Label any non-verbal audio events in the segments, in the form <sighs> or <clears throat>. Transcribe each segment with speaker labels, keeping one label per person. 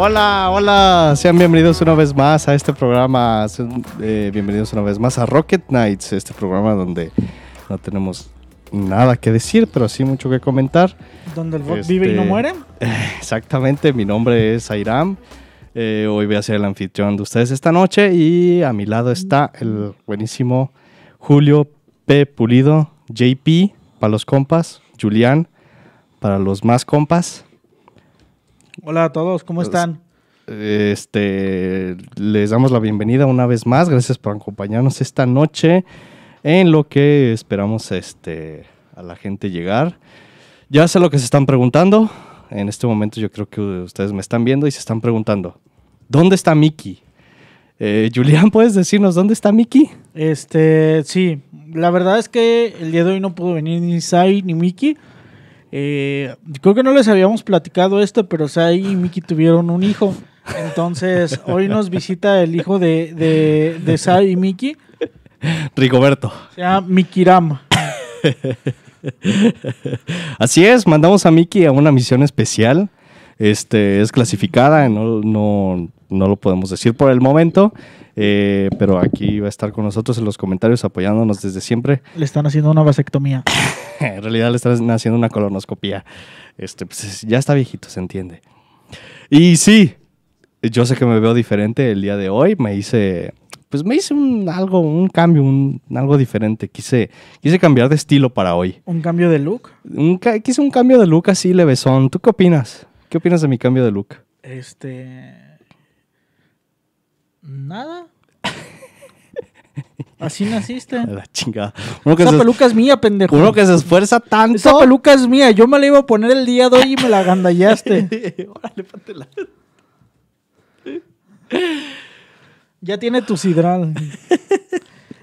Speaker 1: Hola, hola, sean bienvenidos una vez más a este programa, sean, eh, bienvenidos una vez más a Rocket Nights, este programa donde no tenemos nada que decir, pero sí mucho que comentar. <laughs>
Speaker 2: Donde el bot vive y no
Speaker 1: Este,
Speaker 2: muere.
Speaker 1: Exactamente, mi nombre es Airam, eh, hoy voy a ser el anfitrión de ustedes esta noche y a mi lado está el buenísimo Julio P. Pulido, JP para los compas, Julián para los más compas.
Speaker 2: Hola a todos, ¿cómo
Speaker 1: Pues-
Speaker 2: están?
Speaker 1: Este, les damos la bienvenida una vez más. Gracias por acompañarnos esta noche en lo que esperamos este, a la gente llegar. Ya sé lo que se están preguntando. En este momento yo creo que ustedes me están viendo y se están preguntando, ¿dónde está Mickey? Eh, Julián, ¿puedes decirnos dónde está Mickey?
Speaker 2: Este, sí, la verdad es que el día de hoy no pudo venir ni Sai ni Miki. Eh, creo que no les habíamos platicado esto, pero Sai y Miki tuvieron un hijo.
Speaker 1: <laughs>
Speaker 2: Entonces, hoy nos visita el hijo de, de, de Sai y Miki.
Speaker 1: Rigoberto.
Speaker 2: Se llama Mikiram.
Speaker 1: Así es, mandamos a Mickey a una misión especial. Este es clasificada, no, no, no lo podemos decir por el momento, eh, pero aquí va a estar con nosotros en los comentarios apoyándonos desde siempre. <laughs>
Speaker 2: Le están haciendo una vasectomía.
Speaker 1: En realidad le están haciendo una colonoscopía. Este, pues, es- ya está viejito, se entiende. Y sí, yo sé que me veo diferente el día de hoy. Me hice, pues me hice un algo, un cambio, un algo diferente. Quise, quise cambiar de estilo para hoy.
Speaker 2: Un cambio de look.
Speaker 1: Un ca- quise un cambio de look así levesón. ¿Tú qué opinas? ¿Qué opinas de mi cambio de look?
Speaker 2: Este. Nada.
Speaker 1: <laughs>
Speaker 2: Así naciste.
Speaker 1: A la chingada. Uno que,
Speaker 2: Ah. Esa
Speaker 1: se,
Speaker 2: peluca es mía, pendejo.
Speaker 1: uno que se esfuerza
Speaker 2: Esa
Speaker 1: tanto.
Speaker 2: peluca es mía. Yo me la iba a poner el día de hoy y me
Speaker 1: <laughs>
Speaker 2: la agandallaste.
Speaker 1: Órale, póntela.
Speaker 2: ya tiene tu
Speaker 1: <laughs>
Speaker 2: sidral.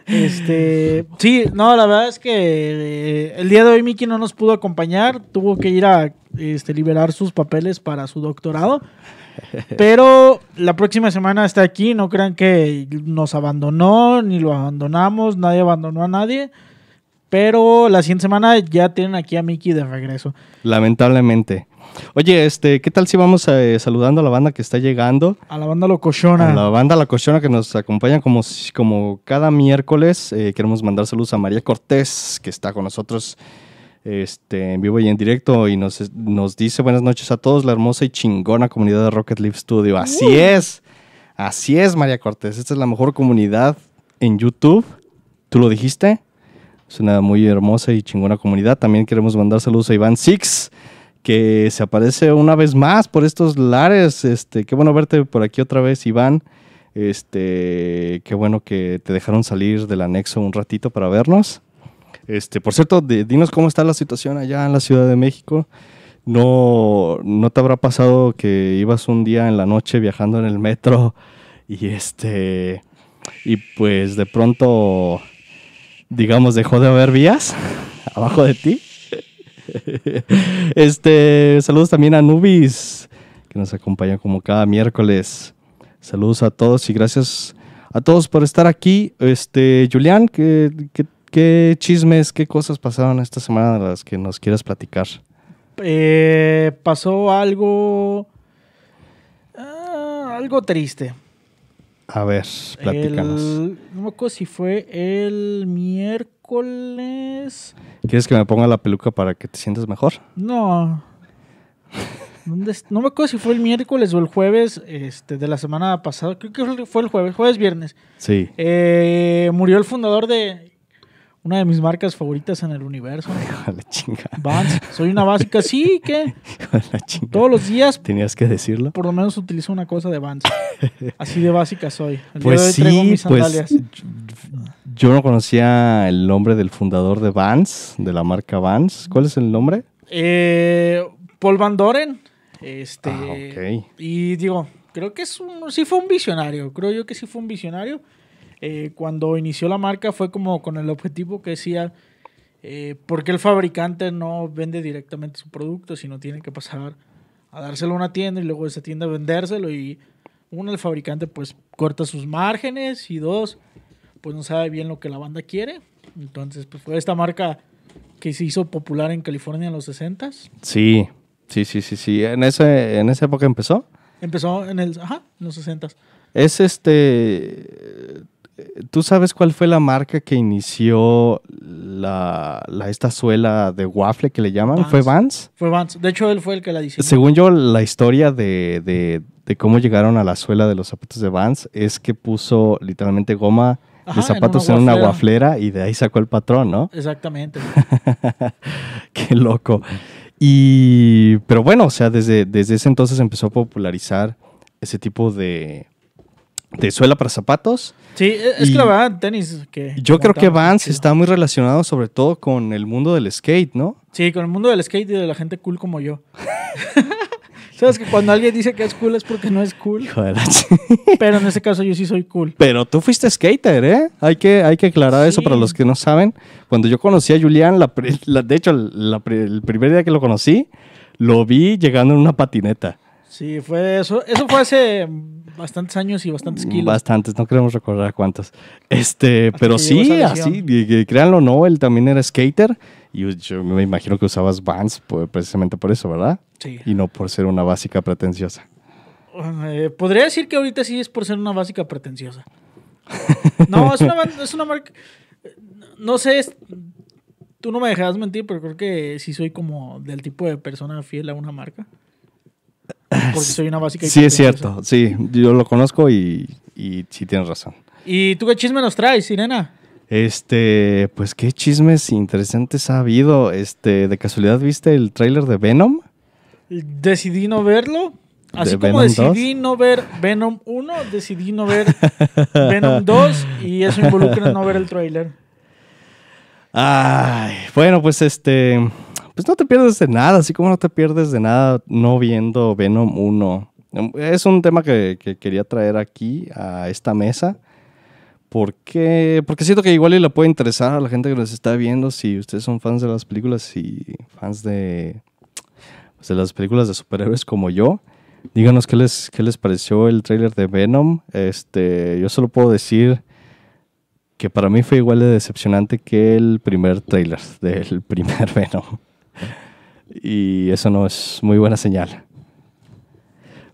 Speaker 2: Este. Sí, no, la verdad es que eh, el día de hoy Miki no nos pudo acompañar. Tuvo que ir a este, liberar sus papeles para
Speaker 1: <laughs>
Speaker 2: su doctorado. Pero la próxima semana está aquí. No crean que nos abandonó, ni lo abandonamos. Nadie abandonó a nadie. Pero la siguiente semana ya tienen aquí a Miki de regreso.
Speaker 1: Lamentablemente. Oye, este, ¿qué tal si vamos eh, saludando a la banda que está llegando?
Speaker 2: A la banda locochona.
Speaker 1: A la banda La Cochona que nos acompaña como, si- como cada miércoles. Eh, queremos mandar saludos a María Cortés, que está con nosotros este, en vivo y en directo. Y nos, nos dice buenas noches a todos, la hermosa y chingona comunidad de Rocket League Studio. Así es, así es, María Cortés. Esta es la mejor comunidad en YouTube. ¿Tú lo dijiste? Es una muy hermosa y chingona comunidad. También queremos mandar saludos a Iván Six, que se aparece una vez más por estos lares. Este, qué bueno verte por aquí otra vez, Iván. Este, qué bueno que te dejaron salir del anexo un ratito para vernos. Este, por cierto, de- dinos cómo está la situación allá en la Ciudad de México. No, no te habrá pasado que ibas un día en la noche viajando en el metro y este y pues de pronto digamos, dejó de haber vías <laughs> abajo de ti. <laughs> Este, saludos también a Nubis, que nos acompaña como cada miércoles. Saludos a todos y gracias a todos por estar aquí. Este, Julián, ¿qué, qué- qué chismes, qué cosas pasaron esta semana de las que nos quieras platicar?
Speaker 2: Eh, pasó algo. ah, algo triste.
Speaker 1: A ver, platícanos.
Speaker 2: El- no me acuerdo si fue el miércoles.
Speaker 1: ¿Quieres que me ponga la peluca para que te sientas mejor?
Speaker 2: No. ¿Dónde es- No me acuerdo si fue el miércoles o el jueves este, de la semana pasada. Creo que fue el jueves, jueves, viernes.
Speaker 1: Sí. <laughs>
Speaker 2: Eh, murió el fundador de una de mis marcas favoritas en el universo.
Speaker 1: A la chinga,
Speaker 2: Vans. Soy una básica. Sí, que
Speaker 1: a la chinga.
Speaker 2: todos los días
Speaker 1: ¿Tenías que decirlo?
Speaker 2: por lo menos utilizo una cosa de
Speaker 1: <laughs>
Speaker 2: Vans. Así de básica soy. El día de hoy
Speaker 1: Pues
Speaker 2: traigo
Speaker 1: sí,
Speaker 2: mis
Speaker 1: pues
Speaker 2: sandalias.
Speaker 1: yo- yo no conocía el nombre del fundador de Vans, de la marca Vans. ¿Cuál es el nombre?
Speaker 2: Eh, Paul Van Doren. Este.
Speaker 1: Ah, ok.
Speaker 2: Y digo, creo que es un, sí fue un visionario. Creo yo que sí fue un visionario. Eh, cuando inició la marca fue como con el objetivo que decía. eh, ¿Por qué el fabricante no vende directamente su producto, sino tiene que pasar a dárselo a una tienda y luego de esa tienda vendérselo? Y uno, el fabricante pues corta sus márgenes y dos, pues no sabe bien lo que la banda quiere. Entonces, pues fue esta marca que se hizo popular en California en los 60s.
Speaker 1: Sí, sí, sí, sí, sí. ¿En, ese, en esa época empezó?
Speaker 2: Empezó en el, ajá, en los 60.
Speaker 1: Es este. ¿Tú sabes cuál fue la marca que inició la, la- esta suela de waffle que le llaman? ¿Fue Vans?
Speaker 2: Fue Vance. De hecho, él fue el que la diseñó.
Speaker 1: Según yo, la historia de, de- de cómo llegaron a la suela de los zapatos de Vans es que puso literalmente goma de
Speaker 2: Ajá, en
Speaker 1: zapatos
Speaker 2: una
Speaker 1: en una, Eh.
Speaker 2: waflera.
Speaker 1: waflera y de ahí sacó el patrón, ¿no?
Speaker 2: Exactamente.
Speaker 1: <laughs> Qué loco. Y, pero bueno, o sea, desde, desde ese entonces empezó a popularizar ese tipo de, de suela para zapatos.
Speaker 2: Sí, es es
Speaker 1: Y-
Speaker 2: que la verdad, tenis que...
Speaker 1: Yo creo que
Speaker 2: montaron,
Speaker 1: Vans
Speaker 2: chido.
Speaker 1: está muy relacionado sobre todo con el mundo del skate, ¿no?
Speaker 2: Sí, con el mundo del skate y de la gente cool como yo. <laughs> Sabes que cuando alguien dice que es cool es porque no es cool,
Speaker 1: Hijo de la ch-
Speaker 2: pero en este caso yo sí soy cool.
Speaker 1: Pero tú fuiste skater, ¿eh? Hay que, hay que aclarar eso
Speaker 2: Sí.
Speaker 1: para los que no saben. Cuando yo conocí a Julián, la, pri- la- de hecho, la pri- el primer día que lo conocí, lo vi llegando en una patineta.
Speaker 2: Sí, fue eso. Eso fue hace bastantes años y bastantes kilos.
Speaker 1: Bastantes, no queremos recordar cuántos.
Speaker 2: <laughs>
Speaker 1: Este, pero
Speaker 2: que llegó
Speaker 1: sí,
Speaker 2: esa
Speaker 1: así,
Speaker 2: lesión.
Speaker 1: y- y créanlo o no, él también era skater. Y yo me imagino que usabas Vans pues, precisamente por eso, ¿verdad?
Speaker 2: Sí.
Speaker 1: Y no por ser una básica pretenciosa.
Speaker 2: Eh, podría decir que ahorita sí es por ser una básica pretenciosa. No, es una, ban- es una marca. No sé, es- tú no me dejarás mentir, pero creo que sí soy como del tipo de persona fiel a una marca. Porque soy una básica. y
Speaker 1: Sí, es
Speaker 2: pretenciosa.
Speaker 1: cierto, sí, yo lo conozco y, y sí tienes razón.
Speaker 2: ¿Y tú qué chisme nos traes, Sirena?
Speaker 1: Este, pues qué chismes interesantes ha habido. Este, de casualidad viste el tráiler de Venom?
Speaker 2: Decidí no verlo. Así
Speaker 1: ¿De
Speaker 2: como
Speaker 1: Venom
Speaker 2: decidí no ver Venom 1, decidí no ver Venom 2 y eso involucra no ver el tráiler.
Speaker 1: Ay, bueno, pues este, pues no te pierdes de nada, así como no te pierdes de nada no viendo Venom 1. Es un tema que, que quería traer aquí a esta mesa. Porque, porque siento que igual y le puede interesar a la gente que nos está viendo si ustedes son fans de las películas y fans de, pues, de las películas de superhéroes como yo. Díganos qué les, qué les pareció el tráiler de Venom. Este, yo solo puedo decir que para mí fue igual de decepcionante que el primer tráiler <laughs> del primer Venom. Y eso no es muy buena señal.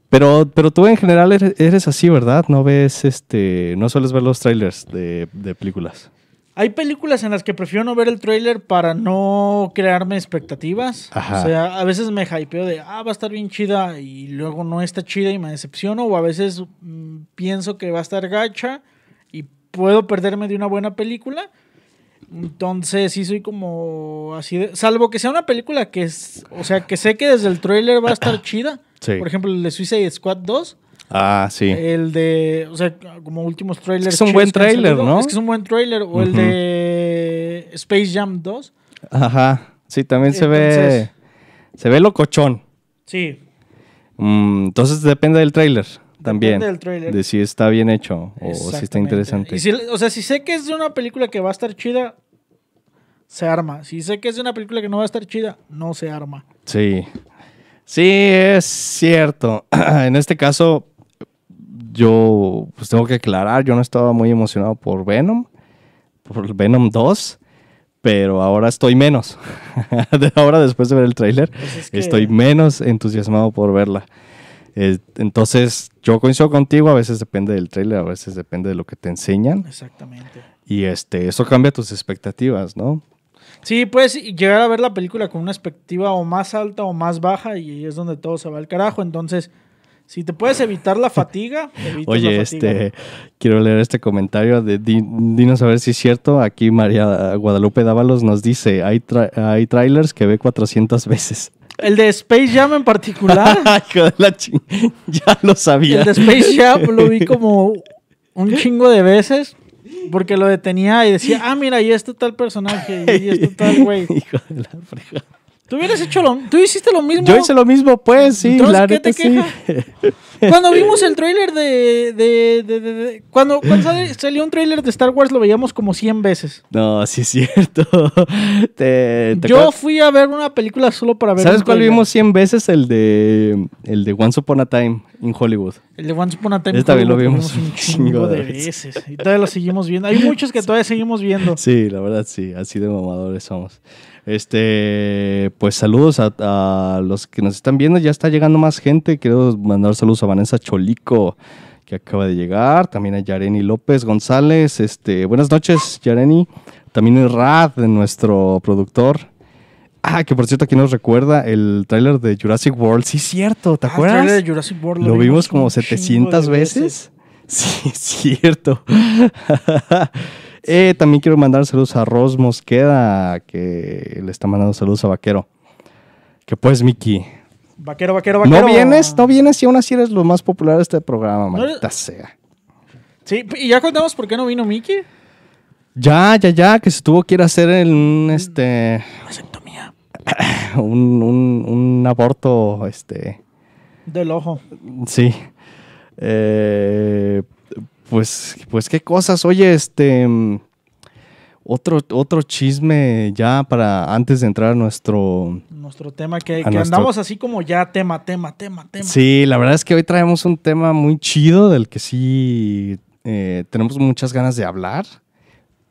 Speaker 1: Pero, pero tú en general eres, eres así, ¿verdad? No ves este. No sueles ver los trailers de, de películas.
Speaker 2: Hay películas en las que prefiero no ver el tráiler para no crearme expectativas.
Speaker 1: Ajá.
Speaker 2: O sea, a veces me hypeo de, ah, va a estar bien chida y luego no está chida y me decepciono. O a veces mm, pienso que va a estar gacha y puedo perderme de una buena película. Entonces sí soy como así de... Salvo que sea una película que es... O sea, que sé que desde el tráiler va
Speaker 1: <coughs>
Speaker 2: a estar chida.
Speaker 1: Sí.
Speaker 2: Por ejemplo, el de Suicide Squad 2.
Speaker 1: Ah, sí.
Speaker 2: El de, o sea, como últimos
Speaker 1: Es
Speaker 2: trailers.
Speaker 1: que es un
Speaker 2: chidos
Speaker 1: buen
Speaker 2: que han
Speaker 1: trailer,
Speaker 2: salido.
Speaker 1: ¿no?
Speaker 2: Es que es un buen trailer. O el
Speaker 1: Ujú.
Speaker 2: de Space Jam 2.
Speaker 1: Ajá. Sí, también se ve.
Speaker 2: Entonces-
Speaker 1: Se ve locochón.
Speaker 2: Sí.
Speaker 1: Mm, entonces depende del tráiler también.
Speaker 2: del tráiler.
Speaker 1: De si está bien hecho o si Oh, está
Speaker 2: exactamente.
Speaker 1: interesante.
Speaker 2: Y si- o sea, si sé que es de una película que va a estar chida, se arma. Si sé que es de una película que no va a estar chida, no se arma.
Speaker 1: Sí. Sí, es cierto. <clears throat> en este caso, yo pues tengo que aclarar, yo no estaba muy emocionado por Venom, por Venom 2, pero ahora estoy menos. <laughs> De ahora después de ver el tráiler,
Speaker 2: Pues es que-
Speaker 1: estoy menos entusiasmado por verla. Eh, Entonces, yo coincido contigo, a veces depende del tráiler, a veces depende de lo que te enseñan
Speaker 2: Exactamente.
Speaker 1: y este eso cambia tus expectativas, ¿no?
Speaker 2: Sí, puedes llegar a ver la película con una expectativa o más alta o más baja y es donde todo se va al carajo. Entonces, si te puedes evitar la fatiga, evitas
Speaker 1: Oye,
Speaker 2: la fatiga.
Speaker 1: este, quiero leer este comentario de di- dinos a ver si es cierto. Aquí María Guadalupe Dávalos nos dice, hay, tra- hay trailers que ve 400 veces.
Speaker 2: El de Space Jam
Speaker 1: <laughs>
Speaker 2: en particular.
Speaker 1: Hijo de la chin- ya lo sabía.
Speaker 2: Ah. El de Space Jam lo
Speaker 1: <laughs>
Speaker 2: vi como un chingo de veces. Porque lo detenía y decía, ah, mira, y este tal personaje, y este tal
Speaker 1: <laughs>
Speaker 2: güey.
Speaker 1: Hijo de la fregada.
Speaker 2: Tú hubieras hecho lo Tú hiciste lo mismo.
Speaker 1: Yo hice lo mismo, pues, sí,
Speaker 2: Entonces,
Speaker 1: la
Speaker 2: ¿qué
Speaker 1: neta
Speaker 2: te
Speaker 1: sí.
Speaker 2: Cuando vimos el tráiler de, de, de- de- de- Cuando, cuando sale- salió un tráiler de Star Wars, lo veíamos como 100 veces.
Speaker 1: <laughs> No, sí es cierto. <laughs> Eh, Te- te
Speaker 2: Yo
Speaker 1: acuerdas-
Speaker 2: fui a ver una película solo para ver.
Speaker 1: ¿Sabes
Speaker 2: un
Speaker 1: cuál
Speaker 2: tráiler.
Speaker 1: vimos 100 veces? El de el de Once Upon a Time in Hollywood.
Speaker 2: El de Once Upon a Time.
Speaker 1: Ese también lo
Speaker 2: Hollywood,
Speaker 1: vimos
Speaker 2: un chingo de veces.
Speaker 1: <laughs>
Speaker 2: Y todavía lo seguimos viendo. Ah, Hay muchos que todavía seguimos viendo.
Speaker 1: Sí, la verdad sí, así de mamadores somos. Este, pues saludos a, a los que nos están viendo. Ya está llegando más gente. Quiero mandar saludos a Vanessa Cholico, que acaba de llegar. También a Yareni López González. Este, buenas noches, Yareni. También el Rad, nuestro productor. Ah, que por cierto, aquí nos recuerda el tráiler de Jurassic World. Sí, cierto, ¿te
Speaker 2: Ah, el
Speaker 1: acuerdas?
Speaker 2: trailer de Jurassic World
Speaker 1: Lo vimos como
Speaker 2: un chingo de
Speaker 1: 700 veces. <laughs> Sí, es cierto. <laughs> Eh, también quiero mandar saludos a Ros Mosqueda, que le está mandando saludos a Vaquero. Que pues, Miki,
Speaker 2: Vaquero, vaquero, vaquero.
Speaker 1: no vienes, no vienes y aún así eres lo más popular de este programa,
Speaker 2: No eres-
Speaker 1: maldita sea.
Speaker 2: Sí, y ya contamos por qué no vino Mickey.
Speaker 1: Ya, ya, ya, que se tuvo que ir a hacer el- un, este,
Speaker 2: Vasectomía.
Speaker 1: un, un- un aborto, este,
Speaker 2: Del ojo.
Speaker 1: sí. Eh, pues, pues qué cosas. Oye, este, mm, otro, otro chisme ya para antes de entrar a nuestro,
Speaker 2: Nuestro tema que,
Speaker 1: A
Speaker 2: que
Speaker 1: nuestro-
Speaker 2: andamos así como ya tema, tema, tema, tema.
Speaker 1: Sí, la verdad es que hoy traemos un tema muy chido del que sí eh, tenemos muchas ganas de hablar.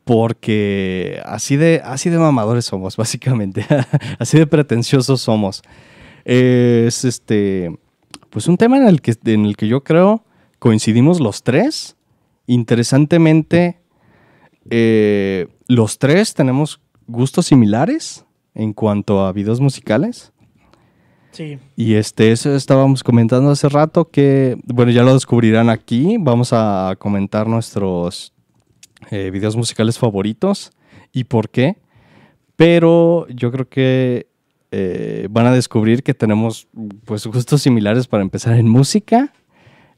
Speaker 1: Porque así de, así de mamadores somos, <laughs> básicamente. así de pretenciosos somos. Es este. Pues un tema en el que, en el que yo creo coincidimos los tres. Interesantemente, eh, los tres tenemos gustos similares en cuanto a videos musicales.
Speaker 2: Sí.
Speaker 1: Y este, eso estábamos comentando hace rato que, bueno, ya lo descubrirán aquí. Vamos a comentar nuestros eh, videos musicales favoritos y por qué. Pero yo creo que eh, van a descubrir que tenemos pues gustos similares para empezar en música,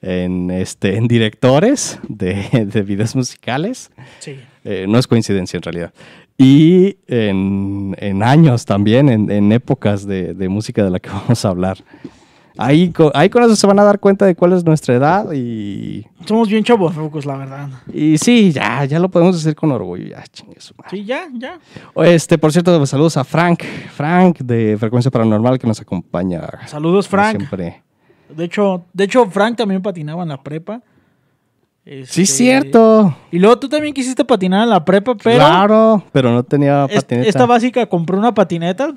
Speaker 1: en, este, en directores de, <laughs> de videos musicales.
Speaker 2: Sí.
Speaker 1: Eh, no es coincidencia en realidad. Y en, en años también, en, en épocas de, de música de la que <laughs> vamos a hablar. Ahí con, ahí con eso se van a dar cuenta de cuál es nuestra edad y,
Speaker 2: Somos bien chavos, Rucos, la verdad.
Speaker 1: y sí, ya, ya lo podemos decir con orgullo. Ya, chingue su madre.
Speaker 2: Sí, ya, ya.
Speaker 1: Este, por cierto, saludos a Frank, Frank de Frecuencia Paranormal que nos acompaña. como
Speaker 2: Saludos, Frank. Este,
Speaker 1: Siempre.
Speaker 2: De hecho, de hecho, Frank también patinaba en la prepa. Este,
Speaker 1: Sí, cierto.
Speaker 2: Y luego tú también quisiste patinar en la prepa, pero
Speaker 1: claro, pero no tenía
Speaker 2: es-
Speaker 1: patineta.
Speaker 2: esta básica compró una patineta.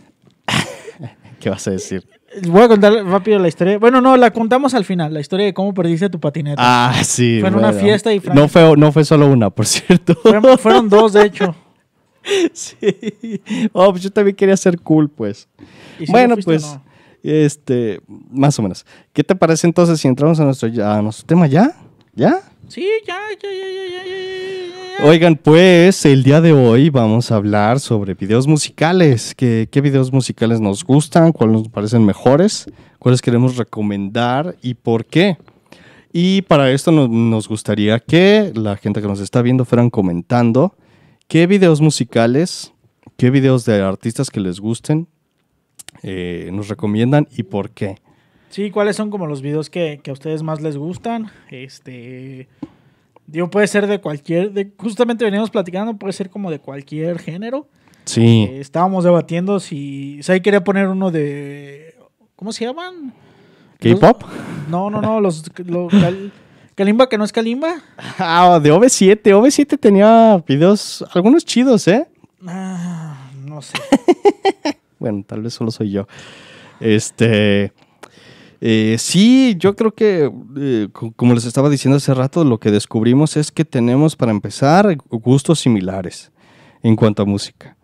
Speaker 1: ¿Qué vas a decir?
Speaker 2: Voy a contar rápido la historia. Bueno, no, la contamos al final, la historia de cómo perdiste tu patineta.
Speaker 1: Ah, sí.
Speaker 2: Fue en una fiesta y Frank-
Speaker 1: No fue, no fue solo una, por cierto.
Speaker 2: Fueron, fueron dos, de hecho.
Speaker 1: <laughs> Sí. Oh, pues yo también quería ser cool, pues.
Speaker 2: ¿Y si
Speaker 1: bueno,
Speaker 2: no fuiste
Speaker 1: pues,
Speaker 2: o no?
Speaker 1: este, más o menos. ¿Qué te parece entonces si entramos a nuestro, a nuestro tema ya? ¿Ya?
Speaker 2: Sí, ya, ya, ya, ya, ya, ya, ya, ya.
Speaker 1: Oigan, pues el día de hoy vamos a hablar sobre videos musicales. ¿Qué, qué videos musicales nos gustan? ¿Cuáles nos parecen mejores? ¿Cuáles queremos recomendar y por qué? Y para esto no- nos gustaría que la gente que nos está viendo fueran comentando qué videos musicales, qué videos de artistas que les gusten eh, nos recomiendan y por qué.
Speaker 2: Sí, ¿cuáles son como los videos que, que a ustedes más les gustan? Este. Digo, puede ser de cualquier. de- justamente veníamos platicando, puede ser como de cualquier género.
Speaker 1: Sí,
Speaker 2: Eh, estábamos debatiendo si. Sai quería poner uno de. ¿Cómo se llaman?
Speaker 1: ¿K-pop?
Speaker 2: Los- No, no, no. Los, lo- Cal- Kalimba, que no es Kalimba.
Speaker 1: Ah, de OV7. OV7 tenía videos, algunos chidos, ¿eh?
Speaker 2: Ah, no sé.
Speaker 1: Bueno, tal vez solo soy yo. Este. eh, sí, yo creo que, eh, co- como les estaba diciendo hace rato, lo que descubrimos es que tenemos, para empezar, gustos similares en cuanto a música.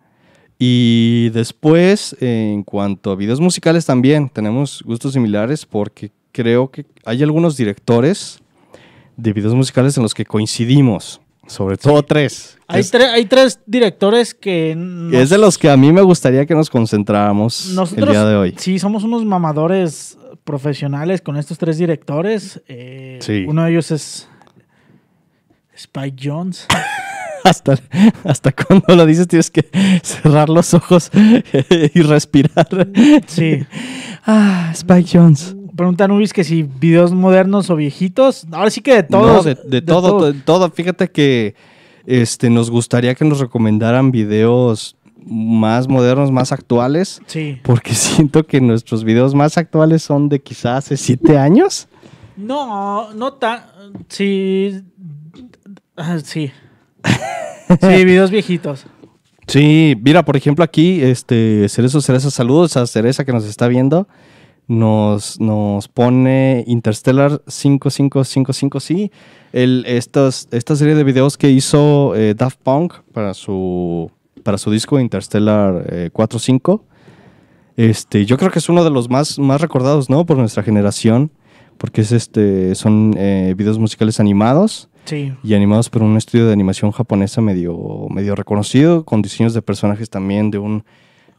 Speaker 1: Y después, eh, en cuanto a videos musicales, también tenemos gustos similares porque creo que hay algunos directores de videos musicales en los que coincidimos, sobre todo tres. que
Speaker 2: Hay,
Speaker 1: es-
Speaker 2: tre- hay tres directores que.
Speaker 1: que es de los que a mí me gustaría que nos concentráramos
Speaker 2: Nosotros,
Speaker 1: el día de hoy.
Speaker 2: Sí, somos unos mamadores profesionales con estos tres directores. Eh,
Speaker 1: Sí.
Speaker 2: Uno de ellos es Spike Jones.
Speaker 1: <laughs> Hasta, hasta cuando lo dices tienes que cerrar los ojos <laughs> y respirar.
Speaker 2: <laughs> Sí.
Speaker 1: Ah, Spike Jones.
Speaker 2: Pregunta Nubis que si videos modernos o viejitos. Ahora sí que de
Speaker 1: No,
Speaker 2: todos.
Speaker 1: de, de todo, de todo. Fíjate que este, nos gustaría que nos recomendaran videos más modernos, más actuales,
Speaker 2: Sí.
Speaker 1: porque <laughs> siento que nuestros videos más actuales son de quizás hace siete años.
Speaker 2: No, no tan.
Speaker 1: <laughs>
Speaker 2: Sí. Ah, Sí. Sí, videos viejitos.
Speaker 1: Sí, mira, por ejemplo, aquí, este, Cerezo Cereza, saludos a Cereza que nos está viendo. Nos, nos pone Interstellar 5555, sí. El, estas, esta serie de videos que hizo eh, Daft Punk para su, para su disco Interstellar eh, 45. Este, yo creo que es uno de los más, más recordados, ¿no? Por nuestra generación. Porque es este, son eh, videos musicales animados
Speaker 2: Sí.
Speaker 1: y animados por un estudio de animación japonesa medio, medio reconocido, con diseños de personajes también de un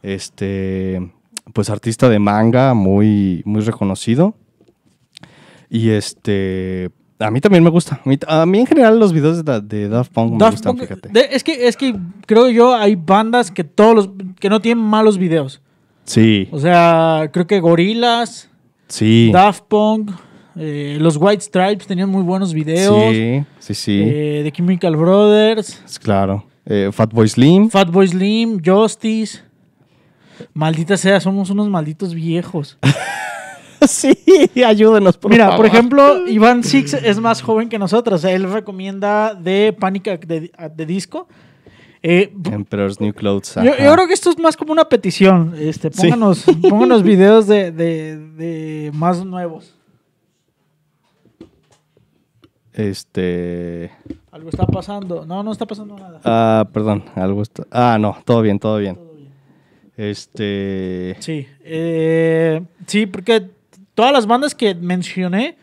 Speaker 1: este pues artista de manga muy, muy reconocido. Y este a mí también me gusta. A mí, a mí en general los videos de, Da- de Daft Punk me
Speaker 2: Daft
Speaker 1: gustan,
Speaker 2: Punk-
Speaker 1: fíjate.
Speaker 2: de- es que es que creo yo hay bandas que todos los que no tienen malos videos.
Speaker 1: sí,
Speaker 2: O sea, creo que Gorilas,
Speaker 1: sí.
Speaker 2: Daft Punk, eh, los White Stripes tenían muy buenos videos.
Speaker 1: Sí, sí, sí.
Speaker 2: eh, The Chemical Brothers,
Speaker 1: es claro. Eh, Fatboy Slim.
Speaker 2: Fatboy Slim, Justice. Maldita sea, somos unos malditos viejos. <laughs>
Speaker 1: sí, ayúdenos, por
Speaker 2: Mira, por
Speaker 1: favor.
Speaker 2: ejemplo, Iván Six es más joven que nosotros. Él recomienda de Panic at the, at the Disco. Eh,
Speaker 1: Emperor's New Clothes.
Speaker 2: yo,
Speaker 1: ajá.
Speaker 2: yo creo que esto es más como una petición. Este,
Speaker 1: Sí.
Speaker 2: pónganos,
Speaker 1: <laughs>
Speaker 2: pónganos videos de, de- de más nuevos.
Speaker 1: Este.
Speaker 2: Algo está pasando. No, no está pasando nada.
Speaker 1: Ah, perdón, algo está. Ah, no, todo bien, todo bien. Este.
Speaker 2: Sí, eh, sí, porque todas las bandas que mencioné,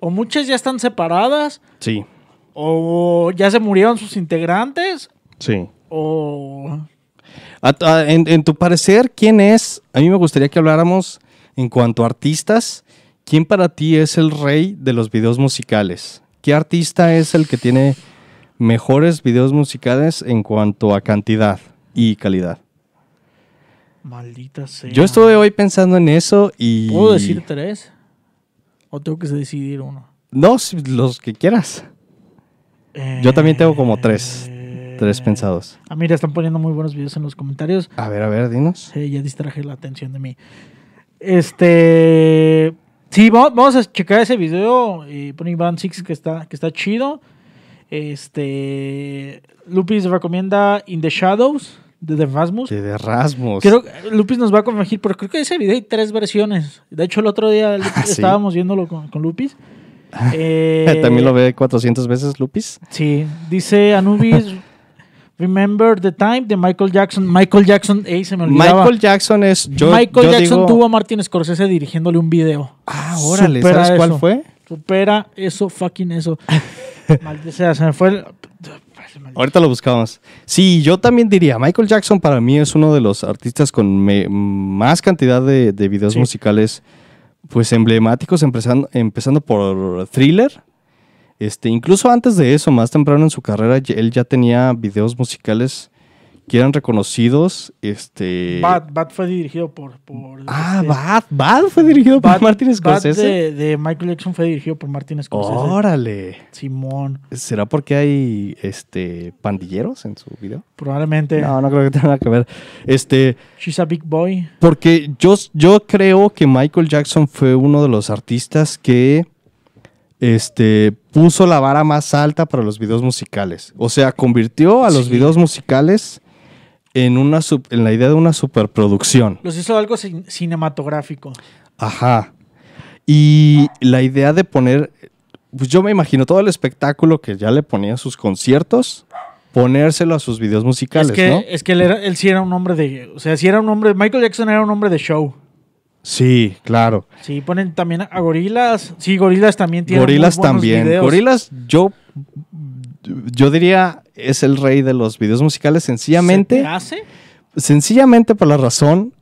Speaker 2: o muchas ya están separadas,
Speaker 1: Sí,
Speaker 2: o ya se murieron sus integrantes,
Speaker 1: sí.
Speaker 2: o...
Speaker 1: A- a- en, en tu parecer, ¿quién es? A mí me gustaría que habláramos en cuanto a artistas. ¿Quién para ti es el rey de los videos musicales? ¿Qué artista es el que tiene mejores videos musicales en cuanto a cantidad y calidad?
Speaker 2: Maldita sea.
Speaker 1: Yo estuve hoy pensando en eso y.
Speaker 2: ¿Puedo decir tres? ¿O tengo que decidir uno?
Speaker 1: No, si- los que quieras. Yo también tengo como tres.
Speaker 2: Eh,
Speaker 1: Tres pensados.
Speaker 2: Ah, mira, están poniendo muy buenos videos en los comentarios.
Speaker 1: A ver, a ver, dinos.
Speaker 2: Sí, ya distraje la atención de mí. Este. Sí, va- vamos a checar ese video. Y pone Iván Six que está, que está chido. Este. Lupis recomienda In the Shadows de The Rasmus.
Speaker 1: De, de Rasmus. <laughs>
Speaker 2: Creo que Lupis nos va a corregir, pero creo que ese video hay tres versiones. De hecho, el otro día
Speaker 1: <laughs>
Speaker 2: Lupis,
Speaker 1: Ah, sí.
Speaker 2: estábamos viéndolo con,
Speaker 1: <laughs>
Speaker 2: con Lupis. Eh,
Speaker 1: También lo ve 400 veces Lupis.
Speaker 2: Sí, dice Anubis.
Speaker 1: <laughs>
Speaker 2: Remember the time de Michael Jackson. Michael Jackson, ey, se me olvidaba.
Speaker 1: Michael Jackson es. Yo,
Speaker 2: Michael
Speaker 1: yo
Speaker 2: Jackson
Speaker 1: digo-
Speaker 2: tuvo a Martin Scorsese dirigiéndole un video.
Speaker 1: Ah, órale,
Speaker 2: Supera
Speaker 1: ¿sabes cuál
Speaker 2: eso.
Speaker 1: fue?
Speaker 2: Supera eso,
Speaker 1: <laughs>
Speaker 2: fucking eso. Maldita sea, se me fue el...
Speaker 1: Ahorita lo buscamos. Sí, yo también diría, Michael Jackson para mí es uno de los artistas con me- más cantidad de, de videos
Speaker 2: Sí.
Speaker 1: musicales, pues emblemáticos, empezando, empezando por Thriller. Este, incluso antes de eso, más temprano en su carrera, ya- él ya tenía videos musicales que eran reconocidos. Este,
Speaker 2: Bad, Bad fue dirigido por... por
Speaker 1: Ah,
Speaker 2: este,
Speaker 1: Bad. Bad fue dirigido
Speaker 2: Bad-
Speaker 1: por Martin
Speaker 2: Bad
Speaker 1: Scorsese.
Speaker 2: de, de Michael Jackson fue dirigido por Martin Scorsese.
Speaker 1: Órale.
Speaker 2: Simón,
Speaker 1: ¿Será porque hay este pandilleros en su video?
Speaker 2: probablemente.
Speaker 1: No, no creo que tenga nada que ver. Este,
Speaker 2: She's a big boy.
Speaker 1: porque yo, yo creo que Michael Jackson fue uno de los artistas que este, puso la vara más alta para los videos musicales. O sea, convirtió a los
Speaker 2: Sí.
Speaker 1: videos musicales en, una sup- en la idea de una superproducción.
Speaker 2: Los hizo algo cin- cinematográfico.
Speaker 1: Ajá. Y la idea de poner, pues yo me imagino todo el espectáculo que ya le ponía a sus conciertos, ponérselo a sus videos musicales,
Speaker 2: Es que,
Speaker 1: ¿no?
Speaker 2: es que él, era- él sí era un hombre de... O sea, sí era un hombre... Michael Jackson era un hombre de show.
Speaker 1: Sí, claro.
Speaker 2: Sí, ponen también a Gorilas. Sí, Gorilas también tiene.
Speaker 1: Gorilas
Speaker 2: muy buenos
Speaker 1: también.
Speaker 2: videos.
Speaker 1: Gorilas, yo, yo diría, es el rey de los videos musicales
Speaker 2: ¿Se
Speaker 1: sencillamente,
Speaker 2: te hace?
Speaker 1: sencillamente por la razón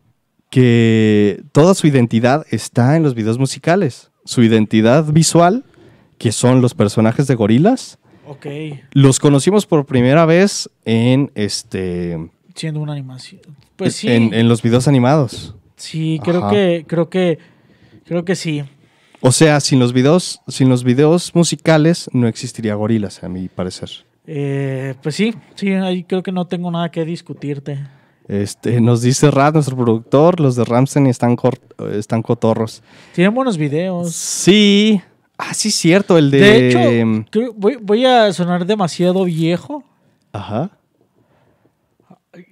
Speaker 1: que toda su identidad está en los videos musicales. Su identidad visual, que son los personajes de Gorilas,
Speaker 2: Ok,
Speaker 1: Los conocimos por primera vez en este
Speaker 2: siendo una animación. Pues sí,
Speaker 1: en, en los videos animados.
Speaker 2: sí, creo
Speaker 1: Ajá.
Speaker 2: que, creo que, creo que sí.
Speaker 1: O sea, sin los videos, sin los videos musicales no existiría gorilas, a mi parecer.
Speaker 2: Eh, pues sí, sí, ahí creo que no tengo nada que discutirte.
Speaker 1: Este, nos dice Rad, nuestro productor, los de Ramstein están, cor- están cotorros.
Speaker 2: Tienen buenos videos.
Speaker 1: Sí. Ah, sí, cierto, el de. em,
Speaker 2: De, hecho, creo- voy, voy a sonar demasiado viejo.
Speaker 1: Ajá.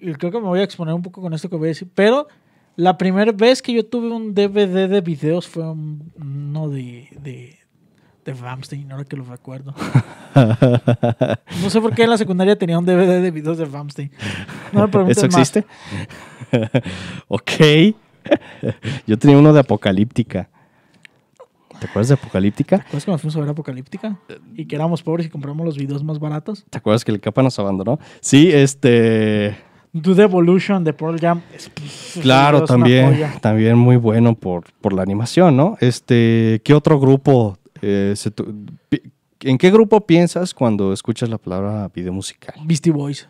Speaker 2: y creo que me voy a exponer un poco con esto que voy a decir, pero la primera vez que yo tuve un DVD de videos fue un- uno de, de, de Rammstein, ahora que
Speaker 1: <laughs>
Speaker 2: lo recuerdo. No sé por qué en la secundaria tenía un DVD de videos de Rammstein. No me preguntes
Speaker 1: ¿Eso
Speaker 2: más.
Speaker 1: existe? <laughs> ok. <laughs> Yo tenía uno de Apocalíptica. ¿Te acuerdas de Apocalíptica?
Speaker 2: ¿Recuerdas Pues que nos fuimos a ver Apocalíptica? Y que éramos pobres y compramos los videos más baratos.
Speaker 1: ¿Te acuerdas que el capa nos abandonó? Sí, este...
Speaker 2: Do the Evolution de Pearl Jam. Es- pues, pff, ese
Speaker 1: Claro,
Speaker 2: video es una
Speaker 1: también,
Speaker 2: joya.
Speaker 1: también muy bueno por, por la animación, ¿no? Este, ¿qué otro grupo eh, se tu- pi- ¿En qué grupo piensas cuando escuchas la palabra video musical?
Speaker 2: Beastie Boys.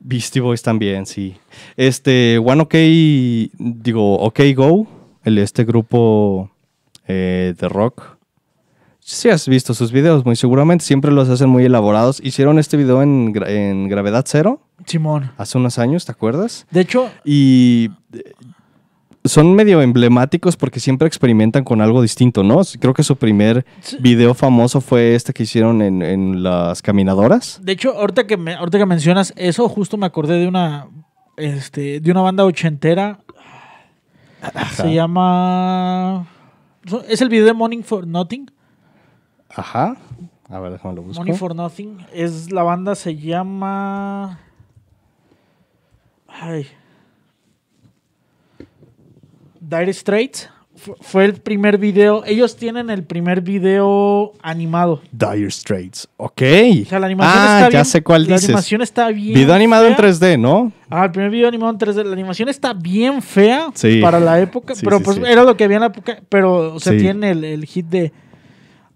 Speaker 1: Beastie Boys también, sí. Este, One OK, digo, OK Go, el, este grupo eh, de rock. Sí has visto sus videos, muy seguramente. Siempre los hacen muy elaborados. Hicieron este video en, gra- en Gravedad Cero
Speaker 2: Simón.
Speaker 1: hace unos años, ¿te acuerdas?
Speaker 2: De hecho,
Speaker 1: Y eh, son medio emblemáticos porque siempre experimentan con algo distinto, ¿no? Creo que su primer
Speaker 2: Sí.
Speaker 1: video famoso fue este que hicieron en, en las caminadoras.
Speaker 2: de hecho, ahorita que me- ahorita que mencionas eso, justo me acordé de una este, de una banda ochentera. Se llama. so- Es el video de Morning for Nothing.
Speaker 1: Ajá. A ver, déjame lo busco.
Speaker 2: Money for Nothing. Es la banda se llama. Ay. Dire Straits. Fu- Fue el primer video. Ellos tienen el primer video animado.
Speaker 1: Dire Straits. Ok.
Speaker 2: O sea, la animación
Speaker 1: ah,
Speaker 2: está
Speaker 1: ya
Speaker 2: bien.
Speaker 1: sé cuál
Speaker 2: la
Speaker 1: dices.
Speaker 2: animación está bien.
Speaker 1: Video animado en
Speaker 2: fea.
Speaker 1: 3D, ¿no?
Speaker 2: Ah, el primer video animado en 3D. La animación está bien fea
Speaker 1: Sí.
Speaker 2: para la época.
Speaker 1: Sí,
Speaker 2: pero
Speaker 1: sí,
Speaker 2: pues
Speaker 1: sí.
Speaker 2: era lo que había en la época. Pero, o sea,
Speaker 1: Sí.
Speaker 2: tiene el, el hit de,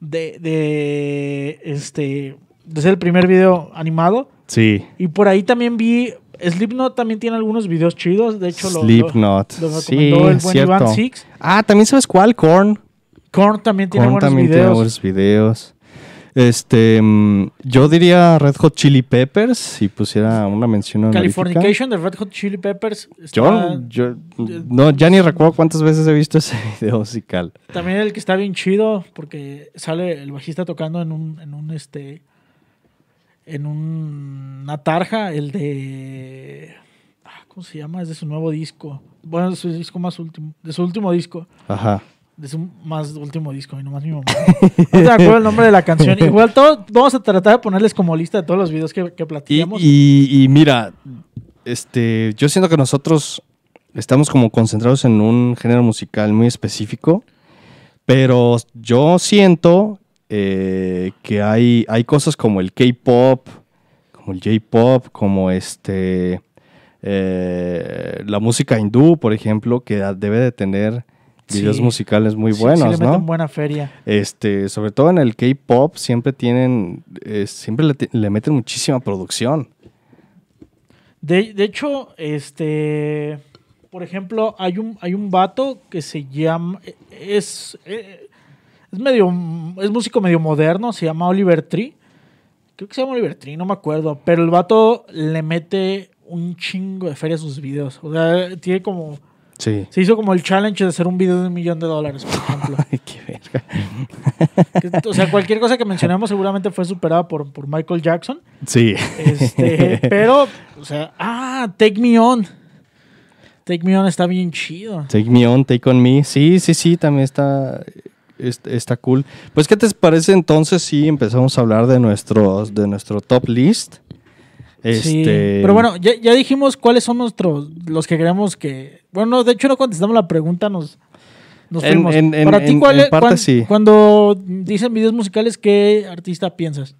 Speaker 2: de. de. este. de ser el primer video animado.
Speaker 1: Sí.
Speaker 2: Y por ahí también vi. Slipknot también tiene algunos videos chidos. De hecho, lo- lo-
Speaker 1: Slipknot.
Speaker 2: lo
Speaker 1: sí,
Speaker 2: recomendó el buen
Speaker 1: cierto.
Speaker 2: Iván Six.
Speaker 1: Ah, también sabes cuál, Korn.
Speaker 2: Korn también tiene
Speaker 1: Korn
Speaker 2: buenos
Speaker 1: también tiene
Speaker 2: videos.
Speaker 1: buenos videos. Este, mm, yo diría Red Hot Chili Peppers si pusiera una mención honorífica.
Speaker 2: Californication Ah, eh, de Red Hot Chili Peppers.
Speaker 1: Yo,
Speaker 2: Está-
Speaker 1: yo, no, ya
Speaker 2: pues,
Speaker 1: ni recuerdo cuántas veces he visto ese <laughs> video musical.
Speaker 2: También el que está bien chido, porque sale el bajista tocando en un, en un este. En un- una tarja, el de. ah, ¿Cómo se llama? Es de su nuevo disco. Bueno, de su disco más último. De su último disco.
Speaker 1: Ajá.
Speaker 2: De su más último disco, y nomás mi mamá. No te acuerdo el nombre de la canción. Igual todo, vamos a tratar de ponerles como lista de todos los videos que, que
Speaker 1: Y,
Speaker 2: platicamos.
Speaker 1: y- y mira, este, yo siento que nosotros estamos como concentrados en un género musical muy específico, pero yo siento eh, que hay, hay cosas como el K-pop, como el J-pop, como este eh, la música hindú, por ejemplo, que da- debe de tener videos
Speaker 2: Sí.
Speaker 1: musicales muy
Speaker 2: Sí,
Speaker 1: buenos,
Speaker 2: sí le meten
Speaker 1: ¿no?
Speaker 2: buena feria.
Speaker 1: Este, sobre todo en el K-pop siempre tienen, eh, siempre le, ti- le meten muchísima producción.
Speaker 2: De, de hecho, este. Por ejemplo, hay un, hay un vato que se llama. Es. eh, Es medio. Es músico medio moderno. Se llama Oliver Tree. Creo que se llama Oliver Tree, no me acuerdo. Pero el vato le mete un chingo de feria a sus videos. O sea, tiene como. <laughs>
Speaker 1: Sí.
Speaker 2: Se hizo como el challenge de hacer un video de un millón de dólares,
Speaker 1: <laughs>
Speaker 2: por ejemplo.
Speaker 1: Ay, qué verga.
Speaker 2: Que- o sea, cualquier cosa que mencionemos seguramente fue superada por, por Michael Jackson.
Speaker 1: Sí. <laughs>
Speaker 2: Este, pero, o sea, ah, Take Me On. Take Me On está bien chido.
Speaker 1: Take Me On, Take On Me. Sí, sí, sí, también está, es- está cool. Pues, ¿qué te parece entonces si empezamos a hablar de, nuestros, de nuestro top list?
Speaker 2: Sí,
Speaker 1: Este,
Speaker 2: Pero bueno, ya, ya dijimos cuáles son nuestros, los que creemos que. Bueno, de hecho no contestamos la pregunta, nos, nos
Speaker 1: En-
Speaker 2: fuimos.
Speaker 1: en- en-
Speaker 2: Para ti,
Speaker 1: en-
Speaker 2: ¿cuál
Speaker 1: en
Speaker 2: es-
Speaker 1: parte
Speaker 2: cuán-
Speaker 1: sí.
Speaker 2: cuando dicen videos musicales, ¿qué artista piensas?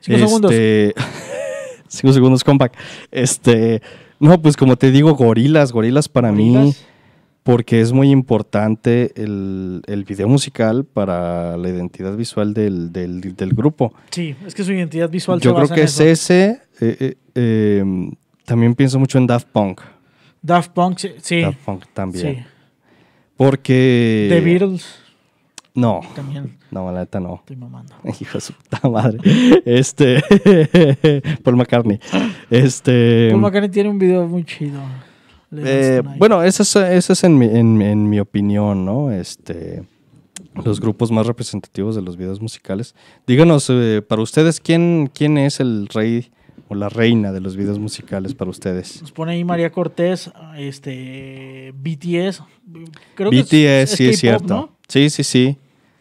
Speaker 2: Cinco segundos.
Speaker 1: Este, <laughs> cinco segundos, compact. Este, no, pues como te digo, gorilas, gorilas para mí,
Speaker 2: Gorilas.
Speaker 1: porque es muy importante el, el video musical para la identidad visual del, del- del grupo.
Speaker 2: Sí, es que su identidad visual se
Speaker 1: Yo creo
Speaker 2: basa en
Speaker 1: que es
Speaker 2: eso.
Speaker 1: ese. eh, eh, eh, también pienso mucho en Daft Punk.
Speaker 2: Daft Punk, sí. sí,
Speaker 1: Daft Punk también. Eh,
Speaker 2: sí.
Speaker 1: Porque.
Speaker 2: The Beatles
Speaker 1: No,
Speaker 2: también.
Speaker 1: no, la neta no. <laughs>
Speaker 2: Estoy mamando.
Speaker 1: Hijo de su puta madre. Este. <laughs> Paul McCartney. Este.
Speaker 2: Paul McCartney tiene un video muy chido.
Speaker 1: Eh,
Speaker 2: Livingston ahí.
Speaker 1: bueno, eso es, eso es en, mi, en- en mi opinión, ¿no? Este, los grupos más representativos de los videos musicales. Díganos, eh, para ustedes, ¿quién, ¿quién es el rey o la reina de los videos musicales para ustedes.
Speaker 2: Nos pone ahí María Cortés, este, BTS. Creo
Speaker 1: BTS,
Speaker 2: que es,
Speaker 1: sí es,
Speaker 2: K-pop,
Speaker 1: cierto.
Speaker 2: ¿no?
Speaker 1: Sí, sí, sí.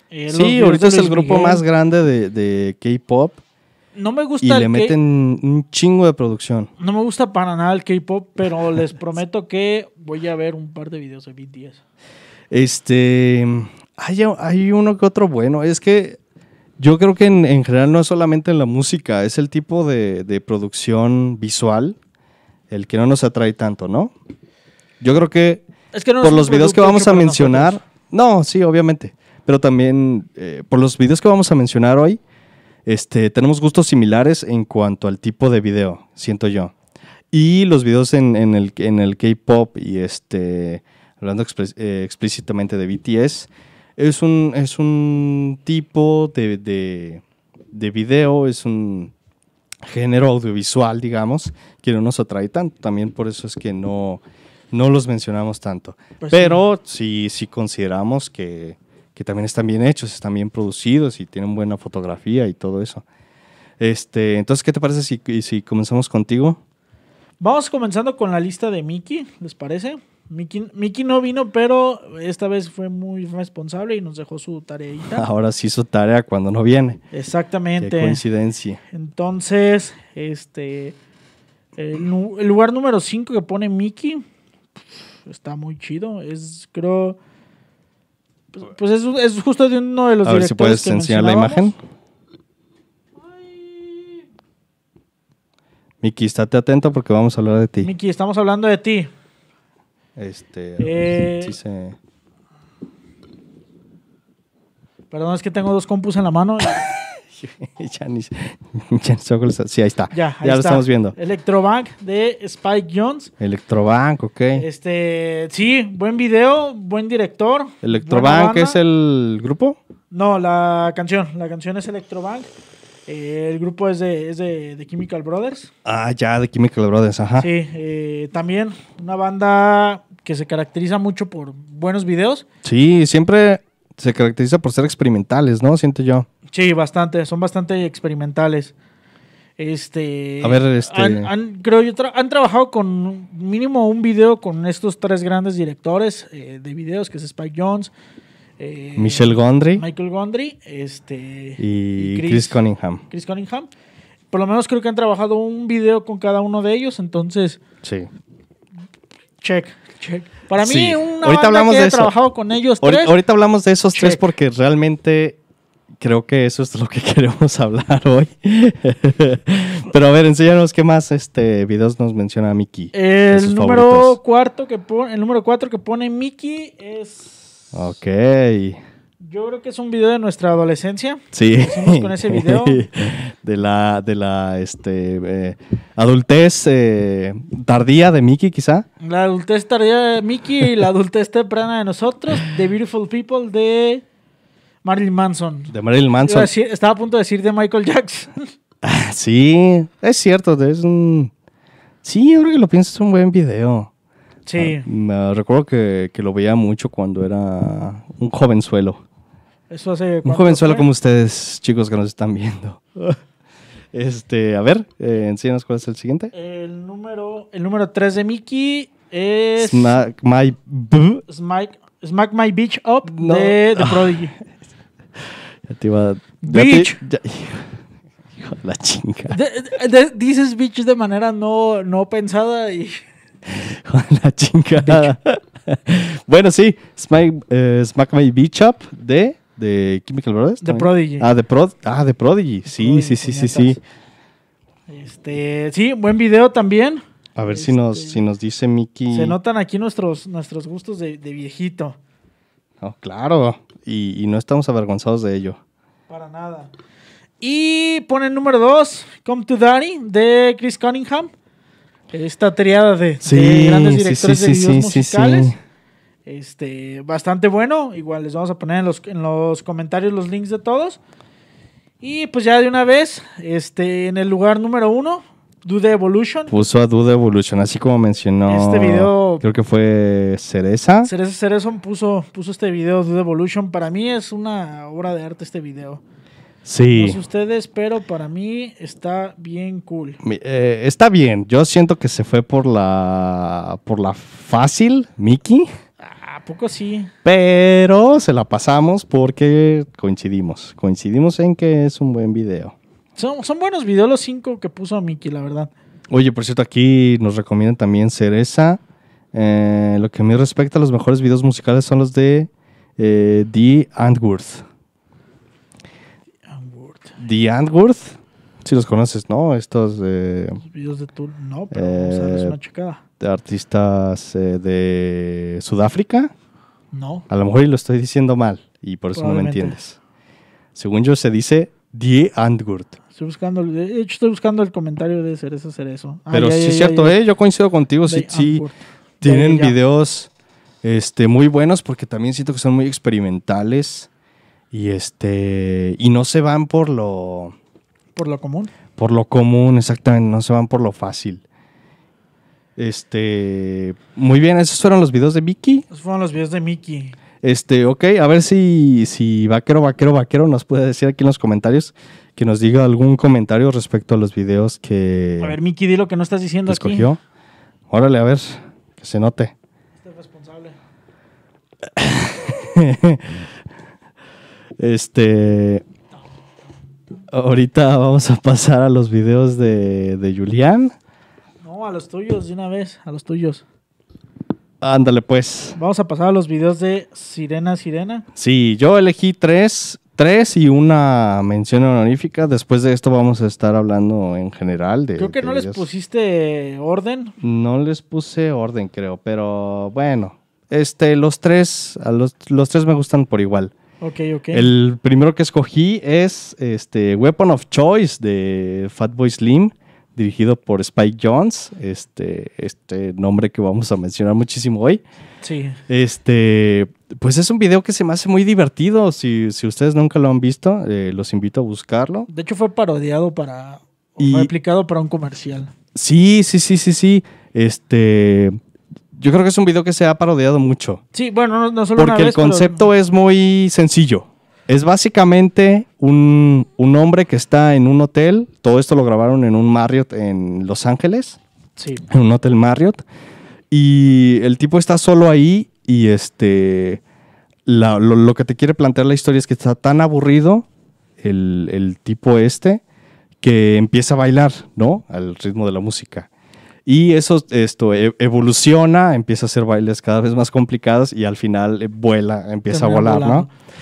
Speaker 2: Eh, los
Speaker 1: Sí,
Speaker 2: videos
Speaker 1: ahorita
Speaker 2: de
Speaker 1: es el
Speaker 2: Luis
Speaker 1: grupo
Speaker 2: Miguel.
Speaker 1: más grande de, de K-pop
Speaker 2: No me
Speaker 1: y
Speaker 2: gusta Pues el
Speaker 1: le
Speaker 2: K-
Speaker 1: meten un chingo de producción.
Speaker 2: No me gusta para nada el K-pop, pero les prometo que voy a ver un par de videos de BTS.
Speaker 1: Este, hay, hay uno que otro bueno. Es que yo creo que en, en general no es solamente en la música, es el tipo de, de producción visual el que no nos atrae tanto, ¿no? Yo creo que
Speaker 2: Es que no es
Speaker 1: por
Speaker 2: un
Speaker 1: los videos que
Speaker 2: producto
Speaker 1: vamos
Speaker 2: hecho
Speaker 1: a
Speaker 2: para
Speaker 1: mencionar,
Speaker 2: nosotros.
Speaker 1: no, sí, obviamente, pero también eh, por los videos que vamos a mencionar hoy, este, tenemos gustos similares en cuanto al tipo de video, siento yo. Y los videos en, en el, en el K-pop y este, hablando expres- eh, explícitamente de BTS, es un, es un tipo de, de, de video, es un género audiovisual, digamos, que no nos atrae tanto. También por eso es que no, no los mencionamos tanto.
Speaker 2: Pues sí.
Speaker 1: Pero sí, sí consideramos que, que también están bien hechos, están bien producidos y tienen buena fotografía y todo eso. Este, entonces, ¿qué te parece si, y si comenzamos contigo?
Speaker 2: Vamos comenzando con la lista de Mickey, ¿les parece? Mickey, Mickey no vino, pero esta vez fue muy responsable y nos dejó
Speaker 1: <laughs>
Speaker 2: su tareita.
Speaker 1: Ahora sí su tarea cuando no viene. Ah, Qué
Speaker 2: Exactamente.
Speaker 1: coincidencia.
Speaker 2: Entonces, este. El, nu- el lugar número 5 que pone Mickey pf, está muy chido. Es, creo. Pues, pues es, es justo de uno de los
Speaker 1: A ver si
Speaker 2: directores
Speaker 1: puedes
Speaker 2: que
Speaker 1: enseñar la imagen.
Speaker 2: mencionábamos.
Speaker 1: Miki, estate atento porque vamos a hablar de ti.
Speaker 2: Mickey, estamos hablando de ti.
Speaker 1: Este, a ver
Speaker 2: Eh,
Speaker 1: si se- <laughs>
Speaker 2: Perdón, es que tengo dos compus en la mano.
Speaker 1: ya ni, <laughs> ya ni sé cuál es- Sí, ahí está. <laughs>
Speaker 2: Ya,
Speaker 1: Ya,
Speaker 2: ahí
Speaker 1: lo
Speaker 2: está. Eh,
Speaker 1: estamos viendo.
Speaker 2: Electrobank de Spike Jones.
Speaker 1: Electrobank, ok.
Speaker 2: Este, sí, buen video, buen director. buena
Speaker 1: Electrobank
Speaker 2: banda.
Speaker 1: es el grupo.
Speaker 2: No, la canción. La canción es Electrobank. Eh, el grupo es de, es de, de Chemical Brothers.
Speaker 1: Ah, ya, de Chemical Brothers, ajá.
Speaker 2: Sí, eh, también una banda que se caracteriza mucho por buenos videos.
Speaker 1: Sí, siempre se caracteriza por ser experimentales, ¿no? Siento yo.
Speaker 2: Sí, bastante, son bastante experimentales. Este,
Speaker 1: A ver, este-
Speaker 2: han, han- creo yo tra- han trabajado con mínimo un video con estos tres grandes directores eh, de videos, que es Spike Jones, eh,
Speaker 1: Michelle Gondry
Speaker 2: Michael Gondry, este
Speaker 1: y,
Speaker 2: y
Speaker 1: Chris,
Speaker 2: Chris.
Speaker 1: Cunningham.
Speaker 2: Chris Cunningham. Por lo menos creo que han trabajado un video con cada uno de ellos, entonces
Speaker 1: Sí.
Speaker 2: check, check. Para mí
Speaker 1: Sí,
Speaker 2: una
Speaker 1: ahorita
Speaker 2: banda
Speaker 1: hablamos
Speaker 2: que
Speaker 1: de
Speaker 2: haya
Speaker 1: eso.
Speaker 2: trabajado con ellos
Speaker 1: Ahorita,
Speaker 2: tres,
Speaker 1: ahorita hablamos de esos tres
Speaker 2: Check.
Speaker 1: porque realmente creo que eso es lo que <laughs> queremos hablar hoy. <laughs> Pero a ver, enséñanos qué más este videos nos menciona Mickey.
Speaker 2: Eh,
Speaker 1: de
Speaker 2: el
Speaker 1: sus
Speaker 2: número,
Speaker 1: favoritos.
Speaker 2: cuarto que pone, el número cuatro que pone Mickey es
Speaker 1: Ok.
Speaker 2: Yo creo que es un video de nuestra adolescencia.
Speaker 1: Sí.
Speaker 2: Empezamos con ese video.
Speaker 1: <laughs> De la, de la este, eh, adultez eh, tardía de Mickey, quizá.
Speaker 2: La adultez tardía de Mickey y la adultez temprana de nosotros. The Beautiful People de Marilyn Manson.
Speaker 1: De Marilyn
Speaker 2: Iba a
Speaker 1: Manson.
Speaker 2: decir- estaba a punto de decir de Michael Jackson. <laughs>
Speaker 1: Ah, <laughs> Sí, es cierto. Es un... Sí, ahora que lo pienso, es un buen video.
Speaker 2: Sí,
Speaker 1: Ah, me recuerdo que, que lo veía mucho cuando era un jovenzuelo.
Speaker 2: eso hace.
Speaker 1: Un
Speaker 2: cuánto
Speaker 1: jovenzuelo
Speaker 2: fue?
Speaker 1: como ustedes, chicos, que nos están viendo. <laughs> Este, a ver, eh, enséñanos cuál es el siguiente.
Speaker 2: El número, el número 3 de Mickey es. Smack,
Speaker 1: Smack my b-
Speaker 2: Smack My Beach Up
Speaker 1: No.
Speaker 2: de The Prodigy.
Speaker 1: Ya te iba- ya te-
Speaker 2: Bitch.
Speaker 1: ya- <laughs> hijo de la chinga.
Speaker 2: De- <laughs> de- de- dices bitch de manera no, no pensada y.
Speaker 1: Hijo de la chingada. <laughs> bueno, sí. Smack, eh, Smack My Beach Up de, de Chemical Brothers.
Speaker 2: De
Speaker 1: también.
Speaker 2: Prodigy.
Speaker 1: Ah, de, Prod ah, de Prodigy. Sí,
Speaker 2: Prodigy,
Speaker 1: sí, sí, sí, sí.
Speaker 2: puñetas. Este, sí, buen video también.
Speaker 1: A ver si nos,
Speaker 2: Este-
Speaker 1: si nos dice Mickey.
Speaker 2: Se notan aquí nuestros, nuestros gustos de, de viejito.
Speaker 1: Oh, claro. Y, y no estamos avergonzados de ello.
Speaker 2: Para nada. Y pone el número 2, Come to Daddy, de Chris Cunningham. Esta triada de, de grandes directores de videos musicales. Este, bastante bueno. Igual les vamos a poner en los, en los comentarios los links de todos. Y pues ya de una vez, este, en el lugar número 1, Do the Evolution.
Speaker 1: Puso a Duda Evolution, así como mencionó.
Speaker 2: Este video-
Speaker 1: Creo que fue Cereza.
Speaker 2: Cereza Cerezon puso, puso este video, Do the Evolution. Para mí es una obra de arte este video. No
Speaker 1: Sí.
Speaker 2: sé ustedes, pero para mí está bien cool.
Speaker 1: Mi- eh, está bien. Yo siento que se fue por la, por la fácil, Mickey.
Speaker 2: Ah, ¿A poco sí?
Speaker 1: Pero se la pasamos porque coincidimos. Coincidimos en que es un buen video.
Speaker 2: Son, son buenos videos los cinco que puso Mickey, la verdad.
Speaker 1: Oye, por cierto, aquí nos recomiendan también Cereza. Eh, lo que a mí respecta, los mejores videos musicales son los de eh, The Antworth.
Speaker 2: Unword.
Speaker 1: The Antworth, si los conoces, ¿no? Estos eh,
Speaker 2: Los videos de Tool. No, pero vamos a darles
Speaker 1: Eh,
Speaker 2: una checada.
Speaker 1: de artistas eh, de Sudáfrica.
Speaker 2: No.
Speaker 1: A lo mejor y lo estoy diciendo mal y por eso no me
Speaker 2: Probablemente.
Speaker 1: entiendes. Según yo, se dice Die Antwoord.
Speaker 2: Estoy buscando, el- de hecho, estoy buscando el comentario de Cerezo Cerezo. Ah,
Speaker 1: Pero
Speaker 2: ya,
Speaker 1: sí
Speaker 2: ya,
Speaker 1: es
Speaker 2: ya,
Speaker 1: cierto,
Speaker 2: ya.
Speaker 1: ¿eh? Yo coincido contigo. Sí,
Speaker 2: Day
Speaker 1: sí,
Speaker 2: Antwoord.
Speaker 1: tienen
Speaker 2: Ya, ya.
Speaker 1: videos este, muy buenos porque también siento que son muy experimentales y, este, y no se van por lo,
Speaker 2: Por lo común.
Speaker 1: por lo común, exactamente, no se van por lo fácil. Este, muy bien, esos fueron los videos de Vicky.
Speaker 2: Esos fueron los videos de Mickey.
Speaker 1: Este, ok, a ver si, si vaquero, vaquero, vaquero nos puede decir aquí en los comentarios que nos diga algún comentario respecto a los videos que,
Speaker 2: A ver, Mickey, di lo que no estás
Speaker 1: que
Speaker 2: diciendo aquí.
Speaker 1: escogió. Órale, a ver, que se note.
Speaker 2: Este responsable.
Speaker 1: <laughs> Este. Ahorita vamos a pasar a los videos de, de Julián.
Speaker 2: No, a los tuyos, de una vez, a los tuyos.
Speaker 1: Ándale, pues.
Speaker 2: Vamos a pasar a los videos de Sirena Sirena.
Speaker 1: Sí, yo elegí tres, tres y una mención honorífica. Después de esto vamos a estar hablando en general de.
Speaker 2: Creo que
Speaker 1: de
Speaker 2: no les
Speaker 1: videos.
Speaker 2: pusiste orden.
Speaker 1: No les puse orden, creo, pero bueno. Este, los tres, a los, los tres me gustan por igual.
Speaker 2: Ok, ok.
Speaker 1: El primero que escogí es este Weapon of Choice de Fatboy Slim, dirigido por Spike Jones, este, este nombre que vamos a mencionar muchísimo hoy.
Speaker 2: Sí.
Speaker 1: Este, pues es un video que se me hace muy divertido. Si, si ustedes nunca lo han visto, eh, los invito a buscarlo.
Speaker 2: De hecho, fue parodiado para.
Speaker 1: Y-
Speaker 2: O aplicado para un comercial.
Speaker 1: Sí, sí, sí, sí, sí. Este, yo creo que es un video que se ha parodiado mucho.
Speaker 2: Sí, bueno, no, no solo una
Speaker 1: Porque el
Speaker 2: vez, pero-
Speaker 1: concepto es muy sencillo. Es básicamente un, un hombre que está en un hotel. Todo esto lo grabaron en un Marriott en Los Ángeles,
Speaker 2: Sí.
Speaker 1: en un hotel Marriott. Y el tipo está solo ahí y este... la- lo, lo que te quiere plantear la historia es que está tan aburrido el, el tipo este que empieza a bailar, ¿no? Al ritmo de la música. Y eso esto, e- evoluciona, empieza a hacer bailes cada vez más complicados y al final eh, vuela, empieza a
Speaker 2: Termina
Speaker 1: volar,
Speaker 2: volando.
Speaker 1: ¿no?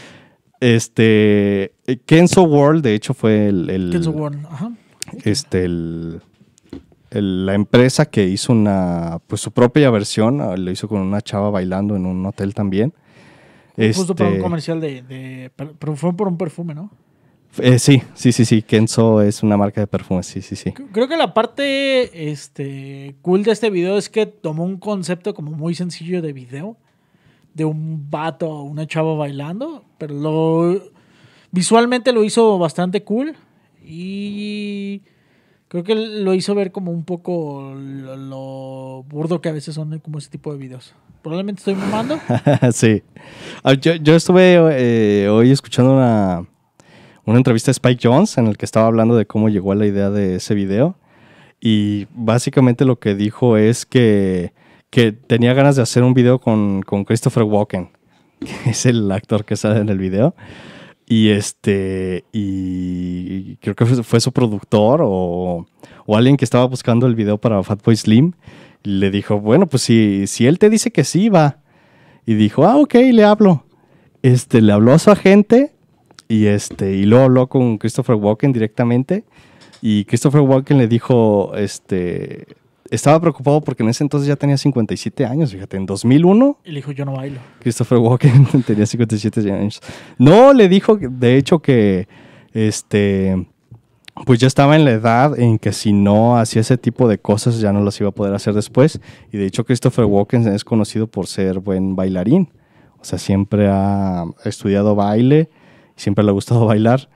Speaker 1: Este, eh, Kenzo World, de hecho, fue el, el-
Speaker 2: Kids Warren, Ajá.
Speaker 1: este, el- el- la empresa que hizo una, pues su propia versión, ah, lo hizo con una chava bailando en un hotel también.
Speaker 2: Justo para un
Speaker 1: Este,
Speaker 2: comercial de, de- Pero fue por un perfume, ¿no?
Speaker 1: eh, sí, sí, sí, sí, Kenzo es una marca de perfumes, sí, sí, <laughs> sí.
Speaker 2: C- Creo que la parte este, cool de este video es que tomó un concepto como muy sencillo de video, de un vato o una chava bailando, pero lo, visualmente lo hizo bastante cool y creo que lo hizo ver como un poco lo, lo burdo que a veces son como ese tipo de videos. Probablemente
Speaker 1: <laughs>
Speaker 2: estoy mamando.
Speaker 1: sí. Ah, Yo, yo estuve eh, hoy escuchando una, una entrevista de Spike Jones en el que estaba hablando de cómo llegó a la idea de ese video. Y básicamente lo que dijo es que, que tenía ganas de hacer un video con, con Christopher Walken, que <laughs> es el actor que sale en el video. Y este, y creo que fue, fue su productor o, o alguien que estaba buscando el video para Fatboy Slim. Y le dijo, bueno, pues si, si él te dice que sí, va. Y dijo, ah, ok, le hablo. Este, le habló a su agente y este, y luego habló con Christopher Walken directamente. Y Christopher Walken le dijo, este, estaba preocupado porque en ese entonces ya tenía 57 años, fíjate, en 2001
Speaker 2: Y le dijo, yo no bailo.
Speaker 1: Christopher Walken <laughs> tenía 57 años. No, le dijo, que- de hecho, que este, pues ya estaba en la edad en que si no hacía ese tipo de cosas ya no las iba a poder hacer después. Y de hecho, Christopher Walken es conocido por ser buen bailarín. O sea, siempre ha estudiado baile, siempre le ha gustado <laughs> bailar.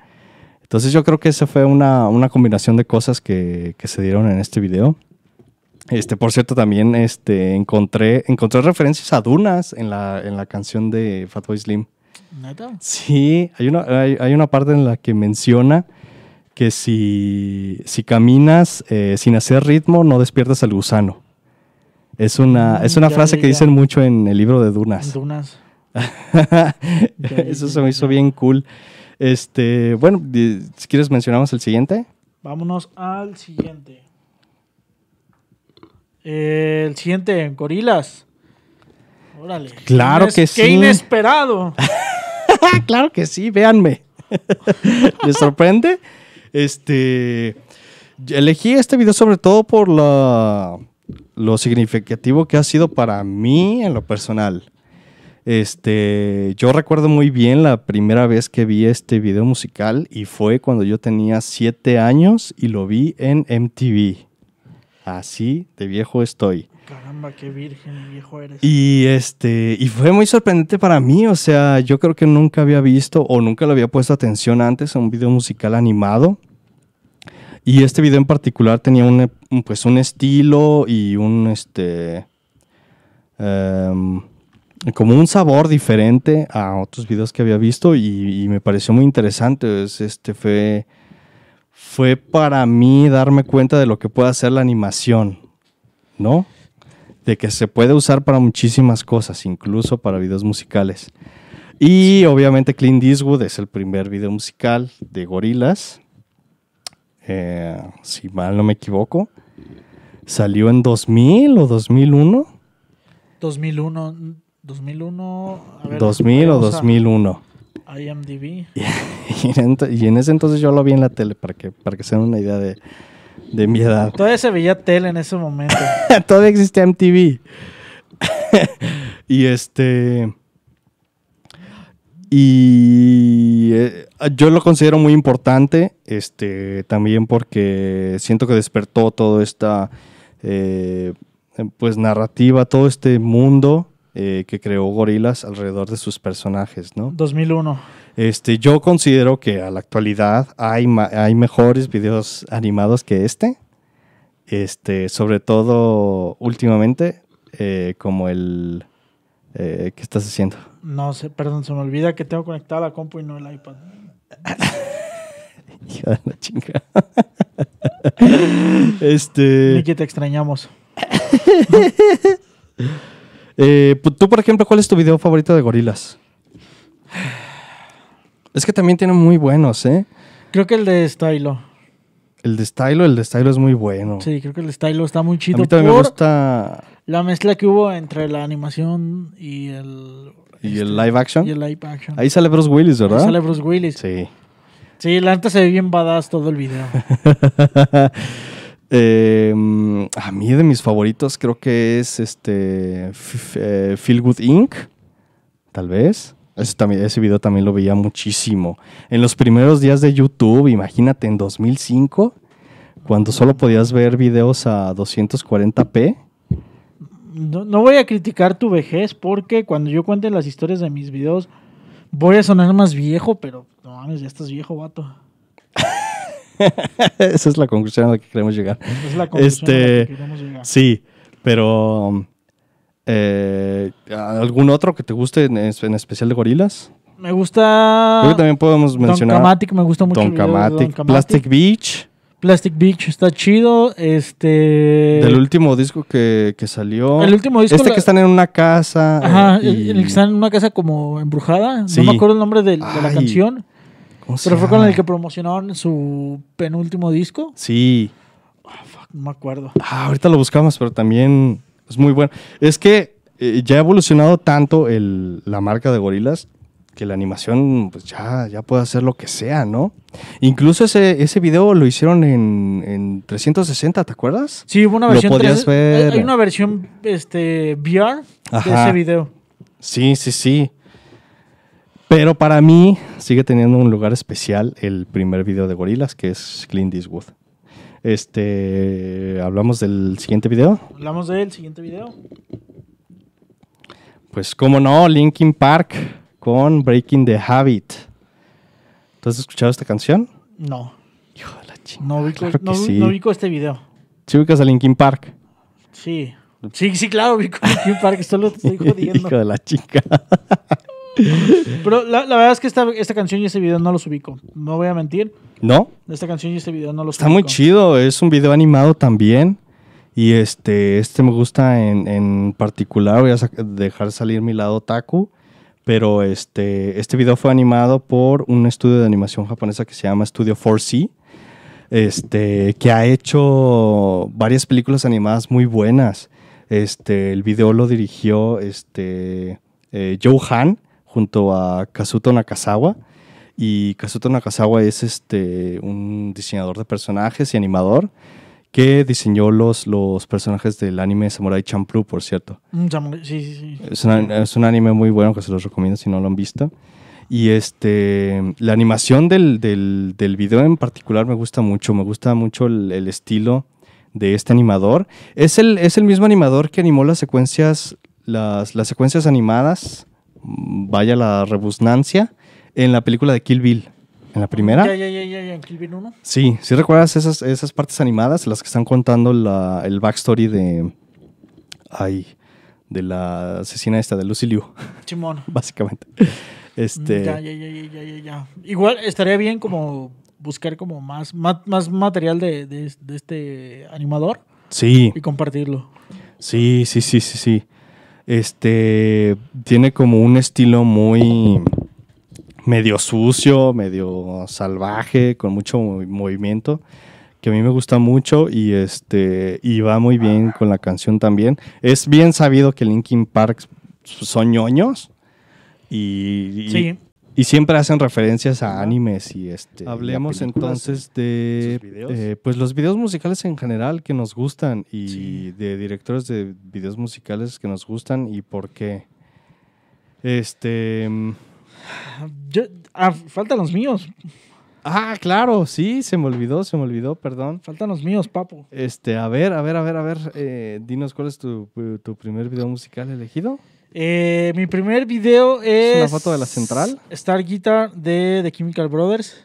Speaker 1: Entonces yo creo que esa fue una, una combinación de cosas que, que se dieron en este video. Este, por cierto, también este, encontré, encontré referencias a Dunas en la, en la canción de Fatboy Slim.
Speaker 2: ¿Neta?
Speaker 1: Sí, hay una, hay, hay una parte en la que menciona que si, si caminas eh, sin hacer ritmo, no despiertas al gusano. Es una, es
Speaker 2: Mm,
Speaker 1: una
Speaker 2: ya,
Speaker 1: frase
Speaker 2: ya,
Speaker 1: que
Speaker 2: ya.
Speaker 1: dicen mucho en el libro de Dunas. <laughs>
Speaker 2: Dunas. ya,
Speaker 1: Eso
Speaker 2: ya,
Speaker 1: se me
Speaker 2: ya.
Speaker 1: hizo bien cool. Este, bueno, di- si quieres mencionamos el siguiente.
Speaker 2: Vámonos al siguiente. Eh, el siguiente, gorilas. Órale.
Speaker 1: Claro
Speaker 2: Qué
Speaker 1: que
Speaker 2: ines- Qué
Speaker 1: sí. <laughs>
Speaker 2: inesperado.
Speaker 1: Ah, claro que sí, véanme. <laughs> ¿Les sorprende? Este. yo Elegí este video sobre todo por la- lo significativo que ha sido para mí en lo personal. Este, yo recuerdo muy bien la primera vez que vi este video musical y fue cuando yo tenía 7 años y lo vi en MTV. Así de viejo estoy.
Speaker 2: Caramba, qué virgen y viejo eres.
Speaker 1: Y este, y fue muy sorprendente para mí, o sea, yo creo que nunca había visto o nunca le había puesto atención antes a un video musical animado. Y este video en particular tenía un, un, pues un estilo y un este em, como un sabor diferente a otros videos que había visto y, y me pareció muy interesante. Es- este fue fue para mí darme cuenta de lo que puede hacer la animación, ¿no? de que se puede usar para muchísimas cosas, incluso para videos musicales. Y obviamente Clint Eastwood es el primer video musical de Gorilas, si mal no me equivoco. Salió en 2000 o 2001.
Speaker 2: 2001. 2001. A ver,
Speaker 1: 2000 o
Speaker 2: vamos a
Speaker 1: 2001.
Speaker 2: IMDb.
Speaker 1: <laughs> Y en, y en ese entonces yo lo vi en la tele para que, para que se den una idea de, de mi edad.
Speaker 2: Todavía se veía tele en
Speaker 1: <laughs>
Speaker 2: ese momento.
Speaker 1: Todavía existe MTV. <laughs> y este. Y eh, yo lo considero muy importante. Este. También porque siento que despertó toda esta. eh, pues narrativa, todo este mundo eh, que creó Gorilas alrededor de sus personajes, ¿no?
Speaker 2: 2001.
Speaker 1: Este, yo considero que a la actualidad hay, ma- hay mejores videos animados que este. Este, sobre todo últimamente, eh, como el eh, ¿qué estás haciendo? <laughs>
Speaker 2: No sé, perdón, se me olvida que tengo conectada la compu y no el iPad.
Speaker 1: Hija de la chingada. <laughs> este,
Speaker 2: Nicky, te extrañamos.
Speaker 1: eh, pu- tú por ejemplo, ¿cuál es tu video favorito de Gorilas? Es que también tienen muy buenos, ¿eh?
Speaker 2: Creo que el de Stylo.
Speaker 1: El de Stylo, el de Stylo es muy bueno.
Speaker 2: Sí, creo que el de Stylo está muy
Speaker 1: A
Speaker 2: chido.
Speaker 1: mí también me
Speaker 2: por-
Speaker 1: gusta
Speaker 2: La mezcla que hubo entre la animación y el.
Speaker 1: y el
Speaker 2: este,
Speaker 1: live action.
Speaker 2: Y el live action.
Speaker 1: Ahí sale Bruce Willis,
Speaker 2: Ahí
Speaker 1: ¿verdad?
Speaker 2: sale Bruce Willis. Sí.
Speaker 1: Sí.
Speaker 2: la neta se ve bien badass todo
Speaker 1: <laughs>
Speaker 2: el video.
Speaker 1: Eh, mm, a mí de mis favoritos creo que es este F- eh, Feel Good Inc. Tal vez. Ese, también, ese video también lo veía muchísimo. En los primeros días de YouTube, imagínate, en 2005, cuando solo podías ver videos a 240p.
Speaker 2: No, no voy a criticar tu vejez porque cuando yo cuente las historias de mis videos voy a sonar más viejo, pero no mames, ya estás viejo, vato.
Speaker 1: <laughs> Esa es la conclusión a la que queremos llegar.
Speaker 2: Es la conclusión a la
Speaker 1: Este,
Speaker 2: que queremos llegar.
Speaker 1: Sí, pero um, eh, ¿algún otro que te guste en, en especial de gorilas?
Speaker 2: Me gusta.
Speaker 1: Creo que también podemos mencionar
Speaker 2: Donkamatic, me gusta mucho. el video de
Speaker 1: Tonkamatic,
Speaker 2: Donkamatic.
Speaker 1: Plastic Beach,
Speaker 2: Plastic Beach está chido. Este.
Speaker 1: del último disco que, que salió.
Speaker 2: el último disco.
Speaker 1: este
Speaker 2: la-
Speaker 1: que están en una casa.
Speaker 2: Ajá,
Speaker 1: eh,
Speaker 2: el, el
Speaker 1: y-
Speaker 2: que está en una casa como embrujada.
Speaker 1: Sí.
Speaker 2: No me acuerdo el nombre del- de, la
Speaker 1: Ay,
Speaker 2: canción,
Speaker 1: ¿cómo se
Speaker 2: pero fue con
Speaker 1: llama?
Speaker 2: el que promocionaron su penúltimo disco.
Speaker 1: Sí.
Speaker 2: Ah, fuck, no me acuerdo.
Speaker 1: Ah, ahorita lo buscamos, pero también es muy bueno. Es que eh, ya ha evolucionado tanto el- la marca de gorilas que la animación pues ya, ya puede hacer lo que sea, ¿no? Incluso ese, ese video lo hicieron en, en 360, ¿te acuerdas?
Speaker 2: Sí, hubo una
Speaker 1: Lo
Speaker 2: versión.
Speaker 1: podías
Speaker 2: tres- hay-
Speaker 1: ver.
Speaker 2: Hay una versión este, VR de
Speaker 1: Ajá.
Speaker 2: ese video.
Speaker 1: Sí, sí, sí. Pero para mí sigue teniendo un lugar especial el primer video de gorilas, que es Clint Eastwood. Este, hablamos del siguiente video.
Speaker 2: Hablamos del siguiente video.
Speaker 1: Pues cómo no, Linkin Park con Breaking the Habit. ¿Tú has escuchado esta canción?
Speaker 2: No,
Speaker 1: Hijo de la chingada.
Speaker 2: no ubico,
Speaker 1: Claro que
Speaker 2: no,
Speaker 1: sí.
Speaker 2: no ubico este video.
Speaker 1: ¿Sí ubicas a Linkin
Speaker 2: <laughs>
Speaker 1: Park? <laughs>
Speaker 2: Sí. Sí, sí, claro, ubico Linkin Park, solo te estoy
Speaker 1: Hijo
Speaker 2: <laughs> jodiendo.
Speaker 1: de la chica.
Speaker 2: Pero la, la verdad es que esta, esta canción y este video no los ubico. No voy a mentir.
Speaker 1: ¿No?
Speaker 2: Esta canción y este video no los
Speaker 1: Está
Speaker 2: ubico.
Speaker 1: muy chido, es un video animado también. Y este, este me gusta en, en particular, voy a sac- dejar salir mi lado Taku. Pero este, este video fue animado por un estudio de animación japonesa que se llama Studio 4C, este, que ha hecho varias películas animadas muy buenas. Este, el video lo dirigió este, eh, Joe Han junto a Kazuto Nakazawa. Y Kazuto Nakazawa es este, un diseñador de personajes y animador que diseñó los, los personajes del anime Samurai Champloo, por cierto.
Speaker 2: Mm, Samurai- Sí, sí, sí.
Speaker 1: Es, una- es un anime muy bueno que se los recomiendo si no lo han visto. Y este, la animación del, del- del video en particular me gusta mucho. Me gusta mucho el, el estilo de este animador. Es el, es el mismo animador que animó las secuencias, las, las secuencias animadas, mm, vaya la rebusnancia, en la película de Kill Bill. En la primera.
Speaker 2: Ya, ya, ya, ya, ya. Kill Bill 1.
Speaker 1: Sí, ¿sí recuerdas esas, esas partes animadas, las que están contando la- el backstory de. Ay, de la asesina esta, de Lucy Liu, <laughs>
Speaker 2: Simón.
Speaker 1: básicamente.
Speaker 2: Mm,
Speaker 1: Este.
Speaker 2: Ya, ya, ya, ya, ya, ya, ya. Igual estaría bien como buscar como más, más, más material de, de- de este animador
Speaker 1: Sí,
Speaker 2: y compartirlo.
Speaker 1: sí, sí, sí, sí, sí. Este. Tiene como un estilo muy. medio sucio, medio salvaje, con mucho mov- movimiento. que a mí me gusta mucho y este y va muy bien con la canción también. Es bien sabido que Linkin Park son ñoños y, y-
Speaker 2: Sí.
Speaker 1: y siempre hacen referencias a animes y este. Hablemos entonces de eh, pues los videos musicales en general que nos gustan y de directores de videos musicales que nos gustan y por qué. Este mm,
Speaker 2: Yo- ah, faltan los míos.
Speaker 1: ah claro sí se me olvidó se me olvidó perdón.
Speaker 2: Faltan los míos, papo.
Speaker 1: Este, a ver, a ver, a ver, a ver. eh, dinos cuál es tu, tu primer video musical elegido.
Speaker 2: Eh, mi primer video es.
Speaker 1: ¿Es una foto de la central?
Speaker 2: Star Guitar de The Chemical Brothers,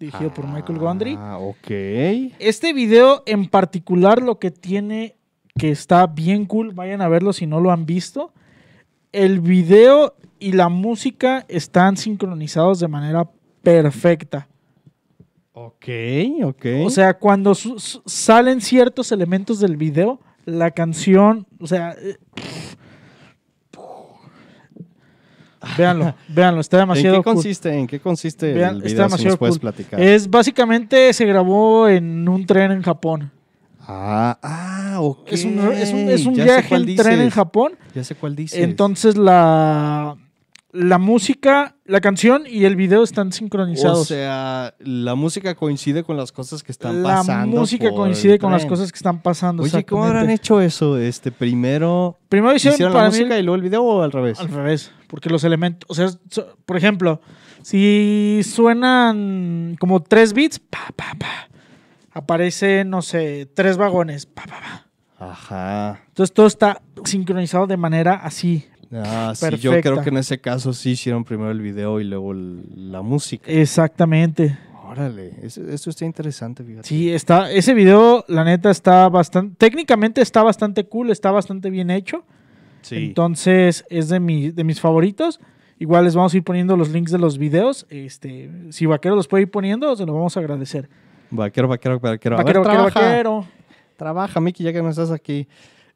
Speaker 2: dirigido por Michael Gondry.
Speaker 1: Ah, ok.
Speaker 2: Este video en particular lo que tiene que está bien cool, vayan a verlo si no lo han visto. El video y la música están sincronizados de manera perfecta.
Speaker 1: Ok, ok.
Speaker 2: O sea, cuando su- su- salen ciertos elementos del video, la canción, o sea... eh,
Speaker 1: <laughs>
Speaker 2: Véanlo, véanlo, está
Speaker 1: ¿En
Speaker 2: demasiado
Speaker 1: qué
Speaker 2: cool.
Speaker 1: consiste? ¿En qué consiste
Speaker 2: Vean,
Speaker 1: el video?
Speaker 2: está
Speaker 1: Si
Speaker 2: demasiado
Speaker 1: nos puedes
Speaker 2: cool.
Speaker 1: platicar.
Speaker 2: Es básicamente se grabó en un tren en Japón.
Speaker 1: Ah, ah, ok.
Speaker 2: Es un, es un- es un
Speaker 1: Ya sé
Speaker 2: viaje
Speaker 1: cuál
Speaker 2: en tren en
Speaker 1: dices,
Speaker 2: Japón.
Speaker 1: Ya sé cuál dices.
Speaker 2: Entonces la, la música, la canción y el video están
Speaker 1: o
Speaker 2: sincronizados.
Speaker 1: sea, la música coincide con las cosas que están
Speaker 2: la
Speaker 1: pasando.
Speaker 2: música
Speaker 1: por
Speaker 2: coincide
Speaker 1: el
Speaker 2: con las
Speaker 1: tren.
Speaker 2: cosas que están pasando.
Speaker 1: Oye, ¿cómo
Speaker 2: exactamente.
Speaker 1: habrán hecho eso? Este, primero
Speaker 2: Primero hicieron,
Speaker 1: hicieron la
Speaker 2: para mí
Speaker 1: música y luego el video o al revés.
Speaker 2: al revés, porque los elementos, o sea, so- por ejemplo, si suenan como tres beats, pa, pa, pa, aparecen, no sé, tres vagones, pa, pa, pa.
Speaker 1: Ajá.
Speaker 2: Entonces todo está sincronizado de manera así,
Speaker 1: Ah, sí,
Speaker 2: Perfecta.
Speaker 1: yo creo que en ese caso sí hicieron primero el video y luego el- la música.
Speaker 2: exactamente.
Speaker 1: Órale, eso, eso está interesante, fíjate.
Speaker 2: Sí, está, ese video, la neta, está bastante, técnicamente está bastante cool, está bastante bien hecho. Entonces, es de, mi- de mis favoritos. Igual les vamos a ir poniendo los links de los videos. Este, si Vaquero los puede ir poniendo, se los vamos a agradecer.
Speaker 1: Vaquero, vaquero, vaquero. A
Speaker 2: vaquero,
Speaker 1: ver,
Speaker 2: vaquero,
Speaker 1: trabaja,
Speaker 2: vaquero.
Speaker 1: trabaja, Miki, ya que no estás aquí.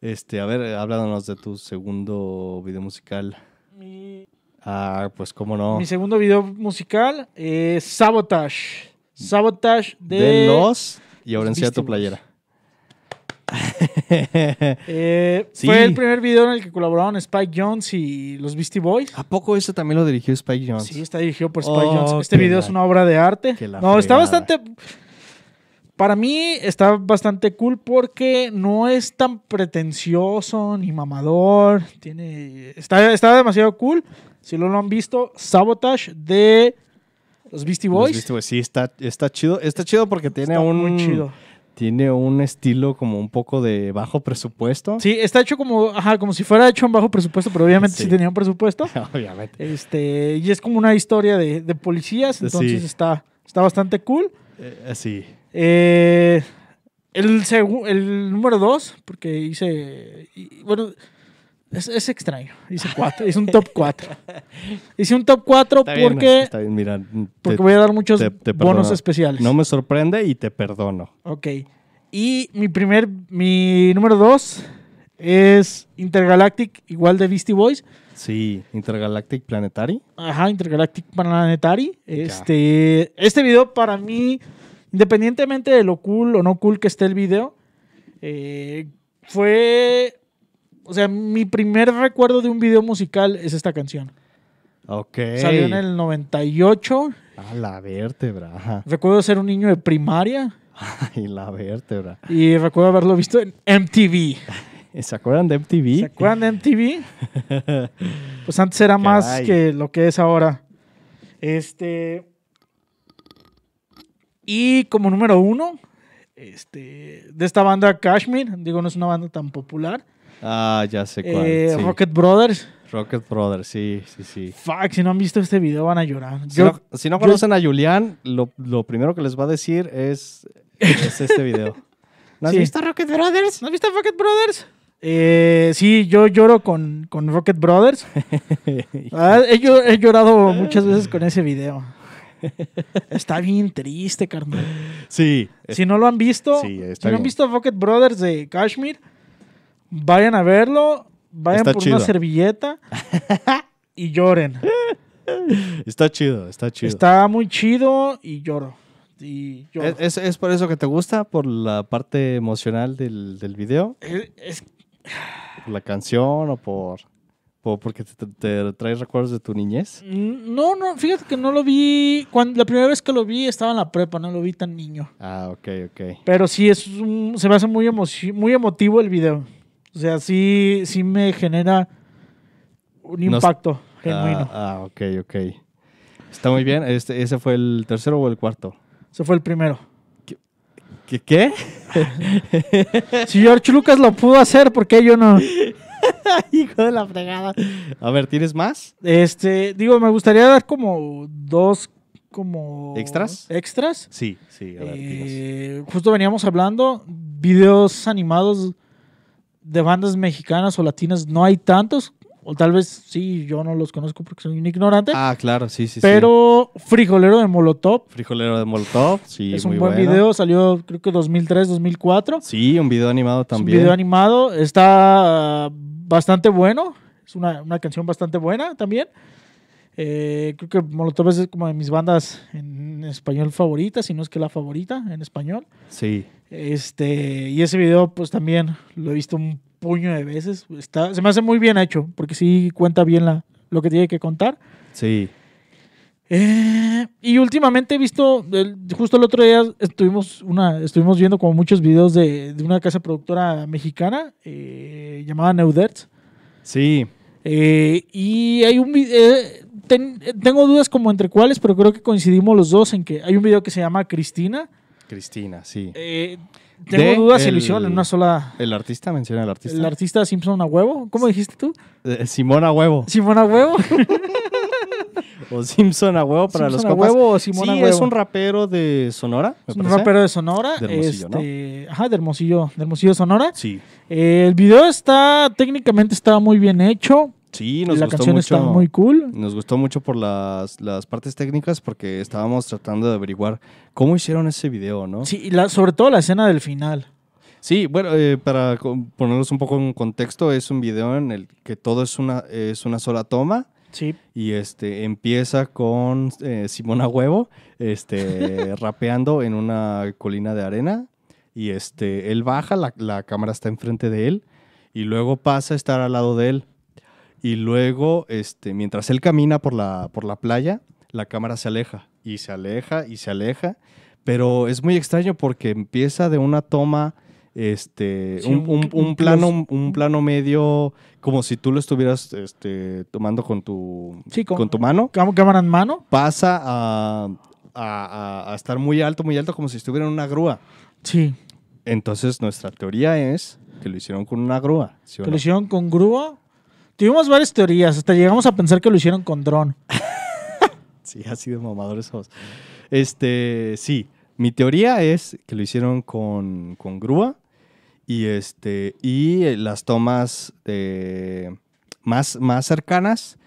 Speaker 1: Este, a ver, eh, háblanos de tu segundo video musical.
Speaker 2: Mi,
Speaker 1: Ah, pues cómo no.
Speaker 2: mi segundo video musical es Sabotage. Sabotage de,
Speaker 1: De, los y ahora
Speaker 2: los
Speaker 1: encía tu
Speaker 2: Beastie Boys.
Speaker 1: playera.
Speaker 2: eh,
Speaker 1: Sí.
Speaker 2: Fue el primer video en el que colaboraron Spike Jones y los Beastie Boys.
Speaker 1: <laughs> ¿A poco eso también lo dirigió Spike Jones?
Speaker 2: Sí, está dirigido por Spike
Speaker 1: Oh,
Speaker 2: Jonze. Este
Speaker 1: que
Speaker 2: video
Speaker 1: la-
Speaker 2: es una obra de arte.
Speaker 1: que la
Speaker 2: No, está
Speaker 1: fregada.
Speaker 2: bastante. Para mí está bastante cool porque no es tan pretencioso ni mamador. Tiene. Está, está demasiado cool. Si no lo han visto, Sabotage de los Beastie
Speaker 1: Los
Speaker 2: Boys.
Speaker 1: Beastie Boys, Sí, está, está chido. Está chido porque tiene
Speaker 2: Está
Speaker 1: un.
Speaker 2: muy chido.
Speaker 1: Tiene un estilo como un poco de bajo presupuesto.
Speaker 2: Sí, está hecho como, ajá, como si fuera hecho en bajo presupuesto, pero obviamente sí,
Speaker 1: Sí.
Speaker 2: tenía
Speaker 1: <laughs>
Speaker 2: un presupuesto.
Speaker 1: <laughs> Obviamente.
Speaker 2: Este, y es como una historia de, de policías,
Speaker 1: Sí.
Speaker 2: entonces está, está bastante cool.
Speaker 1: Eh, sí.
Speaker 2: Eh, el, segu- el número 2, porque hice. y- bueno, Es, es extraño. Hice cuatro. Hice
Speaker 1: <laughs>
Speaker 2: un top 4. Hice un top 4
Speaker 1: Está bien,
Speaker 2: porque,
Speaker 1: está bien, mira, te-
Speaker 2: porque voy a dar muchos
Speaker 1: te- te
Speaker 2: bonos
Speaker 1: perdono.
Speaker 2: especiales.
Speaker 1: No me sorprende y te perdono.
Speaker 2: Ok. Y mi primer, mi número 2 es Intergalactic, igual de Beastie Boys.
Speaker 1: Sí, Intergalactic Planetary.
Speaker 2: Ajá, Intergalactic Planetary. Este, este video para mí, independientemente de lo cool o no cool que esté el video, eh, fue, o sea, mi primer recuerdo de un video musical es esta canción.
Speaker 1: Ok.
Speaker 2: Salió en el 98.
Speaker 1: Ah, la vértebra. Ajá. <laughs>
Speaker 2: Recuerdo ser un niño de primaria
Speaker 1: Ay, la vértebra. Eh,
Speaker 2: y recuerdo haberlo visto en MTV.
Speaker 1: ¿Se acuerdan de MTV?
Speaker 2: ¿Se acuerdan de MTV?
Speaker 1: <laughs>
Speaker 2: Pues antes era más
Speaker 1: Caray.
Speaker 2: que lo que es ahora. Este. Y como número uno, este, de esta banda Kashmir, digo, no es una banda tan popular.
Speaker 1: Ah, ya sé cuál.
Speaker 2: eh,
Speaker 1: sí. Rocket...
Speaker 2: Rocket Brothers.
Speaker 1: Brothers, sí, sí, sí.
Speaker 2: Fuck, si no han visto este video van a llorar.
Speaker 1: Si,
Speaker 2: Yo,
Speaker 1: no, si no conocen a Julián, lo, lo primero que les va a decir es, es este video. <laughs> ¿No has
Speaker 2: Sí.
Speaker 1: visto Rocket Brothers?
Speaker 2: ¿No has visto Rocket Brothers? Eh, sí, yo lloro con, con Rocket
Speaker 1: <laughs>
Speaker 2: Brothers. Ah, he, llo- he llorado muchas veces con ese
Speaker 1: <laughs>
Speaker 2: video. Está bien triste, carnal.
Speaker 1: sí.
Speaker 2: Si no lo han visto,
Speaker 1: Sí, está
Speaker 2: si no
Speaker 1: bien.
Speaker 2: han visto Rocket Brothers de Kashmir, vayan a verlo, vayan
Speaker 1: Está
Speaker 2: por
Speaker 1: chido. <laughs>
Speaker 2: una servilleta y lloren.
Speaker 1: Está chido, está chido.
Speaker 2: Está muy chido y lloro. Y lloro.
Speaker 1: ¿Es, es- es por eso que te gusta? ¿Por la parte emocional del, del video?
Speaker 2: Es- es-
Speaker 1: ¿Por la canción o por, por- porque te, te traes recuerdos de tu niñez?
Speaker 2: no, no, fíjate que no lo vi. Cuando, la primera vez que lo vi estaba en la prepa, no lo vi tan niño.
Speaker 1: Ah, ok, ok.
Speaker 2: Pero sí, es un- se me hace muy, emoci- muy emotivo el video. O sea, sí, sí me genera un
Speaker 1: Nos-
Speaker 2: impacto genuino.
Speaker 1: Ah, ah, ok, ok. Está muy bien. Este, ¿Ese fue el tercero o el cuarto?
Speaker 2: Ese fue el primero.
Speaker 1: ¿Qué?
Speaker 2: <laughs>
Speaker 1: qué?
Speaker 2: Si George Lucas lo pudo hacer, ¿por qué yo no?
Speaker 1: Hijo de la fregada. A ver, ¿tienes más?
Speaker 2: Este, digo, me gustaría dar como dos como
Speaker 1: ¿Extras?
Speaker 2: Extras.
Speaker 1: Sí, sí,
Speaker 2: Eh, justo veníamos hablando videos animados de bandas mexicanas o latinas, no hay tantos, o tal vez sí, yo no los conozco porque soy un ignorante,
Speaker 1: Ah, claro, sí, sí. sí.
Speaker 2: pero Frijolero de Molotov
Speaker 1: Frijolero de Molotov, sí,
Speaker 2: es
Speaker 1: muy
Speaker 2: un buen
Speaker 1: bueno.
Speaker 2: video, salió creo que 2003, 2004.
Speaker 1: Sí, un video animado
Speaker 2: Es un
Speaker 1: también.
Speaker 2: video animado. Está ah, bastante bueno. Es una, una canción bastante buena también. Eh, creo que Molotov es como de mis bandas en español favorita, si no es que la favorita en español.
Speaker 1: sí.
Speaker 2: Este, y ese video, pues también lo he visto un puño de veces. Está, se me hace muy bien hecho, porque sí cuenta bien la, lo que tiene que contar.
Speaker 1: Sí,
Speaker 2: Eh, y últimamente he visto, el- justo el otro día estuvimos, una, estuvimos viendo como muchos videos de, de una casa productora mexicana eh, llamada Neudertz.
Speaker 1: sí.
Speaker 2: Eh, y hay un vi- eh, ten- eh, tengo dudas como entre cuáles, pero creo que coincidimos los dos en que hay un video que se llama Cristina.
Speaker 1: Cristina, sí.
Speaker 2: Eh, tengo
Speaker 1: De
Speaker 2: dudas si
Speaker 1: el-
Speaker 2: lo hicieron en una sola...
Speaker 1: ¿El artista? ¿Menciona el artista?
Speaker 2: El artista Simpson a huevo, ¿cómo dijiste tú?
Speaker 1: Eh, Simón a huevo.
Speaker 2: Simón a huevo.
Speaker 1: O Simpson a huevo para los
Speaker 2: Simpson a
Speaker 1: compas.
Speaker 2: huevo o Simón a
Speaker 1: sí,
Speaker 2: huevo.
Speaker 1: es un rapero de Sonora, me
Speaker 2: Es <laughs> un
Speaker 1: parece.
Speaker 2: rapero de Sonora.
Speaker 1: De Hermosillo, ¿no?
Speaker 2: este, Ajá, de Hermosillo, de Hermosillo, Sonora.
Speaker 1: Sí.
Speaker 2: Eh, el video está, técnicamente está muy bien hecho.
Speaker 1: Sí, nos
Speaker 2: la
Speaker 1: gustó
Speaker 2: canción
Speaker 1: mucho.
Speaker 2: está muy cool.
Speaker 1: Nos gustó mucho por las, las partes técnicas porque estábamos tratando de averiguar cómo hicieron ese video, ¿no?
Speaker 2: Sí, y la, sobre todo la escena del final.
Speaker 1: Sí, bueno, eh, para co- ponerlos un poco en contexto, es un video en el que todo es una, es una sola toma
Speaker 2: Sí.
Speaker 1: y este empieza con eh, Simona Huevo
Speaker 2: <laughs>
Speaker 1: este, rapeando en una colina de arena y este, él baja, la, la cámara está enfrente de él y luego pasa a estar al lado de él y luego este, mientras él camina por la, por la playa, la cámara se aleja y se aleja y se aleja, pero es muy extraño porque empieza de una toma... Este,
Speaker 2: Sí,
Speaker 1: un, un-
Speaker 2: un
Speaker 1: un plano,
Speaker 2: close-
Speaker 1: un plano medio, como si tú lo estuvieras este, tomando con tu,
Speaker 2: Sí, con-
Speaker 1: con, tu mano,
Speaker 2: Cam- Cámara en mano.
Speaker 1: pasa a, a- a- a estar muy alto, muy alto, como si estuviera en una grúa.
Speaker 2: Sí.
Speaker 1: Entonces, nuestra teoría es que lo hicieron con una grúa. ¿sí o
Speaker 2: Que lo
Speaker 1: no?
Speaker 2: hicieron con grúa. Tuvimos varias teorías. Hasta llegamos a pensar que lo hicieron con dron.
Speaker 1: <laughs> Sí, así de mamadores somos. Este, sí, mi teoría es que lo hicieron con, con grúa Y, este, y eh, las tomas eh, más, más cercanas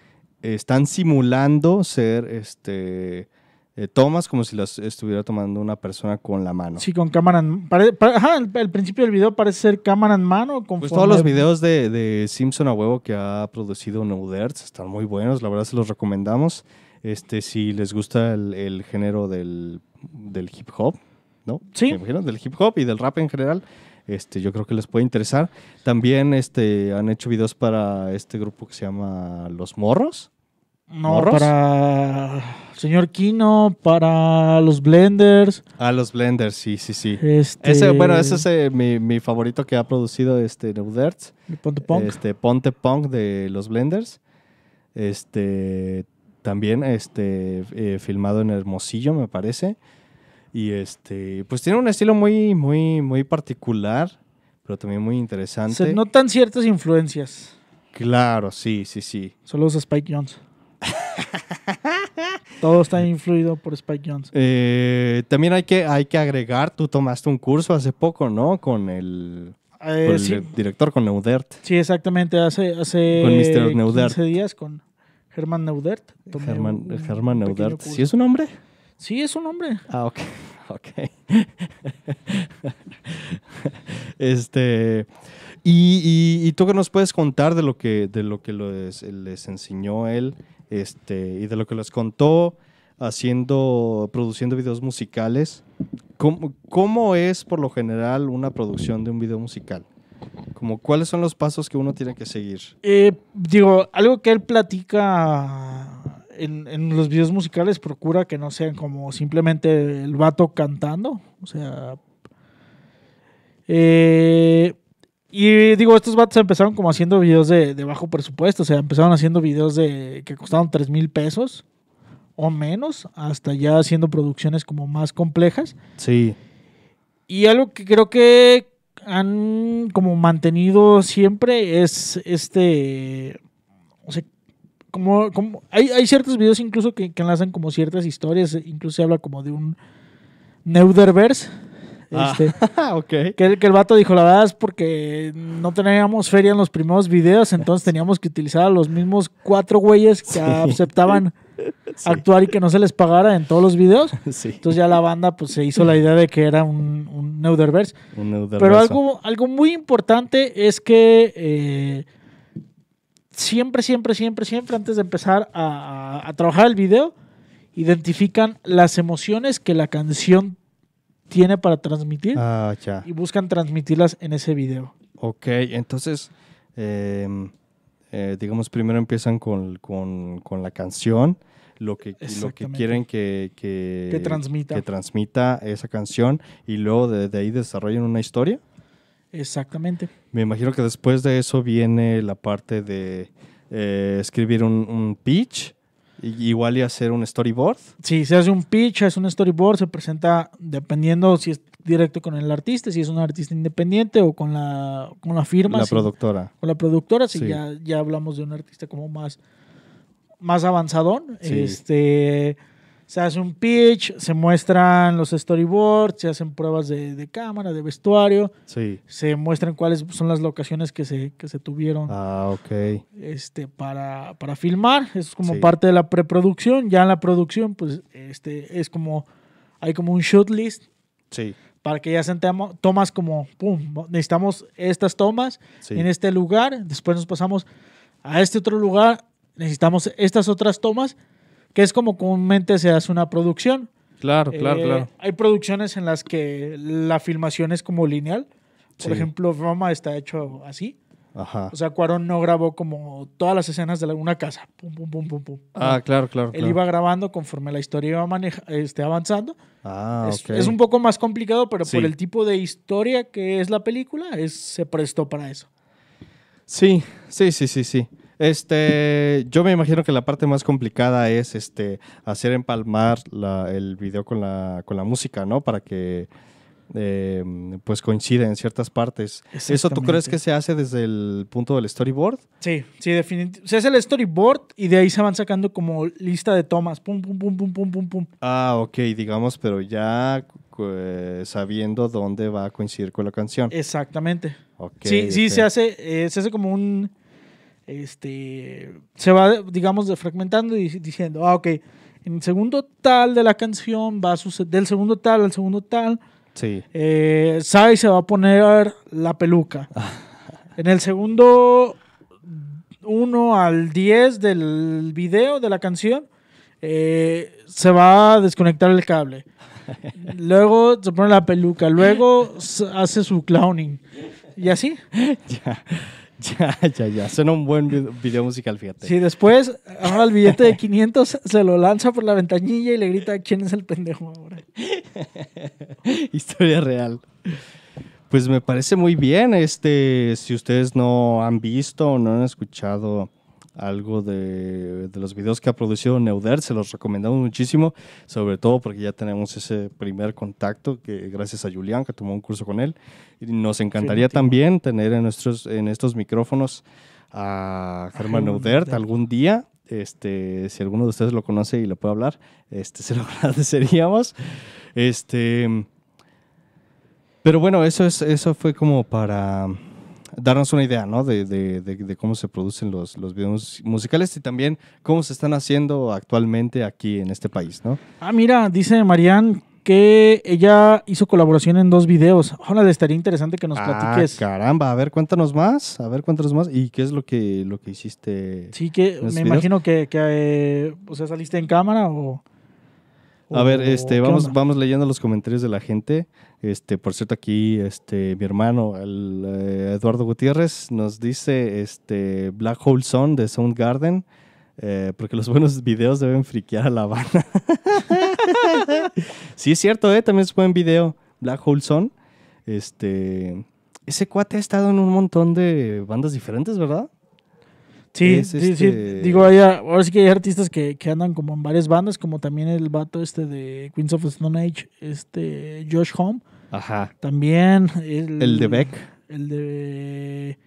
Speaker 1: eh, están simulando ser este, eh, tomas como si las estuviera tomando una persona con la mano.
Speaker 2: Sí, con cámara en pare- pare- ajá, el, el principio del video parece ser cámara en mano.
Speaker 1: Pues
Speaker 2: conforme-
Speaker 1: todos los videos de, de Simpson a huevo que ha producido No Nerds están muy buenos, la verdad se los recomendamos. Este, si les gusta el, el género del, del hip hop, ¿no?
Speaker 2: Sí.
Speaker 1: Me imagino, del hip hop y del rap en general. Este, yo creo que les puede interesar. También este, han hecho videos para este grupo que se llama Los Morros.
Speaker 2: No,
Speaker 1: morros.
Speaker 2: para señor Kino, para los blenders.
Speaker 1: Ah, los Blenders, sí, sí, sí.
Speaker 2: Este,
Speaker 1: Ese, bueno, ese es eh, mi, mi favorito que ha producido este, No Nerds.
Speaker 2: el Ponte Punk.
Speaker 1: Este, Ponte Punk de los Blenders. Este, también este, eh, filmado en Hermosillo, me parece. Y este, pues tiene un estilo muy, muy, muy particular, pero también muy interesante.
Speaker 2: Se notan ciertas influencias.
Speaker 1: Claro, sí, sí, sí.
Speaker 2: Saludos a Spike Jones. Todo está influido por Spike Jones.
Speaker 1: Eh, también hay que, hay que agregar, tú tomaste un curso hace poco, ¿no? Con el,
Speaker 2: Eh,
Speaker 1: con el
Speaker 2: sí,
Speaker 1: director, con Neudert.
Speaker 2: sí, exactamente. Hace, hace
Speaker 1: Con Mr. Neudert.
Speaker 2: 15 días con Germán Neudert. Tomé
Speaker 1: Germán,
Speaker 2: un- un
Speaker 1: Germán
Speaker 2: pequeño
Speaker 1: Neudert.
Speaker 2: curso.
Speaker 1: ¿Sí es un hombre?
Speaker 2: Sí, es un hombre.
Speaker 1: Ah, ok. <laughs> Ok. este. Y, y- y tú qué nos puedes contar de lo que, de lo que les, les enseñó él este, y de lo que les contó haciendo, produciendo videos musicales. ¿Cómo, cómo es por lo general una producción de un video musical? Como, ¿Cuáles son los pasos que uno tiene que seguir?
Speaker 2: Eh, digo, algo que él platica en, en los videos musicales, procura que no sean como simplemente el vato cantando. O sea. eh, y digo, estos vatos empezaron como haciendo videos de, de bajo presupuesto. O sea, empezaron haciendo videos de que costaron 3 mil pesos o menos, hasta ya haciendo producciones como más complejas.
Speaker 1: Sí.
Speaker 2: Y algo que creo que han como mantenido siempre es este. O sea, como, como hay, hay ciertos videos incluso que, que enlazan como ciertas historias, incluso se habla como de un Neuderverse.
Speaker 1: Ah.
Speaker 2: Este,
Speaker 1: <laughs> ok.
Speaker 2: que, el, que el vato dijo, la verdad es porque no teníamos feria en los primeros
Speaker 1: <laughs>
Speaker 2: videos, entonces teníamos que utilizar a los mismos cuatro güeyes que
Speaker 1: Sí.
Speaker 2: aceptaban
Speaker 1: <laughs> Sí.
Speaker 2: actuar y que no se les pagara en todos los videos.
Speaker 1: Sí.
Speaker 2: Entonces ya la banda pues se hizo la idea de que era un, un Neuderverse.
Speaker 1: Un Neuderverso.
Speaker 2: Pero algo, algo muy importante es que eh, siempre, siempre, siempre, siempre antes de empezar a, a- a trabajar el video, identifican las emociones que la canción tiene para transmitir
Speaker 1: Ah, ya.
Speaker 2: y buscan transmitirlas en ese video.
Speaker 1: Ok, entonces, em, eh, digamos, primero empiezan con, con- con la canción, lo que, lo que
Speaker 2: Exactamente.
Speaker 1: quieren que, que,
Speaker 2: Que transmita.
Speaker 1: que transmita esa canción y luego de, de ahí desarrollan una historia.
Speaker 2: Exactamente.
Speaker 1: Me imagino que después de eso viene la parte de eh, escribir un, un pitch, y- igual y hacer un storyboard.
Speaker 2: Si se hace un pitch, es un storyboard, se presenta dependiendo si es directo con el artista, si es un artista independiente o con la, con la firma.
Speaker 1: La
Speaker 2: si-
Speaker 1: productora.
Speaker 2: con la productora, si
Speaker 1: Sí.
Speaker 2: ya, ya hablamos de un artista como más, más avanzadón.
Speaker 1: Sí.
Speaker 2: Este, se hace un pitch, se muestran los storyboards, se hacen pruebas de, de cámara, de vestuario,
Speaker 1: Sí.
Speaker 2: se muestran cuáles son las locaciones que se, que se tuvieron
Speaker 1: Ah, ok.
Speaker 2: este, para, para filmar. Eso es como
Speaker 1: Sí.
Speaker 2: parte de la preproducción. Ya en la producción, pues este, es como, hay como un shoot list
Speaker 1: Sí.
Speaker 2: para que ya sean temo- tomas como, pum, necesitamos estas tomas
Speaker 1: Sí.
Speaker 2: en este lugar, después nos pasamos a este otro lugar, necesitamos estas otras tomas, que es como comúnmente se hace una producción.
Speaker 1: Claro, Ah, claro,
Speaker 2: Eh,
Speaker 1: claro.
Speaker 2: Hay producciones en las que la filmación es como lineal. Por
Speaker 1: Sí.
Speaker 2: ejemplo, Roma está hecho así.
Speaker 1: Ajá.
Speaker 2: O sea, Cuarón no grabó como todas las escenas de la- una casa. Pum, pum, pum, pum, pum.
Speaker 1: Ah, claro, claro.
Speaker 2: Él
Speaker 1: claro.
Speaker 2: iba grabando conforme la historia iba maneja- este, avanzando.
Speaker 1: Ah,
Speaker 2: Es,
Speaker 1: ok.
Speaker 2: es un poco más complicado, pero
Speaker 1: Sí.
Speaker 2: por el tipo de historia que es la película, es, se prestó para eso.
Speaker 1: Sí, sí, sí, sí, sí. Este, yo me imagino que la parte más complicada es este hacer empalmar la- el video con la, con la música, ¿no? Para que eh, pues coincida en ciertas partes. ¿Eso tú
Speaker 2: Exactamente.
Speaker 1: crees que se hace desde el punto del storyboard?
Speaker 2: Sí, sí, definitivamente. O sea, es el storyboard y de ahí se van sacando como lista de tomas. Pum, pum, pum, pum, pum, pum, pum.
Speaker 1: Ah, ok, digamos, pero ya eh, sabiendo dónde va a coincidir con la canción.
Speaker 2: Exactamente.
Speaker 1: Ok,
Speaker 2: sí, sí,
Speaker 1: ok.
Speaker 2: se hace, eh, se hace como un, este, se va, digamos, de- fragmentando y dic- diciendo, ah, ok, en el segundo tal de la canción va a suceder, del segundo tal al segundo tal,
Speaker 1: <laughs> Sí.
Speaker 2: eh, Sai se va a poner la peluca. En el segundo 1 al 10 del video de la canción, eh, se va a desconectar el cable. Luego se pone la peluca, luego s- hace su clowning. Y así.
Speaker 1: Ya, ya, ya. Suena un buen vid- video musical, fíjate.
Speaker 2: Si después ahora el billete de 500 se lo lanza por la ventanilla y le grita quién es el pendejo ahora.
Speaker 1: <laughs> Historia real. Pues me parece muy bien. Este, si ustedes no han visto o no han escuchado algo de, de los videos que ha producido Neuder, se los recomendamos muchísimo, sobre todo porque ya tenemos ese primer contacto que gracias a Julián que tomó un curso con él. Y nos encantaría
Speaker 2: Definitivo.
Speaker 1: también tener en nuestros en estos micrófonos a Germán
Speaker 2: Germán
Speaker 1: Neudert
Speaker 2: Neudert.
Speaker 1: algún día. Este, si alguno de ustedes lo conoce y le puede hablar, este, <laughs> se lo agradeceríamos. Este, pero bueno, eso, es, eso fue como para darnos una idea, ¿no? De, de- de- de cómo se producen los, los videos musicales y también cómo se están haciendo actualmente aquí en este país, ¿no?
Speaker 2: Ah, mira, dice Marianne que ella hizo colaboración en dos videos. Ahora le estaría interesante que nos platiques.
Speaker 1: Ah, caramba, a ver, cuéntanos más, a ver, cuéntanos más. ¿Y qué es lo que, lo que hiciste?
Speaker 2: Sí, que
Speaker 1: ¿Los
Speaker 2: me
Speaker 1: videos?
Speaker 2: imagino que, que, eh, o sea, saliste en cámara o...
Speaker 1: A ver,
Speaker 2: o-
Speaker 1: este,
Speaker 2: Oh, ¿qué
Speaker 1: vamos,
Speaker 2: onda?
Speaker 1: vamos leyendo los comentarios de la gente. Este, por cierto, aquí este, mi hermano, el, eh, Eduardo Gutiérrez, nos dice este, Black Hole Sun de Soundgarden, eh, porque los buenos videos deben friquear a la Habana. <laughs> sí, es cierto, eh, también es buen video, Black Hole Sun. Este, ese cuate ha estado en un montón de bandas diferentes, ¿verdad?
Speaker 2: Sí,
Speaker 1: es
Speaker 2: sí, sí,
Speaker 1: este-
Speaker 2: digo, hay, a- ahora sí que hay artistas que, que andan como en varias bandas, como también el vato este de Queens of Stone Age, este Josh Home,
Speaker 1: Ajá.
Speaker 2: también el,
Speaker 1: El de Beck,
Speaker 2: el de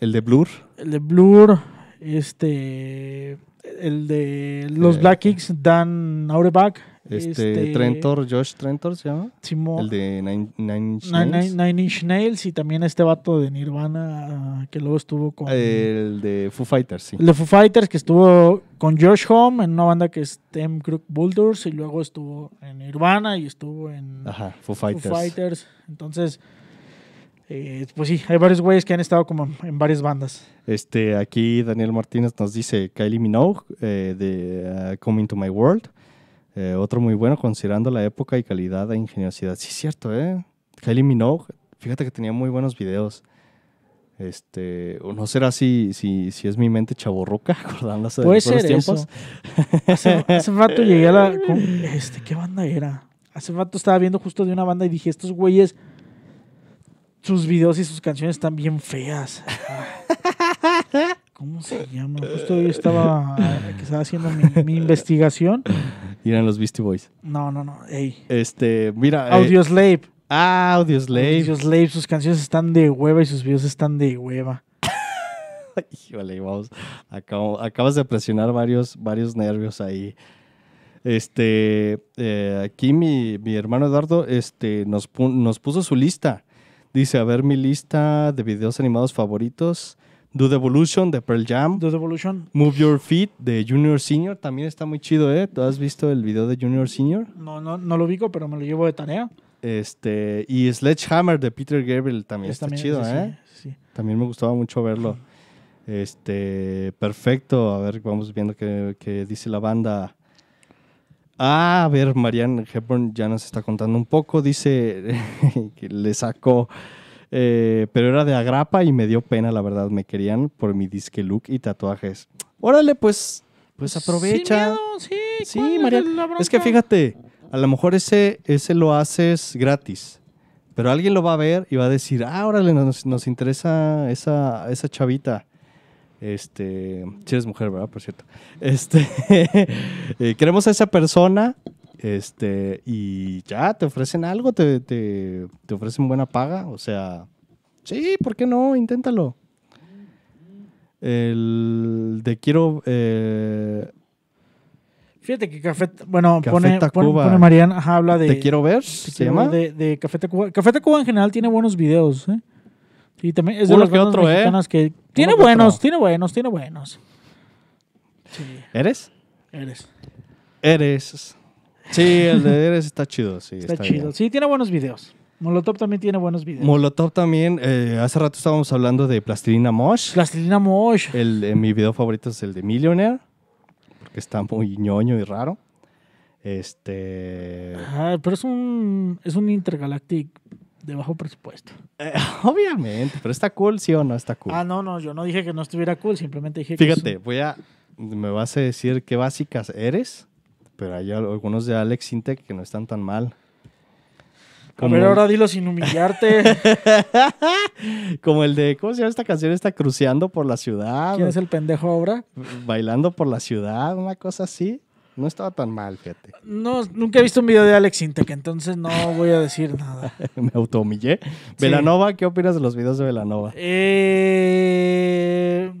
Speaker 1: el de Blur.
Speaker 2: el de Blur, este el de los
Speaker 1: Eh,
Speaker 2: Black Kicks, Dan Auerbach,
Speaker 1: Este, Trentor, Josh Trentor se llama.
Speaker 2: Simón-
Speaker 1: El de Nine, Nine Inch
Speaker 2: Nine,
Speaker 1: Nails.
Speaker 2: Nine- Nine Inch Nails y también este vato de Nirvana ah, que luego estuvo con
Speaker 1: El de Foo Fighters, sí.
Speaker 2: el de Foo Fighters que estuvo con Josh Home en una banda que es Tem Crook Boulders y luego estuvo en Nirvana y estuvo en
Speaker 1: Ajá, Foo
Speaker 2: Foo
Speaker 1: Fighters.
Speaker 2: Fighters. Entonces, eh, pues sí, hay varios güeyes que han estado como en- en varias bandas.
Speaker 1: Este, aquí Daniel Martínez nos dice Kylie Minogue eh, de uh, Coming to My World. Eh, otro muy bueno considerando la época y calidad e ingeniosidad. Sí, es cierto, ¿eh? Kylie Minogue, fíjate que tenía muy buenos videos. Este, o no será si, si, si es mi mente chaborruca, <laughs> acordándose de
Speaker 2: Puede
Speaker 1: los buenos
Speaker 2: ser
Speaker 1: tiempos.
Speaker 2: eso. Hace, hace rato llegué a <laughs> la. con- este, ¿Qué banda era? Hace rato estaba viendo justo de una banda y dije: Estos güeyes, sus videos y sus canciones están bien <laughs> feas. Ah, ¿Cómo se llama? Justo yo estaba, que estaba haciendo mi, mi investigación.
Speaker 1: Y eran los Beastie Boys.
Speaker 2: No, no, no. Ey.
Speaker 1: Este, mira. eh,
Speaker 2: Audioslave.
Speaker 1: ah, Audioslave.
Speaker 2: Audioslave, sus canciones están de hueva y sus videos están de hueva.
Speaker 1: Híjole, vamos. acabo- acabas de presionar varios, varios nervios ahí. Este, eh, aquí mi, mi hermano Eduardo este, nos, pu- nos puso su lista. Dice, a ver mi lista de videos animados favoritos. Do the Evolution de Pearl Jam.
Speaker 2: The Evolution,
Speaker 1: Move Your Feet de Junior Senior. También está muy chido, ¿eh? ¿Tú has visto el video de Junior Senior?
Speaker 2: no, no, no lo ubico, pero me lo llevo de tarea.
Speaker 1: Este, y Sledgehammer de Peter Gabriel también
Speaker 2: Ese
Speaker 1: está
Speaker 2: también,
Speaker 1: chido,
Speaker 2: ese sí,
Speaker 1: ¿eh?
Speaker 2: sí.
Speaker 1: También me gustaba mucho verlo. Este, perfecto. A ver, vamos viendo qué, qué dice la banda. Ah, a ver, Marianne Hepburn ya nos está contando un poco. Dice <laughs> que le sacó, eh, pero era de agrapa y me dio pena, la verdad. Me querían por mi disque look y tatuajes. Órale, pues, pues aprovecha.
Speaker 2: Sin miedo, sí,
Speaker 1: Sí,
Speaker 2: ¿cuál es
Speaker 1: María,
Speaker 2: la
Speaker 1: Es que
Speaker 2: bronca?
Speaker 1: fíjate, a lo mejor ese, ese lo haces gratis, pero alguien lo va a ver y va a decir, ah, órale, nos, nos interesa esa, esa chavita. Este, si eres mujer, ¿verdad? Por cierto. Este, <laughs> eh, queremos a esa persona este, y ya, te ofrecen algo, te, te, te ofrecen buena paga, o sea, sí, ¿por qué no? Inténtalo. El de quiero... eh,
Speaker 2: Fíjate que Café, bueno,
Speaker 1: Café
Speaker 2: pone, pone,
Speaker 1: Tacuba.
Speaker 2: pone Marian, ajá, habla de...
Speaker 1: Te quiero ver,
Speaker 2: Te
Speaker 1: se
Speaker 2: quiero
Speaker 1: llama.
Speaker 2: ver De, de Café Tacuba. Café Tacuba en general tiene buenos videos, ¿eh? Y también es de
Speaker 1: Uno
Speaker 2: los
Speaker 1: que otro, ¿eh?
Speaker 2: que... Tiene
Speaker 1: que
Speaker 2: buenos,
Speaker 1: otro.
Speaker 2: tiene buenos, tiene buenos. Sí,
Speaker 1: ¿Eres?
Speaker 2: eres.
Speaker 1: Eres. Sí, el de Eres está chido, sí.
Speaker 2: Está,
Speaker 1: Está,
Speaker 2: chido.
Speaker 1: bien.
Speaker 2: Sí, tiene buenos videos. Molotov también tiene buenos videos.
Speaker 1: Molotov también, eh, hace rato estábamos hablando de Plastilina Mosh.
Speaker 2: Plastilina Mosh.
Speaker 1: El, eh, mi video favorito es el de Millionaire, porque está muy ñoño y raro. Este.
Speaker 2: Ajá, pero es un, es un intergalactic de bajo presupuesto.
Speaker 1: eh, <laughs> obviamente, pero está cool, sí o no está cool.
Speaker 2: Ah, no, no, yo no dije que no estuviera cool, simplemente dije que...
Speaker 1: Fíjate, voy a. Me vas a decir qué básicas eres, pero hay al- algunos de Alex Intec que no están tan mal.
Speaker 2: Fíjate. A ver, ahora dilo sin
Speaker 1: <laughs>
Speaker 2: humillarte.
Speaker 1: como el de. ¿Cómo se llama esta canción? Está cruceando por la ciudad.
Speaker 2: ¿Quién es el pendejo ahora?
Speaker 1: bailando por la ciudad, una cosa así. No estaba tan mal, fíjate.
Speaker 2: No, nunca he visto un video de Alex Intec, entonces no voy a decir
Speaker 1: <laughs>
Speaker 2: nada.
Speaker 1: <laughs> Me autohumillé. Velanova, ¿qué opinas de los videos de Velanova?
Speaker 2: Eh,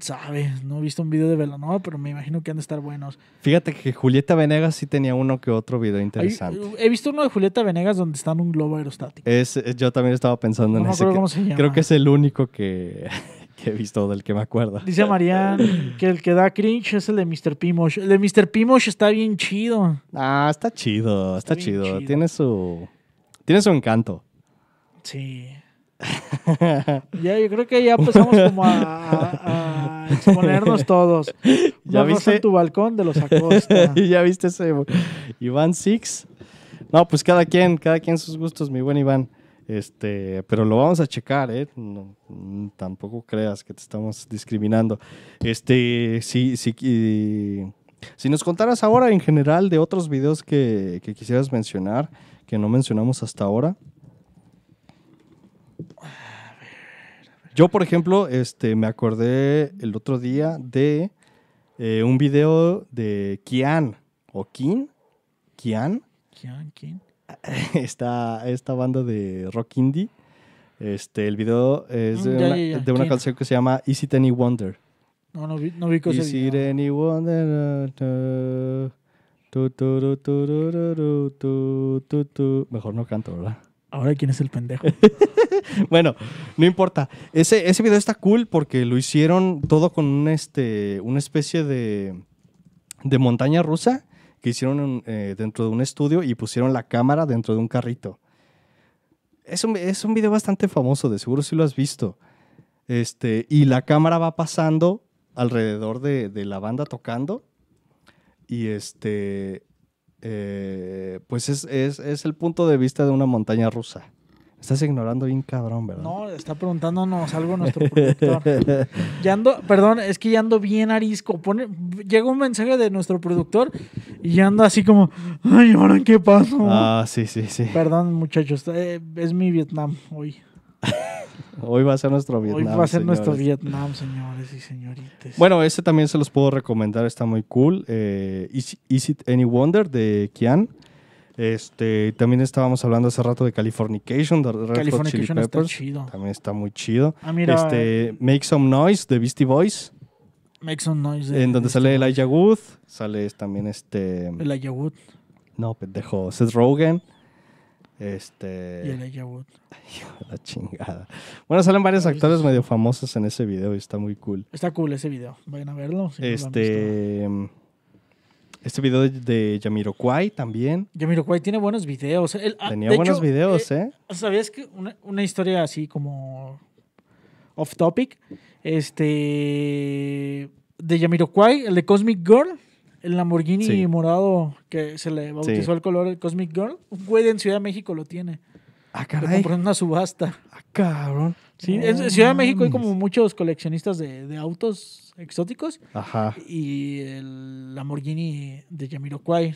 Speaker 2: Sabes, no he visto un video de Velanova, pero me imagino que han de estar buenos.
Speaker 1: Fíjate que Julieta Venegas sí tenía uno que otro video
Speaker 2: Hay- uh,
Speaker 1: interesante.
Speaker 2: he visto uno de Julieta Venegas donde están un globo aerostático.
Speaker 1: Es, es- yo también estaba pensando
Speaker 2: No
Speaker 1: en
Speaker 2: me
Speaker 1: ese.
Speaker 2: acuerdo
Speaker 1: que-
Speaker 2: cómo se llama.
Speaker 1: creo que es el único que, <laughs> que he visto del que me acuerdo.
Speaker 2: Dice Marian que el que da cringe es el de Mr. Pimosh. El de Mr. Pimosh está bien chido.
Speaker 1: Ah, está chido, está,
Speaker 2: Está bien
Speaker 1: chido.
Speaker 2: chido.
Speaker 1: Tiene su. Tiene su encanto.
Speaker 2: Sí. ya, yo creo que ya empezamos como a, a- a exponernos todos.
Speaker 1: <laughs> Ya
Speaker 2: Ya
Speaker 1: viste-
Speaker 2: en tu balcón de los
Speaker 1: <laughs>
Speaker 2: Acosta.
Speaker 1: ¿Ya viste ese Iván Six? No, pues cada quien, cada quien sus gustos, mi buen Iván. Este, pero lo vamos a checar, ¿eh? No, mm, tampoco creas que te estamos discriminando. Este, si, si, y- si nos contaras ahora en general de otros videos que, que quisieras mencionar, que no mencionamos hasta ahora. Yo, por ejemplo, este, me acordé el otro día de eh, un video de Kian o Kin. Kian, <laughs>
Speaker 2: ¿Quién? ¿Quién?
Speaker 1: esta, esta banda de rock indie. Este, el video es de,
Speaker 2: Mm, ya,
Speaker 1: una,
Speaker 2: ya, ya.
Speaker 1: de una
Speaker 2: Kian.
Speaker 1: canción que se llama Is It Any Wonder.
Speaker 2: No, no vi, no vi cosa.
Speaker 1: Is It Any Wonder. uh, tu, tu, ru, tu, ru, ru, ru, tu, tu, tu. Mejor no canto, ¿verdad? <laughs>
Speaker 2: Ahora, ¿quién es el pendejo?
Speaker 1: Bueno, no importa. Ese, ese video está cool porque lo hicieron todo con un, este, una especie de, de montaña rusa que hicieron en, eh, dentro de un estudio y pusieron la cámara dentro de un carrito. Es un, es un video bastante famoso, de seguro sí lo has visto. Este, y la cámara va pasando alrededor de, de la banda tocando. Y este, eh, pues es, es- es el punto de vista de una montaña rusa. Estás ignorando bien cabrón, ¿verdad?
Speaker 2: <laughs> No, está preguntándonos algo nuestro productor. Ya ando, perdón, es que ya ando bien arisco. Pone, llega un mensaje de nuestro productor y ya ando así como, ay, ahora qué pasó.
Speaker 1: <laughs> Ah, sí, sí, sí.
Speaker 2: Perdón, muchachos, eh, es mi Vietnam hoy.
Speaker 1: Hoy va a ser nuestro Vietnam.
Speaker 2: Hoy va a ser nuestro
Speaker 1: señores.
Speaker 2: Vietnam, señores y señoritas.
Speaker 1: Bueno, ese también se los puedo recomendar, está muy cool. Eh, Is, Is It Any Wonder de Kian. Este, también estábamos hablando hace rato de Californication, de Red Hot Chili
Speaker 2: Californication está
Speaker 1: Peppers.
Speaker 2: chido.
Speaker 1: También está muy chido.
Speaker 2: Ah, mira,
Speaker 1: este, Make Some Noise de Beastie Boys,
Speaker 2: Make some noise. de-
Speaker 1: en donde
Speaker 2: de-
Speaker 1: sale Elijah Wood, sale también este...
Speaker 2: El Ayahuud
Speaker 1: No, pendejo, Seth Rogen.
Speaker 2: y el
Speaker 1: Este...
Speaker 2: Ayahuud.
Speaker 1: La chingada. Bueno, salen varios
Speaker 2: Ah, ¿viste?
Speaker 1: actores medio famosos en ese video y está muy cool.
Speaker 2: Está cool ese video. Vayan a verlo. si no lo han visto.
Speaker 1: Este. Este video de, de Yamiroquai también.
Speaker 2: Yamiroquai tiene buenos videos. Él- ah,
Speaker 1: Tenía
Speaker 2: de
Speaker 1: buenos
Speaker 2: hecho,
Speaker 1: videos, ¿eh?
Speaker 2: ¿Sabías que una, una historia así como off topic? Este. De Yamiroquai, el de Cosmic Girl, el Lamborghini
Speaker 1: Sí.
Speaker 2: morado que se le bautizó el color el Cosmic Girl. Un güey en Ciudad de México lo tiene.
Speaker 1: Ah,
Speaker 2: Lo
Speaker 1: caray.
Speaker 2: compró en una subasta.
Speaker 1: Ah, cabrón.
Speaker 2: Sí,
Speaker 1: No
Speaker 2: en Ciudad de México hay
Speaker 1: mames.
Speaker 2: como muchos coleccionistas de, de autos exóticos
Speaker 1: Ajá.
Speaker 2: y el Lamborghini
Speaker 1: <laughs>
Speaker 2: de Yamiroquai,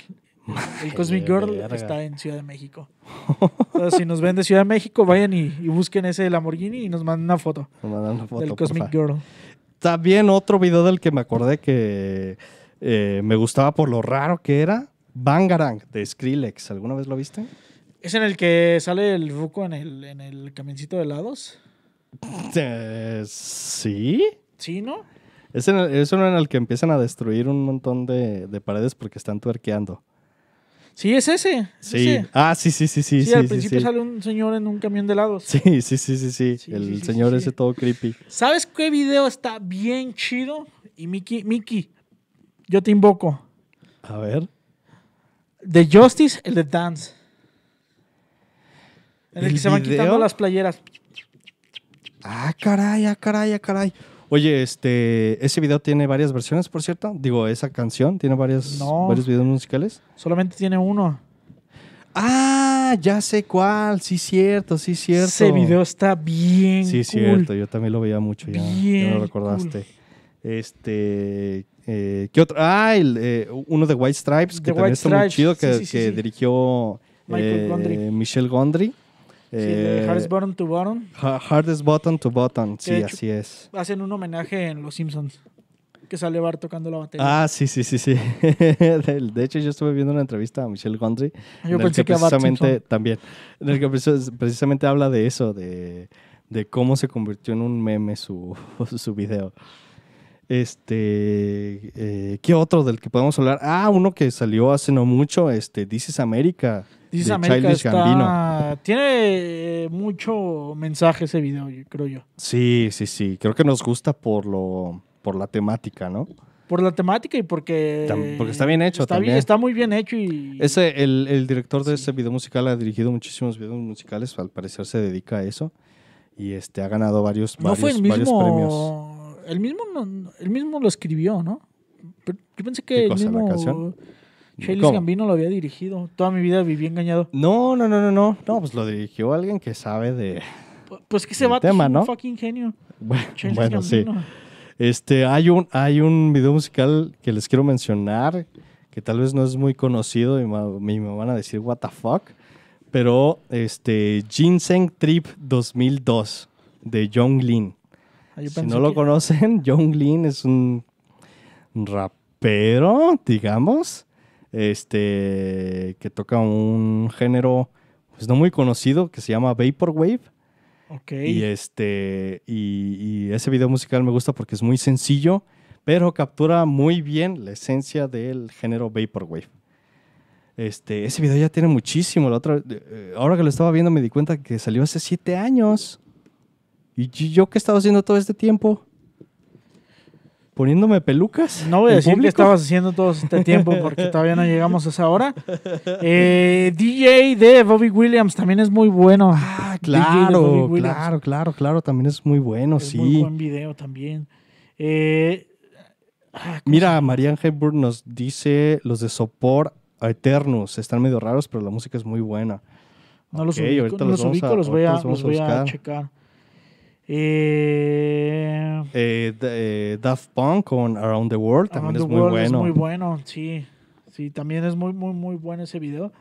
Speaker 2: el Cosmic
Speaker 1: Madre
Speaker 2: Girl,
Speaker 1: verga.
Speaker 2: está en Ciudad de México. Entonces, si nos ven de Ciudad de México, vayan y, y busquen ese Lamborghini y nos manden una foto,
Speaker 1: Me mandaron una foto,
Speaker 2: del
Speaker 1: porfa.
Speaker 2: Cosmic Girl.
Speaker 1: También otro video del que me acordé que eh, me gustaba por lo raro que era. Bangarang de Skrillex. ¿Alguna vez lo viste?
Speaker 2: Es en el que sale el ruco en el, en el camioncito de helados.
Speaker 1: Eh, sí.
Speaker 2: Sí, ¿no?
Speaker 1: Es, en el- es uno en el que empiezan a destruir un montón de, de paredes porque están tuerqueando.
Speaker 2: Sí, es ese. es
Speaker 1: Sí.
Speaker 2: ese.
Speaker 1: Ah, sí, sí, sí, sí.
Speaker 2: Sí,
Speaker 1: Sí,
Speaker 2: al
Speaker 1: sí,
Speaker 2: principio
Speaker 1: sí.
Speaker 2: sale un señor en un camión de helados.
Speaker 1: Sí, sí, sí, sí, sí.
Speaker 2: Sí, sí,
Speaker 1: El
Speaker 2: sí,
Speaker 1: señor
Speaker 2: sí,
Speaker 1: ese
Speaker 2: sí.
Speaker 1: todo creepy.
Speaker 2: ¿Sabes qué video está bien chido? Y Mickey, Mickey, yo te invoco.
Speaker 1: A ver.
Speaker 2: The Justice, el de Dance. En el,
Speaker 1: ¿El
Speaker 2: que se van
Speaker 1: video?
Speaker 2: quitando las playeras.
Speaker 1: Ah, caray, ah, caray, ah, caray. Oye, este, ese video tiene varias versiones, por cierto. Digo, esa canción tiene varias,
Speaker 2: No.
Speaker 1: varios videos musicales.
Speaker 2: Solamente tiene uno.
Speaker 1: Ah, ya sé cuál. Sí, cierto, sí, cierto.
Speaker 2: Ese video está bien.
Speaker 1: Sí,
Speaker 2: cool.
Speaker 1: cierto, yo también lo veía mucho, ya, ya me
Speaker 2: Bien
Speaker 1: lo
Speaker 2: cool.
Speaker 1: recordaste. Este, eh, ¿qué otro? Ah, el, eh, uno de White Stripes, que
Speaker 2: The
Speaker 1: también
Speaker 2: White
Speaker 1: está muy
Speaker 2: Stripes,
Speaker 1: chido, que,
Speaker 2: sí, sí, sí,
Speaker 1: que
Speaker 2: sí.
Speaker 1: dirigió
Speaker 2: Michael
Speaker 1: eh,
Speaker 2: Gondry.
Speaker 1: Michelle Gondry.
Speaker 2: Sí, el
Speaker 1: Eh,
Speaker 2: de Hardest Bottom to Bottom.
Speaker 1: Ha- Hardest Button to Button, sí,
Speaker 2: de hecho-
Speaker 1: así es.
Speaker 2: Hacen un homenaje en Los Simpsons. Que sale Bart tocando la batería.
Speaker 1: Ah, sí, sí, sí, <laughs> sí. Del- De hecho, yo estuve viendo una entrevista a Michelle Gondry. en
Speaker 2: Ah, yo
Speaker 1: el
Speaker 2: pensé que, a Bart
Speaker 1: precisamente
Speaker 2: Simpson.
Speaker 1: también. En el que precis- precisamente habla de eso, de, de cómo se convirtió en un meme su, <laughs> su video. Este, eh, ¿qué otro del que podemos hablar? Ah, uno que salió hace no mucho, este, This is America,
Speaker 2: Dices
Speaker 1: de
Speaker 2: América
Speaker 1: Childish Gambino.
Speaker 2: está... Tiene eh, mucho mensaje ese video, yo- creo yo.
Speaker 1: Sí, sí, sí. Creo que nos gusta por lo, por la temática, ¿no?
Speaker 2: Por la temática y porque...
Speaker 1: Tam- porque está bien hecho
Speaker 2: está bien-
Speaker 1: también.
Speaker 2: está muy bien hecho y...
Speaker 1: Ese, el, el director de ese video musical ha dirigido muchísimos videos musicales, al parecer se dedica a eso. Y este ha ganado varios,
Speaker 2: no
Speaker 1: varios,
Speaker 2: fue el
Speaker 1: varios premios.
Speaker 2: mismo... El mismo, no- el mismo lo escribió, ¿no? Pero yo pensé
Speaker 1: ¿Qué
Speaker 2: que el
Speaker 1: cosa, la
Speaker 2: mismo...
Speaker 1: canción?
Speaker 2: Childish
Speaker 1: ¿Cómo?
Speaker 2: Gambino lo había dirigido. Toda mi vida viví engañado.
Speaker 1: No, no, no, no, no. No, pues lo dirigió alguien que sabe de. <laughs>
Speaker 2: Pu- Pues que ese
Speaker 1: El
Speaker 2: vato
Speaker 1: tema,
Speaker 2: es un
Speaker 1: ¿no?
Speaker 2: fucking genio.
Speaker 1: Bueno,
Speaker 2: Childish
Speaker 1: bueno, sí.
Speaker 2: Gambino.
Speaker 1: Este, hay un, hay un video musical que les quiero mencionar que tal vez no es muy conocido y ma- me, me van a decir what the fuck, pero este Ginseng Trip 2002 de John Lin.
Speaker 2: Ah, yo
Speaker 1: Si
Speaker 2: pensé
Speaker 1: no lo
Speaker 2: que-
Speaker 1: conocen, John Lin es un rapero, digamos, este que toca un género pues no muy conocido que se llama vaporwave.
Speaker 2: Ok.
Speaker 1: Y este y, y ese video musical me gusta porque es muy sencillo, pero captura muy bien la esencia del género vaporwave. Este, ese video ya tiene muchísimo. La otra, eh, ahora que lo estaba viendo me di cuenta que salió hace siete años. ¿Y yo- yo qué estaba haciendo todo este tiempo? ¿Poniéndome pelucas?
Speaker 2: No voy a
Speaker 1: en
Speaker 2: decir que
Speaker 1: público?
Speaker 2: estabas haciendo todo este tiempo porque todavía no llegamos a esa
Speaker 1: <laughs>
Speaker 2: hora. Eh, DJ de Bobby Williams también es muy bueno.
Speaker 1: Ah,
Speaker 2: <laughs> DJ de Bobby
Speaker 1: claro,
Speaker 2: Williams.
Speaker 1: claro, claro, claro. También es muy bueno,
Speaker 2: Es
Speaker 1: sí.
Speaker 2: muy buen video también. Eh, ah, ¿cómo
Speaker 1: Mira, Marian Hepburn nos dice los de Sopor a Eternus. Están medio raros, pero la música es muy buena.
Speaker 2: No los
Speaker 1: Ok,
Speaker 2: ubico,
Speaker 1: ahorita los
Speaker 2: no los,
Speaker 1: vamos
Speaker 2: ubico,
Speaker 1: a-
Speaker 2: los voy a,
Speaker 1: ahorita los vamos
Speaker 2: los
Speaker 1: a
Speaker 2: voy a
Speaker 1: buscar.
Speaker 2: checar. Eh,
Speaker 1: Eh, da- eh, Daft Punk con Around the World también
Speaker 2: Around
Speaker 1: es
Speaker 2: the
Speaker 1: muy
Speaker 2: World
Speaker 1: bueno.
Speaker 2: Es muy bueno, sí. Sí, también es muy, muy, muy bueno ese video.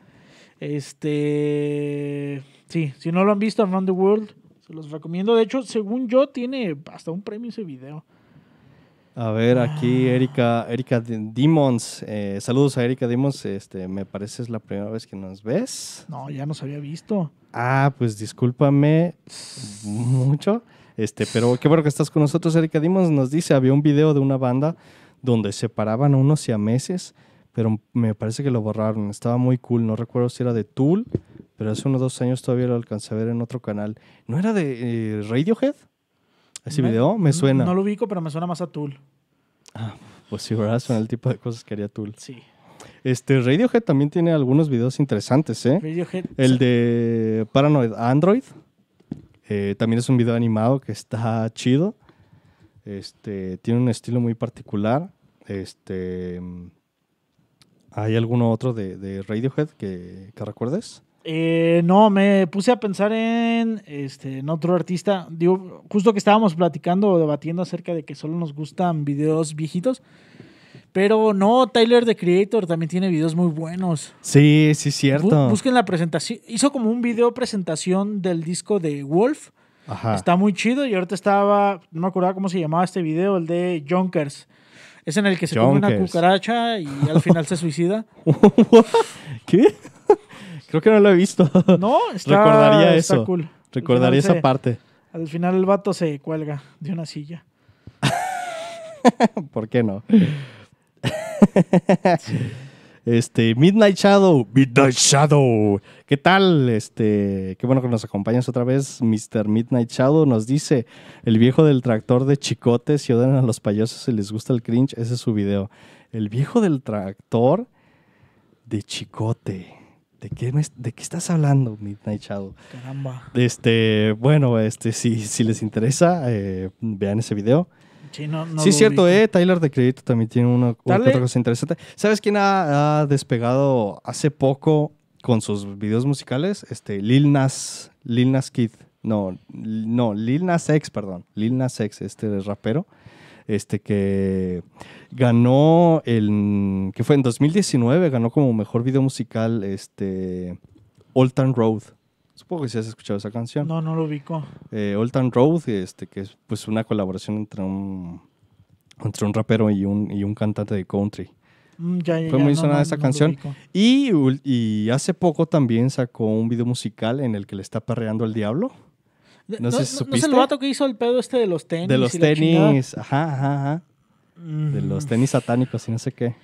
Speaker 2: Este. Sí, si no lo han visto, Around the World, se los recomiendo. De hecho, según yo, tiene hasta un premio ese video.
Speaker 1: A ver,
Speaker 2: Ah.
Speaker 1: aquí Erika, Erika D- Demons. eh, saludos a Erika Demons. Este, me parece es la primera vez que nos ves.
Speaker 2: No, ya nos había visto.
Speaker 1: Ah, pues discúlpame mucho. Este, pero qué bueno que estás con nosotros, Erika Dimos. Nos dice, había un video de una banda donde separaban a unos siameses, pero me parece que lo borraron. Estaba muy cool. No recuerdo si era de Tool, pero hace unos dos años todavía lo alcancé a ver en otro canal. ¿No era de eh, Radiohead? Ese
Speaker 2: Me-
Speaker 1: video me suena.
Speaker 2: No lo ubico, pero me suena más a Tool.
Speaker 1: Pues sí, ¿verdad? Suena el tipo de cosas que haría Tool.
Speaker 2: Sí.
Speaker 1: Este, Radiohead también tiene algunos videos interesantes, ¿eh?
Speaker 2: Radiohead.
Speaker 1: El de Paranoid Android. eh, también es un video animado que está chido. Este, tiene un estilo muy particular. Este, mm, ¿Hay alguno otro de, de Radiohead que, que recuerdes?
Speaker 2: Eh, no, me puse a pensar en, este, en otro artista. Digo, justo que estábamos platicando o debatiendo acerca de que solo nos gustan videos viejitos. Pero no, Tyler the Creator también tiene videos muy buenos.
Speaker 1: Sí, sí,
Speaker 2: Bu-
Speaker 1: cierto.
Speaker 2: busquen la presentación. Hizo como un video presentación del disco de Wolf.
Speaker 1: Ajá.
Speaker 2: Está muy chido. Y ahorita estaba, no me acordaba cómo se llamaba este video, el de Junkers. Es en el que se come una
Speaker 1: Junkers.
Speaker 2: cucaracha y al final
Speaker 1: <laughs>
Speaker 2: se suicida.
Speaker 1: ¿Qué? <laughs> Creo que no lo he visto. <laughs>
Speaker 2: No, está,
Speaker 1: Recordaría
Speaker 2: está
Speaker 1: eso.
Speaker 2: cool. Al
Speaker 1: Recordaría
Speaker 2: final
Speaker 1: esa
Speaker 2: se-
Speaker 1: parte.
Speaker 2: Al final el vato se cuelga de una silla.
Speaker 1: ¿Por qué no? <laughs> este, Midnight Shadow. Midnight Shadow. ¿Qué tal? Este, qué bueno que nos acompañas otra vez. Mr. Midnight Shadow nos dice: El viejo del tractor de chicotes si odian a los payasos si les gusta el cringe. Ese es su video. El viejo del tractor de chicote. ¿De qué, me- ¿De qué estás hablando, Midnight Shadow?
Speaker 2: Caramba.
Speaker 1: Este, bueno, este, si, si les interesa, eh, vean ese video.
Speaker 2: Sí, no, no
Speaker 1: sí,
Speaker 2: lo
Speaker 1: es cierto,
Speaker 2: ubico.
Speaker 1: eh, Tyler de Crédito también tiene una, una que
Speaker 2: Dale.
Speaker 1: otra cosa interesante. ¿Sabes quién ha, ha despegado hace poco con sus videos musicales? Este, Lil Nas, Lil Nas Kid. No, Lil- no, Lil Nas X, perdón. Lil Nas X, este rapero. Este que ganó el. que fue en 2019, ganó como mejor video musical este. Old Town Road. Supongo que sí has escuchado esa canción
Speaker 2: No, no lo ubico.
Speaker 1: eh, Old Town Road, este, que es pues una colaboración entre un, entre un rapero y un, y un cantante de country.
Speaker 2: Mm, ya, ya,
Speaker 1: Fue
Speaker 2: ya,
Speaker 1: muy
Speaker 2: no,
Speaker 1: sonada
Speaker 2: no,
Speaker 1: esa
Speaker 2: no lo
Speaker 1: canción.
Speaker 2: ubico.
Speaker 1: Y, ul- y hace poco también sacó un video musical en el que le está perreando al diablo.
Speaker 2: De-
Speaker 1: No sé si
Speaker 2: ¿No es el
Speaker 1: supiste.
Speaker 2: vato que hizo el pedo este de los tenis?
Speaker 1: De los
Speaker 2: y la chingada?
Speaker 1: tenis, ajá, ajá, ajá. De los
Speaker 2: Mm.
Speaker 1: tenis satánicos y no sé
Speaker 2: <sighs>
Speaker 1: qué.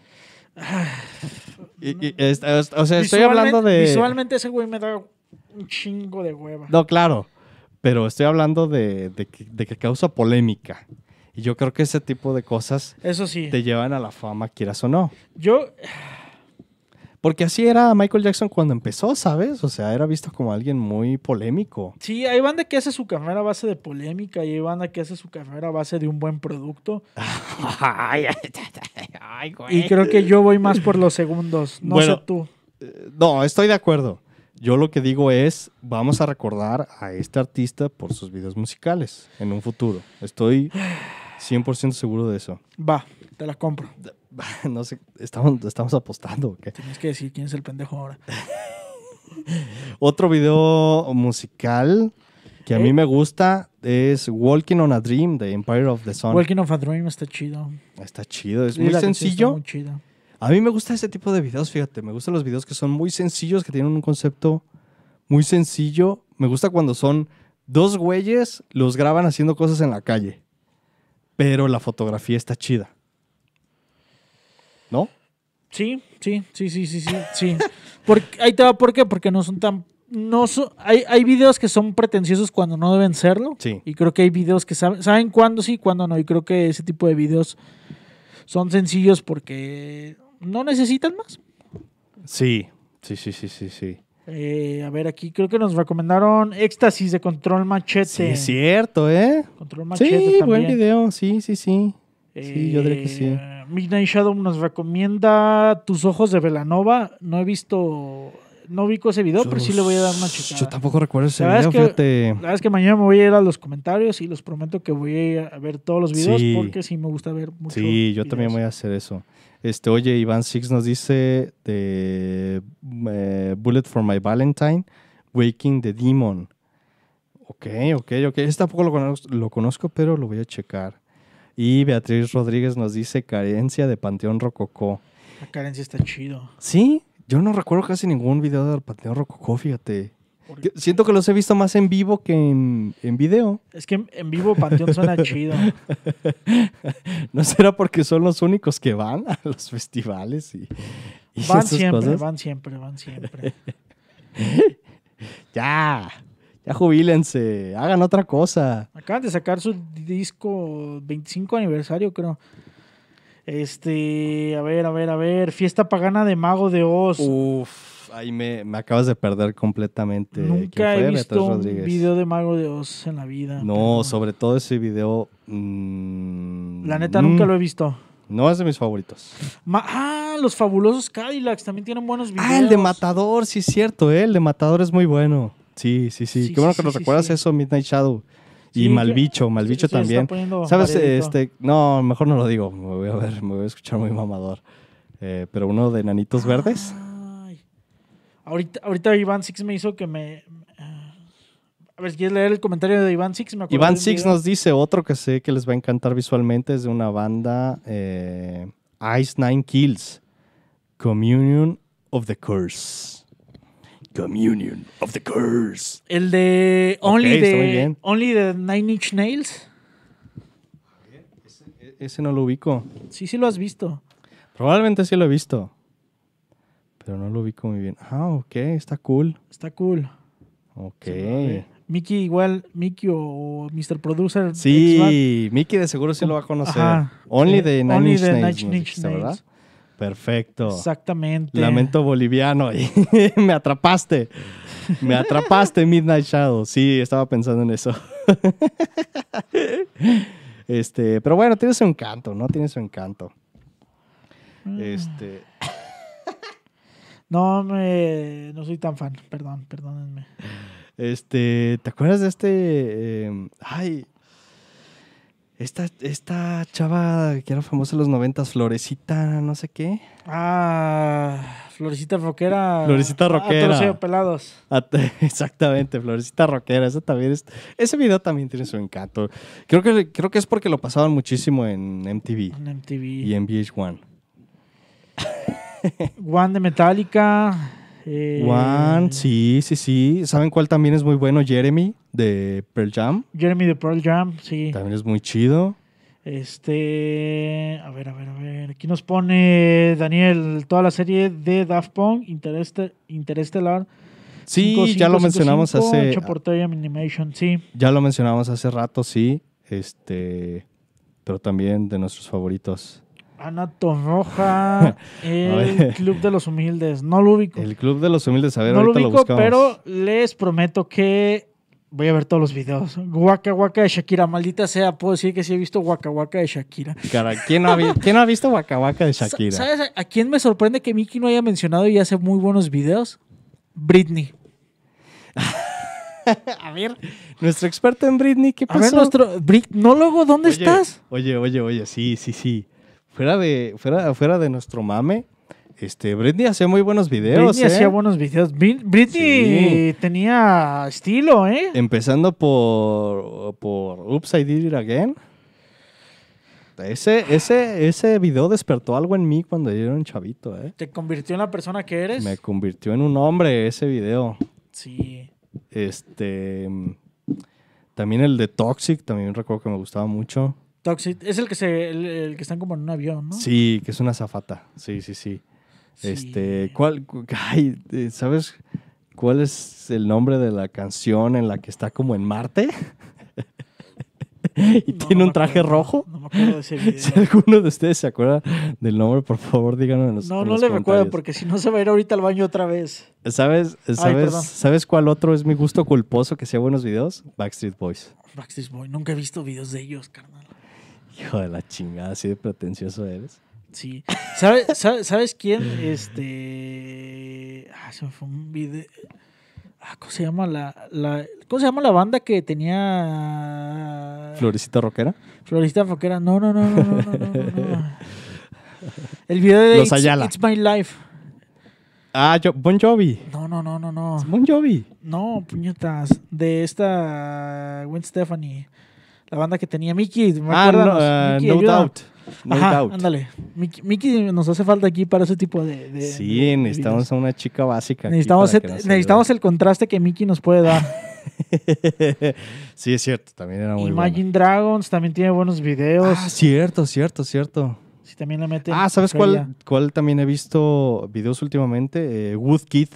Speaker 1: Y- y es- es- o sea, estoy hablando
Speaker 2: Visualmente-
Speaker 1: de...
Speaker 2: Visualmente ese güey me da un chingo de hueva.
Speaker 1: No, claro. Pero estoy hablando de, de que- de que causa polémica. Y yo creo que ese tipo de cosas
Speaker 2: Eso sí.
Speaker 1: te llevan a la fama, quieras o no.
Speaker 2: Yo,
Speaker 1: Porque así era Michael Jackson cuando empezó, ¿sabes? O sea, era visto como alguien muy polémico.
Speaker 2: sí, hay banda que hace su carrera a base de polémica y hay banda que hace su carrera a base de un buen producto.
Speaker 1: Ay,
Speaker 2: Y creo que yo voy más por los segundos. No
Speaker 1: Bueno.
Speaker 2: sé tú.
Speaker 1: No, estoy de acuerdo. Yo lo que digo es, vamos a recordar a este artista por sus videos musicales en un futuro. Estoy 100% seguro de eso. <laughs>
Speaker 2: Va, te la compro.
Speaker 1: No sé, estamos, estamos apostando. ¿o qué?
Speaker 2: Tienes que decir quién es el pendejo ahora.
Speaker 1: Otro video musical que a mí
Speaker 2: ¿Eh?
Speaker 1: me gusta es Walking on a Dream de Empire of the Sun.
Speaker 2: Walking of a Dream está chido.
Speaker 1: Está chido, es
Speaker 2: Sí,
Speaker 1: muy
Speaker 2: la canción está
Speaker 1: sencillo.
Speaker 2: muy chida.
Speaker 1: A mí me gusta ese tipo de videos, fíjate. Me gustan los videos que son muy sencillos, que tienen un concepto muy sencillo. Me gusta cuando son dos güeyes, los graban haciendo cosas en la calle. Pero la fotografía está chida. ¿No?
Speaker 2: Sí, sí, sí, sí, sí, sí. sí. Porque, ahí te va, ¿por qué? Porque no son tan... No son- hay, hay videos que son pretenciosos cuando no deben serlo.
Speaker 1: Sí.
Speaker 2: Y creo que hay videos que saben, saben cuándo sí y cuándo no. Y creo que ese tipo de videos son sencillos porque no necesitan más.
Speaker 1: Sí, sí, sí, sí, sí, sí.
Speaker 2: Eh, a ver, aquí creo que nos recomendaron Éxtasis de Control Machete.
Speaker 1: Sí, es cierto, ¿eh?
Speaker 2: Control
Speaker 1: Sí,
Speaker 2: Machete también.
Speaker 1: buen video. Sí, sí, sí. Sí, yo diría que sí.
Speaker 2: Eh, Midnight Shadow nos recomienda Tus Ojos de Velanova. No he visto, no ubico ese video, pero pues, sí le voy a dar una checada.
Speaker 1: Yo tampoco recuerdo ese
Speaker 2: La verdad
Speaker 1: video,
Speaker 2: es que-
Speaker 1: fíjate.
Speaker 2: La verdad es que mañana me voy a ir a los comentarios y les prometo que voy a ir a ver todos los videos
Speaker 1: Sí.
Speaker 2: porque sí me gusta ver mucho.
Speaker 1: Sí, yo también voy a hacer eso. Este, oye, Iván Six nos dice de eh, Bullet for My Valentine, Waking the Demon. Ok, ok, ok. Este tampoco lo conozco, lo conozco, pero lo voy a checar. Y Beatriz Rodríguez nos dice carencia de Panteón Rococó.
Speaker 2: La carencia está chido.
Speaker 1: Sí, yo no recuerdo casi ningún video del Panteón Rococó, fíjate.
Speaker 2: Porque-
Speaker 1: Que- Siento que los he visto más en vivo que en, en video. <laughs>
Speaker 2: Es que en- en vivo Panteón suena chido.
Speaker 1: ¿No será porque son los únicos que van a los festivales y, y
Speaker 2: Van
Speaker 1: esas
Speaker 2: siempre,
Speaker 1: cosas?
Speaker 2: van siempre, van siempre.
Speaker 1: Ya, ya jubílense, hagan otra cosa.
Speaker 2: Acaban de sacar su disco 25 aniversario, creo. Este, a ver, a ver, a ver. Fiesta pagana de Mago de Oz.
Speaker 1: Uf, ahí me, me acabas de perder completamente. Este, ¿Quién
Speaker 2: Nunca
Speaker 1: fue?
Speaker 2: he
Speaker 1: Beatriz
Speaker 2: visto un
Speaker 1: Rodríguez.
Speaker 2: video de Mago de Oz en la vida.
Speaker 1: No,
Speaker 2: perdón.
Speaker 1: sobre todo ese video. mm,
Speaker 2: La neta,
Speaker 1: mm,
Speaker 2: nunca lo he visto.
Speaker 1: No es de mis favoritos.
Speaker 2: Ma- ah, los fabulosos Cadillacs también tienen buenos videos.
Speaker 1: Ah, el de Matador, sí es cierto, ¿eh? el de Matador es muy bueno. Sí, sí, sí.
Speaker 2: Sí,
Speaker 1: Qué
Speaker 2: sí,
Speaker 1: bueno que
Speaker 2: sí,
Speaker 1: nos
Speaker 2: sí,
Speaker 1: recuerdas
Speaker 2: sí.
Speaker 1: eso, Midnight Shadow.
Speaker 2: Sí,
Speaker 1: Y Malbicho,
Speaker 2: ya-
Speaker 1: Malbicho
Speaker 2: se- se está
Speaker 1: también.
Speaker 2: poniendo
Speaker 1: ¿Sabes?
Speaker 2: variadito.
Speaker 1: Este, no, mejor no lo digo. Me voy a ver, me voy a escuchar muy mamador. Eh, pero uno de Nanitos Verdes.
Speaker 2: Ay. Ahorita, ahorita Iván Six me hizo que me. ah. A ver, si quieres leer el comentario de Iván Six, me acuerdo.
Speaker 1: Iván
Speaker 2: del
Speaker 1: Six
Speaker 2: video.
Speaker 1: nos dice otro que sé que les va a encantar visualmente. Es de una banda eh, Ice Nine Kills. Communion of the Curse. Communion of the Curse.
Speaker 2: El de
Speaker 1: Ok,
Speaker 2: Only
Speaker 1: está muy
Speaker 2: de
Speaker 1: bien.
Speaker 2: Only de Nine Inch Nails.
Speaker 1: Ese- e- Ese no lo ubico.
Speaker 2: Sí, sí lo has visto.
Speaker 1: Probablemente sí lo he visto. Pero no lo ubico muy bien. Ah, ok, está cool.
Speaker 2: Está cool.
Speaker 1: Ok.
Speaker 2: Se lo ve. Mickey igual, Mickey o Mr. Producer. X-Man.
Speaker 1: Sí, Mickey de seguro sí lo va a conocer.
Speaker 2: Ajá.
Speaker 1: Only
Speaker 2: Sí,
Speaker 1: de Nine
Speaker 2: Only
Speaker 1: Inch
Speaker 2: de
Speaker 1: Nails
Speaker 2: Nine
Speaker 1: nos
Speaker 2: Inch
Speaker 1: dijiste,
Speaker 2: Nails.
Speaker 1: ¿verdad? Perfecto.
Speaker 2: Exactamente.
Speaker 1: Lamento boliviano. y <laughs> Me atrapaste. Me atrapaste, Midnight Shadow. Sí, estaba pensando en eso. <laughs> Este, pero bueno, tiene su encanto, ¿no? Tiene su encanto. Este,
Speaker 2: No, me, no soy tan fan. Perdón, perdónenme.
Speaker 1: Este, ¿te acuerdas de este? eh, ay, esta, esta chava que era famosa en los noventas, Florecita, no sé qué.
Speaker 2: Ah, Florecita Roquera.
Speaker 1: Florecita
Speaker 2: Ah,
Speaker 1: Roquera.
Speaker 2: Torcido pelados.
Speaker 1: Ah, <laughs> te- Exactamente, Florecita Rockera. Esa también es, ese video también tiene su encanto. Creo que, creo que es porque lo pasaban muchísimo en MTV
Speaker 2: En MTV.
Speaker 1: y en VH1.
Speaker 2: One de Metallica. eh,
Speaker 1: One, sí, sí, sí. ¿Saben cuál también es muy bueno? Jeremy de Pearl Jam.
Speaker 2: Jeremy de Pearl Jam, sí.
Speaker 1: También es muy chido.
Speaker 2: Este. A ver, a ver, a ver. Aquí nos pone Daniel toda la serie de Daft Punk, Intereste- Interestelar.
Speaker 1: Sí,
Speaker 2: 5555,
Speaker 1: ya lo mencionamos hace,
Speaker 2: hecha por Toei Animation, sí.
Speaker 1: Ya lo mencionamos hace rato, sí. Este. Pero también de nuestros favoritos.
Speaker 2: Ana
Speaker 1: <laughs>
Speaker 2: Roja, El
Speaker 1: ver.
Speaker 2: Club de los Humildes. No lo ubico.
Speaker 1: El Club de los Humildes, a ver,
Speaker 2: no lo
Speaker 1: ahorita lo,
Speaker 2: ubico,
Speaker 1: buscamos.
Speaker 2: pero les prometo que voy a ver todos los videos. Waka Waka de Shakira, maldita sea, puedo decir que sí he visto Waka Waka de Shakira.
Speaker 1: Cara, ¿quién, no ha vi- quién no ha visto Waka Waka de
Speaker 2: Sa-
Speaker 1: Shakira?
Speaker 2: ¿Sabes a- a quién me sorprende que Mickey no haya mencionado y hace muy buenos videos?
Speaker 1: <laughs>
Speaker 2: Britney.
Speaker 1: A ver, nuestro experto en Britney, ¿qué
Speaker 2: A
Speaker 1: pasó?
Speaker 2: ver, nuestro Britnólogo, ¿dónde
Speaker 1: Oye,
Speaker 2: estás?
Speaker 1: Oye, oye, oye, sí, sí, sí. Fuera de, fuera, fuera de nuestro mame, este, Britney hacía muy buenos
Speaker 2: Britney
Speaker 1: videos. ¿eh?
Speaker 2: hacía buenos videos. Brit- Britney tenía estilo, ¿eh?
Speaker 1: Empezando por, por Oops, I Did It Again. Ese, ese, ese video despertó algo en mí cuando yo era un chavito, ¿eh?
Speaker 2: Te convirtió en la persona que eres.
Speaker 1: Me convirtió en un hombre ese video.
Speaker 2: Sí.
Speaker 1: Este. mm, También el de Toxic, también recuerdo que me gustaba mucho.
Speaker 2: Toxic. Es el que se, el, el que están como en un avión, ¿no?
Speaker 1: Sí, que es una zafata. Sí, sí, sí.
Speaker 2: Sí.
Speaker 1: Este. ¿Cuál? cu- <laughs> ay, eh, ¿Sabes cuál es el nombre de la canción en la que está como en Marte? <laughs> y
Speaker 2: No, no
Speaker 1: tiene
Speaker 2: me
Speaker 1: un traje
Speaker 2: acuerdo.
Speaker 1: rojo.
Speaker 2: No me acuerdo de ese
Speaker 1: <laughs>
Speaker 2: video.
Speaker 1: Si alguno de ustedes se acuerda del nombre, por favor, díganos en los
Speaker 2: No,
Speaker 1: en
Speaker 2: no
Speaker 1: los
Speaker 2: le recuerdo
Speaker 1: comentarios.
Speaker 2: porque si no se va a ir ahorita al baño otra vez.
Speaker 1: ¿Sabes, sabes,
Speaker 2: perdón.
Speaker 1: ¿Sabes cuál otro es mi gusto culposo que sea buenos videos? Backstreet Boys.
Speaker 2: Backstreet Boy, nunca he visto videos de ellos, carnal.
Speaker 1: Hijo de la chingada, así de pretencioso eres.
Speaker 2: Sí.
Speaker 1: <laughs>
Speaker 2: ¿Sabe- sabe- ¿Sabes, quién? Este. Ah, se me fue un video. Ah, ¿cómo se llama la, la- ¿Cómo se llama la banda que tenía.
Speaker 1: Florecita rockera.
Speaker 2: Florista Foquera? No, no, no, no, no, no, no, no. El video de
Speaker 1: Los
Speaker 2: It's-
Speaker 1: Ayala.
Speaker 2: It's My Life.
Speaker 1: Ah, yo, Bon Jovi.
Speaker 2: No, no, no, no, no.
Speaker 1: Bon Jovi.
Speaker 2: No, puñetas. De esta Gwen Stefani. La banda que tenía Mickey. ¿me
Speaker 1: Ah, no,
Speaker 2: acuerdas?
Speaker 1: ah,
Speaker 2: Mickey,
Speaker 1: no
Speaker 2: ayuda.
Speaker 1: doubt. No
Speaker 2: Ajá,
Speaker 1: doubt.
Speaker 2: Ándale. Mickey, Mickey nos hace falta aquí para ese tipo de. de- de- de
Speaker 1: Sí, necesitamos
Speaker 2: videos.
Speaker 1: a una chica básica. aquí
Speaker 2: Necesitamos,
Speaker 1: para
Speaker 2: et-
Speaker 1: que nos
Speaker 2: necesitamos el contraste que Mickey nos puede dar.
Speaker 1: ayude. <laughs> sí, es cierto, también era Ah, muy
Speaker 2: Imagine Dragons también tiene buenos videos.
Speaker 1: bueno. Ah, cierto, cierto, cierto.
Speaker 2: Si también le meten.
Speaker 1: Ah, ¿sabes
Speaker 2: feria.
Speaker 1: cuál, cuál también he visto videos últimamente? Eh, Woodkid.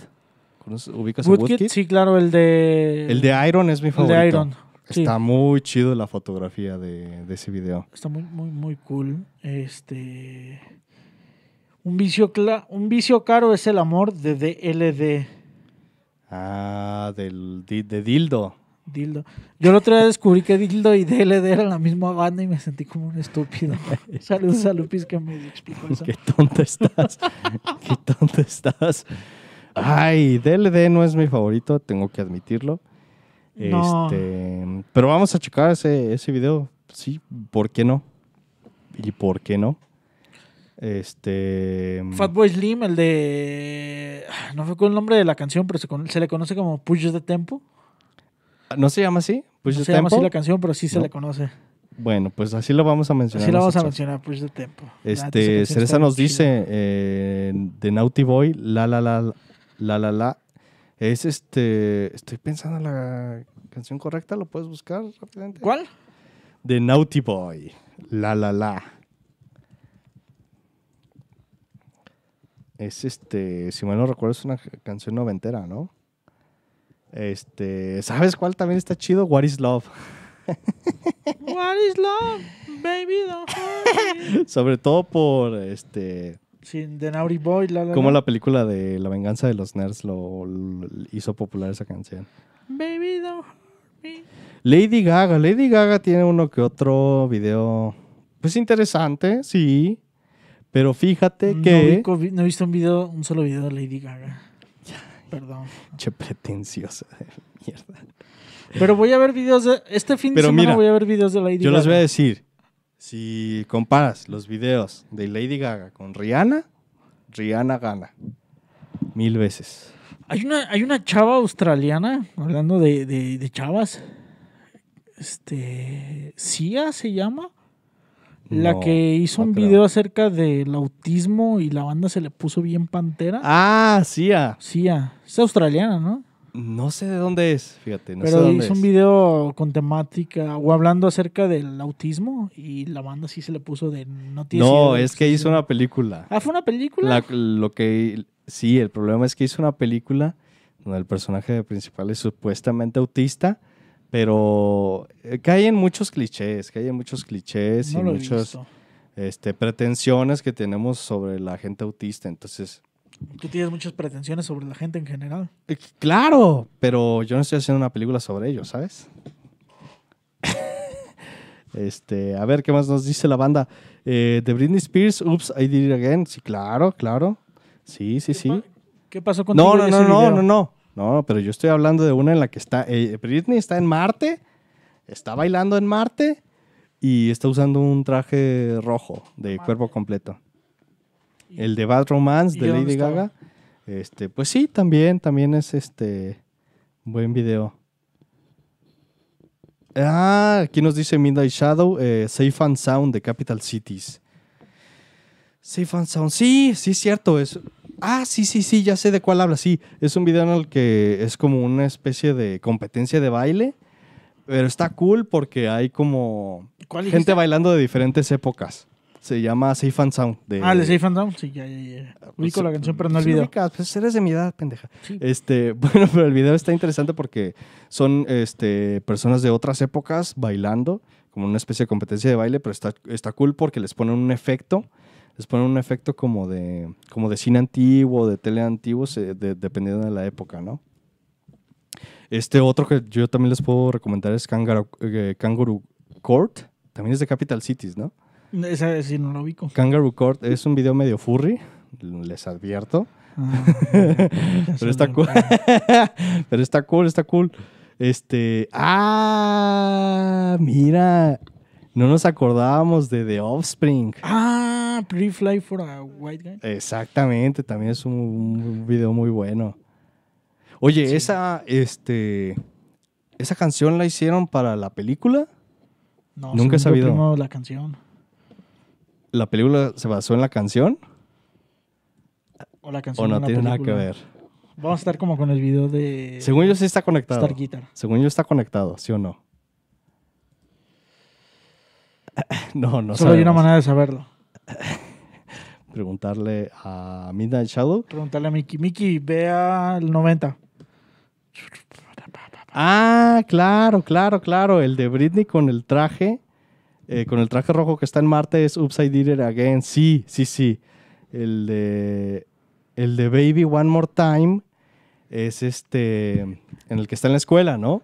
Speaker 1: ¿Conoces- ¿Ubicas a
Speaker 2: Woodkid,
Speaker 1: Woodkid?
Speaker 2: sí, claro, el de.
Speaker 1: El de Iron es mi
Speaker 2: el
Speaker 1: favorito.
Speaker 2: de Iron. Sí.
Speaker 1: Está muy chido la fotografía de, de ese video.
Speaker 2: Está muy, muy, muy cool. Este. Un vicio, cla- un vicio caro es el amor de DLD.
Speaker 1: Ah, del, di- de Dildo.
Speaker 2: Dildo. Yo el otro día descubrí que Dildo y DLD eran la misma banda y me sentí como un estúpido.
Speaker 1: <laughs>
Speaker 2: Saludos a Lupis que me explicó eso.
Speaker 1: Qué tonta estás. <laughs> Qué tonta estás. Ay, DLD no es mi favorito, tengo que admitirlo.
Speaker 2: No.
Speaker 1: Este, pero vamos a checar ese, ese video. Sí, ¿por qué no? ¿Y por qué no? Este.
Speaker 2: Fatboy Slim, el de. No fue con el nombre de la canción, pero se, con- se le conoce como Push de Tempo.
Speaker 1: ¿No se llama así? Push
Speaker 2: no
Speaker 1: the
Speaker 2: se llama así
Speaker 1: Tempo.
Speaker 2: la canción, pero sí se
Speaker 1: No.
Speaker 2: le conoce.
Speaker 1: Bueno, pues así lo vamos a mencionar.
Speaker 2: Así la vamos a
Speaker 1: nosotros.
Speaker 2: mencionar, Push de Tempo. La neta, esa
Speaker 1: Este,
Speaker 2: canción
Speaker 1: Cereza
Speaker 2: está
Speaker 1: nos
Speaker 2: bien chida.
Speaker 1: dice eh, de Naughty Boy, la la la la la la. Es este. Estoy pensando en la canción correcta, ¿lo puedes buscar rápidamente?
Speaker 2: ¿Cuál?
Speaker 1: De Naughty Boy, la la la. Es este, si mal no recuerdo, es una canción noventera, ¿no? Este, ¿sabes cuál también está chido? What is Love. <laughs>
Speaker 2: What is love, baby? Don't hurt me.
Speaker 1: Sobre todo por este.
Speaker 2: <laughs> Sin The Naughty Boy, la la.
Speaker 1: Como
Speaker 2: la.
Speaker 1: la película de La venganza de los nerds lo, lo- hizo popular esa canción.
Speaker 2: Baby, don't hurt me.
Speaker 1: Lady Gaga, Lady Gaga tiene uno que otro video. Pues interesante, sí. Pero fíjate
Speaker 2: No,
Speaker 1: que.
Speaker 2: ubico vi- no he visto un video, un solo video de Lady Gaga. Perdón.
Speaker 1: Che, pretenciosa de mierda.
Speaker 2: Pero voy a ver videos de. Este fin
Speaker 1: Pero
Speaker 2: de semana
Speaker 1: mira,
Speaker 2: voy a ver videos de Lady
Speaker 1: Yo
Speaker 2: Gaga.
Speaker 1: les voy a decir, si comparas los videos de Lady Gaga con Rihanna, Rihanna gana. Mil veces.
Speaker 2: Hay una, hay una chava australiana, hablando de, de, de chavas. Este. Sia se llama. La
Speaker 1: No,
Speaker 2: que hizo
Speaker 1: no
Speaker 2: un
Speaker 1: creo.
Speaker 2: video acerca del autismo y la banda se le puso bien pantera.
Speaker 1: Ah, Sia.
Speaker 2: Sia. Es australiana, ¿no?
Speaker 1: No sé de dónde es, fíjate, no sé
Speaker 2: Pero
Speaker 1: dónde
Speaker 2: hizo un
Speaker 1: es.
Speaker 2: video con temática o hablando acerca del autismo y la banda sí se le puso de no tiene
Speaker 1: No, es que hizo una película.
Speaker 2: Ah, fue una película.
Speaker 1: La- lo que sí, el problema es que hizo una película donde el personaje principal es supuestamente autista, pero eh, cae en muchos clichés, cae en muchos clichés
Speaker 2: no
Speaker 1: y
Speaker 2: lo he
Speaker 1: muchas
Speaker 2: visto.
Speaker 1: este, pretensiones que tenemos sobre la gente autista. Entonces,
Speaker 2: Tú tienes muchas pretensiones sobre la gente en general.
Speaker 1: eh, claro, pero yo no estoy haciendo una película sobre ello, ¿sabes? <laughs> este, a ver qué más nos dice la banda Eh, de Britney Spears. Oops, I did it again. Sí, claro, claro. Sí, sí, sí.
Speaker 2: ¿Qué pasó con
Speaker 1: No, no, no, no, no, no. No, pero yo estoy hablando de una en la que está. eh, Britney está en Marte, está bailando en Marte y está usando un traje rojo de cuerpo completo. El de Bad Romance
Speaker 2: ¿Y
Speaker 1: de
Speaker 2: dónde
Speaker 1: Lady
Speaker 2: estaba?
Speaker 1: Gaga. Este, pues sí, también, también es este. Buen video. Ah, aquí nos dice Midnight Shadow, eh, Safe and Sound de Capital Cities. Safe and Sound, sí, sí, es cierto. Es... Ah, sí, sí, sí, ya sé de cuál habla. Sí, es un video en el que es como una especie de competencia de baile, pero está cool porque hay como
Speaker 2: ¿Cuál
Speaker 1: gente
Speaker 2: dijiste?
Speaker 1: bailando de diferentes épocas. Se llama Safe and Sound. De...
Speaker 2: Ah, el Safe and Down. Sí, ya, ya, ya. Ubico la canción, pero no el
Speaker 1: Pues,
Speaker 2: video.
Speaker 1: ubicas, Pues eres de mi edad, pendeja.
Speaker 2: Sí.
Speaker 1: Este, <laughs> bueno, pero el video está interesante porque son este, personas de otras épocas bailando, como una especie de competencia de baile, pero está, está cool porque les ponen un efecto, les ponen un efecto como de, como de cine antiguo, de tele antiguo, se- de- dependiendo de la época, ¿no? Este otro que yo también les puedo recomendar es Kangaroo, eh, Kangaroo Court, también es de Capital Cities, ¿no?
Speaker 2: Esa sí no
Speaker 1: <laughs>
Speaker 2: lo ubico.
Speaker 1: Kangaroo Court es un video medio furry, les advierto.
Speaker 2: Ah,
Speaker 1: Pero está cool. Pero está cool, está cool. Este. ¡Ah! Mira. No nos acordábamos de The Offspring.
Speaker 2: Ah, Pretty Fly for a White Guy.
Speaker 1: Exactamente, también es un, un video muy bueno. Oye,
Speaker 2: Sí.
Speaker 1: esa. Este. ¿Esa canción la hicieron para la película? Nunca
Speaker 2: No,
Speaker 1: he
Speaker 2: según yo,
Speaker 1: sabido.
Speaker 2: primero la canción.
Speaker 1: ¿La película se basó en la canción?
Speaker 2: O la canción.
Speaker 1: ¿O
Speaker 2: de
Speaker 1: no
Speaker 2: una
Speaker 1: tiene nada que
Speaker 2: película. Eh,
Speaker 1: ver?
Speaker 2: Vamos a estar como con el video de
Speaker 1: Según yo sí está conectado.
Speaker 2: Star Guitar.
Speaker 1: Según yo está conectado, ¿sí o no? <clears throat> No, no
Speaker 2: Solo hay una
Speaker 1: sabemos.
Speaker 2: manera de saberlo.
Speaker 1: preguntarle a Midnight Shadow.
Speaker 2: Preguntarle a Mickey. Mickey, ve al 90.
Speaker 1: Ah, claro, claro, claro. El de Britney con el traje, eh, con el traje rojo que está en Marte es Upside Did It Again. Sí, sí, sí. El de, el de Baby One More Time es este, en el que está en la escuela, ¿no?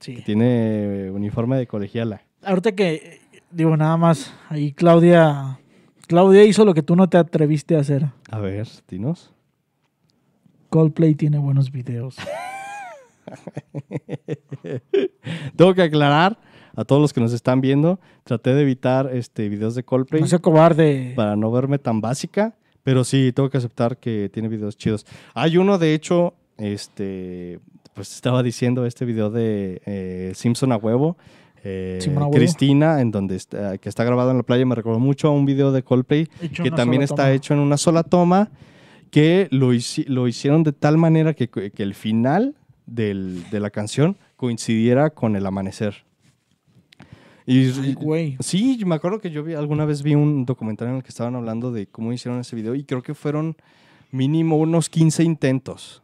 Speaker 2: Sí.
Speaker 1: Tiene eh, uniforme de colegiala.
Speaker 2: Ahorita que eh, digo nada más, ahí Claudia Claudia hizo lo que tú no te atreviste a hacer.
Speaker 1: A ver, dinos.
Speaker 2: Coldplay tiene buenos videos.
Speaker 1: Tengo que aclarar a todos los que nos están viendo, traté de evitar este, videos de Coldplay.
Speaker 2: No sea cobarde.
Speaker 1: para no verme tan básica, pero sí, tengo que aceptar que tiene videos chidos. Hay uno, de hecho, este, pues estaba diciendo este video de eh, Simpson a huevo, eh,
Speaker 2: Simón a huevo.
Speaker 1: Cristina, en donde está, que está grabado en la playa, me recordó mucho a un video de Coldplay
Speaker 2: Hecho
Speaker 1: que
Speaker 2: una
Speaker 1: también
Speaker 2: sola
Speaker 1: está
Speaker 2: toma.
Speaker 1: hecho en una sola toma, que lo, hici- lo hicieron de tal manera que, que el final del- de la canción coincidiera con el amanecer. Y,
Speaker 2: Ay, güey.
Speaker 1: Sí, yo me acuerdo que yo vi, alguna vez vi un documental en el que estaban hablando de cómo hicieron ese video y creo que fueron mínimo unos 15 intentos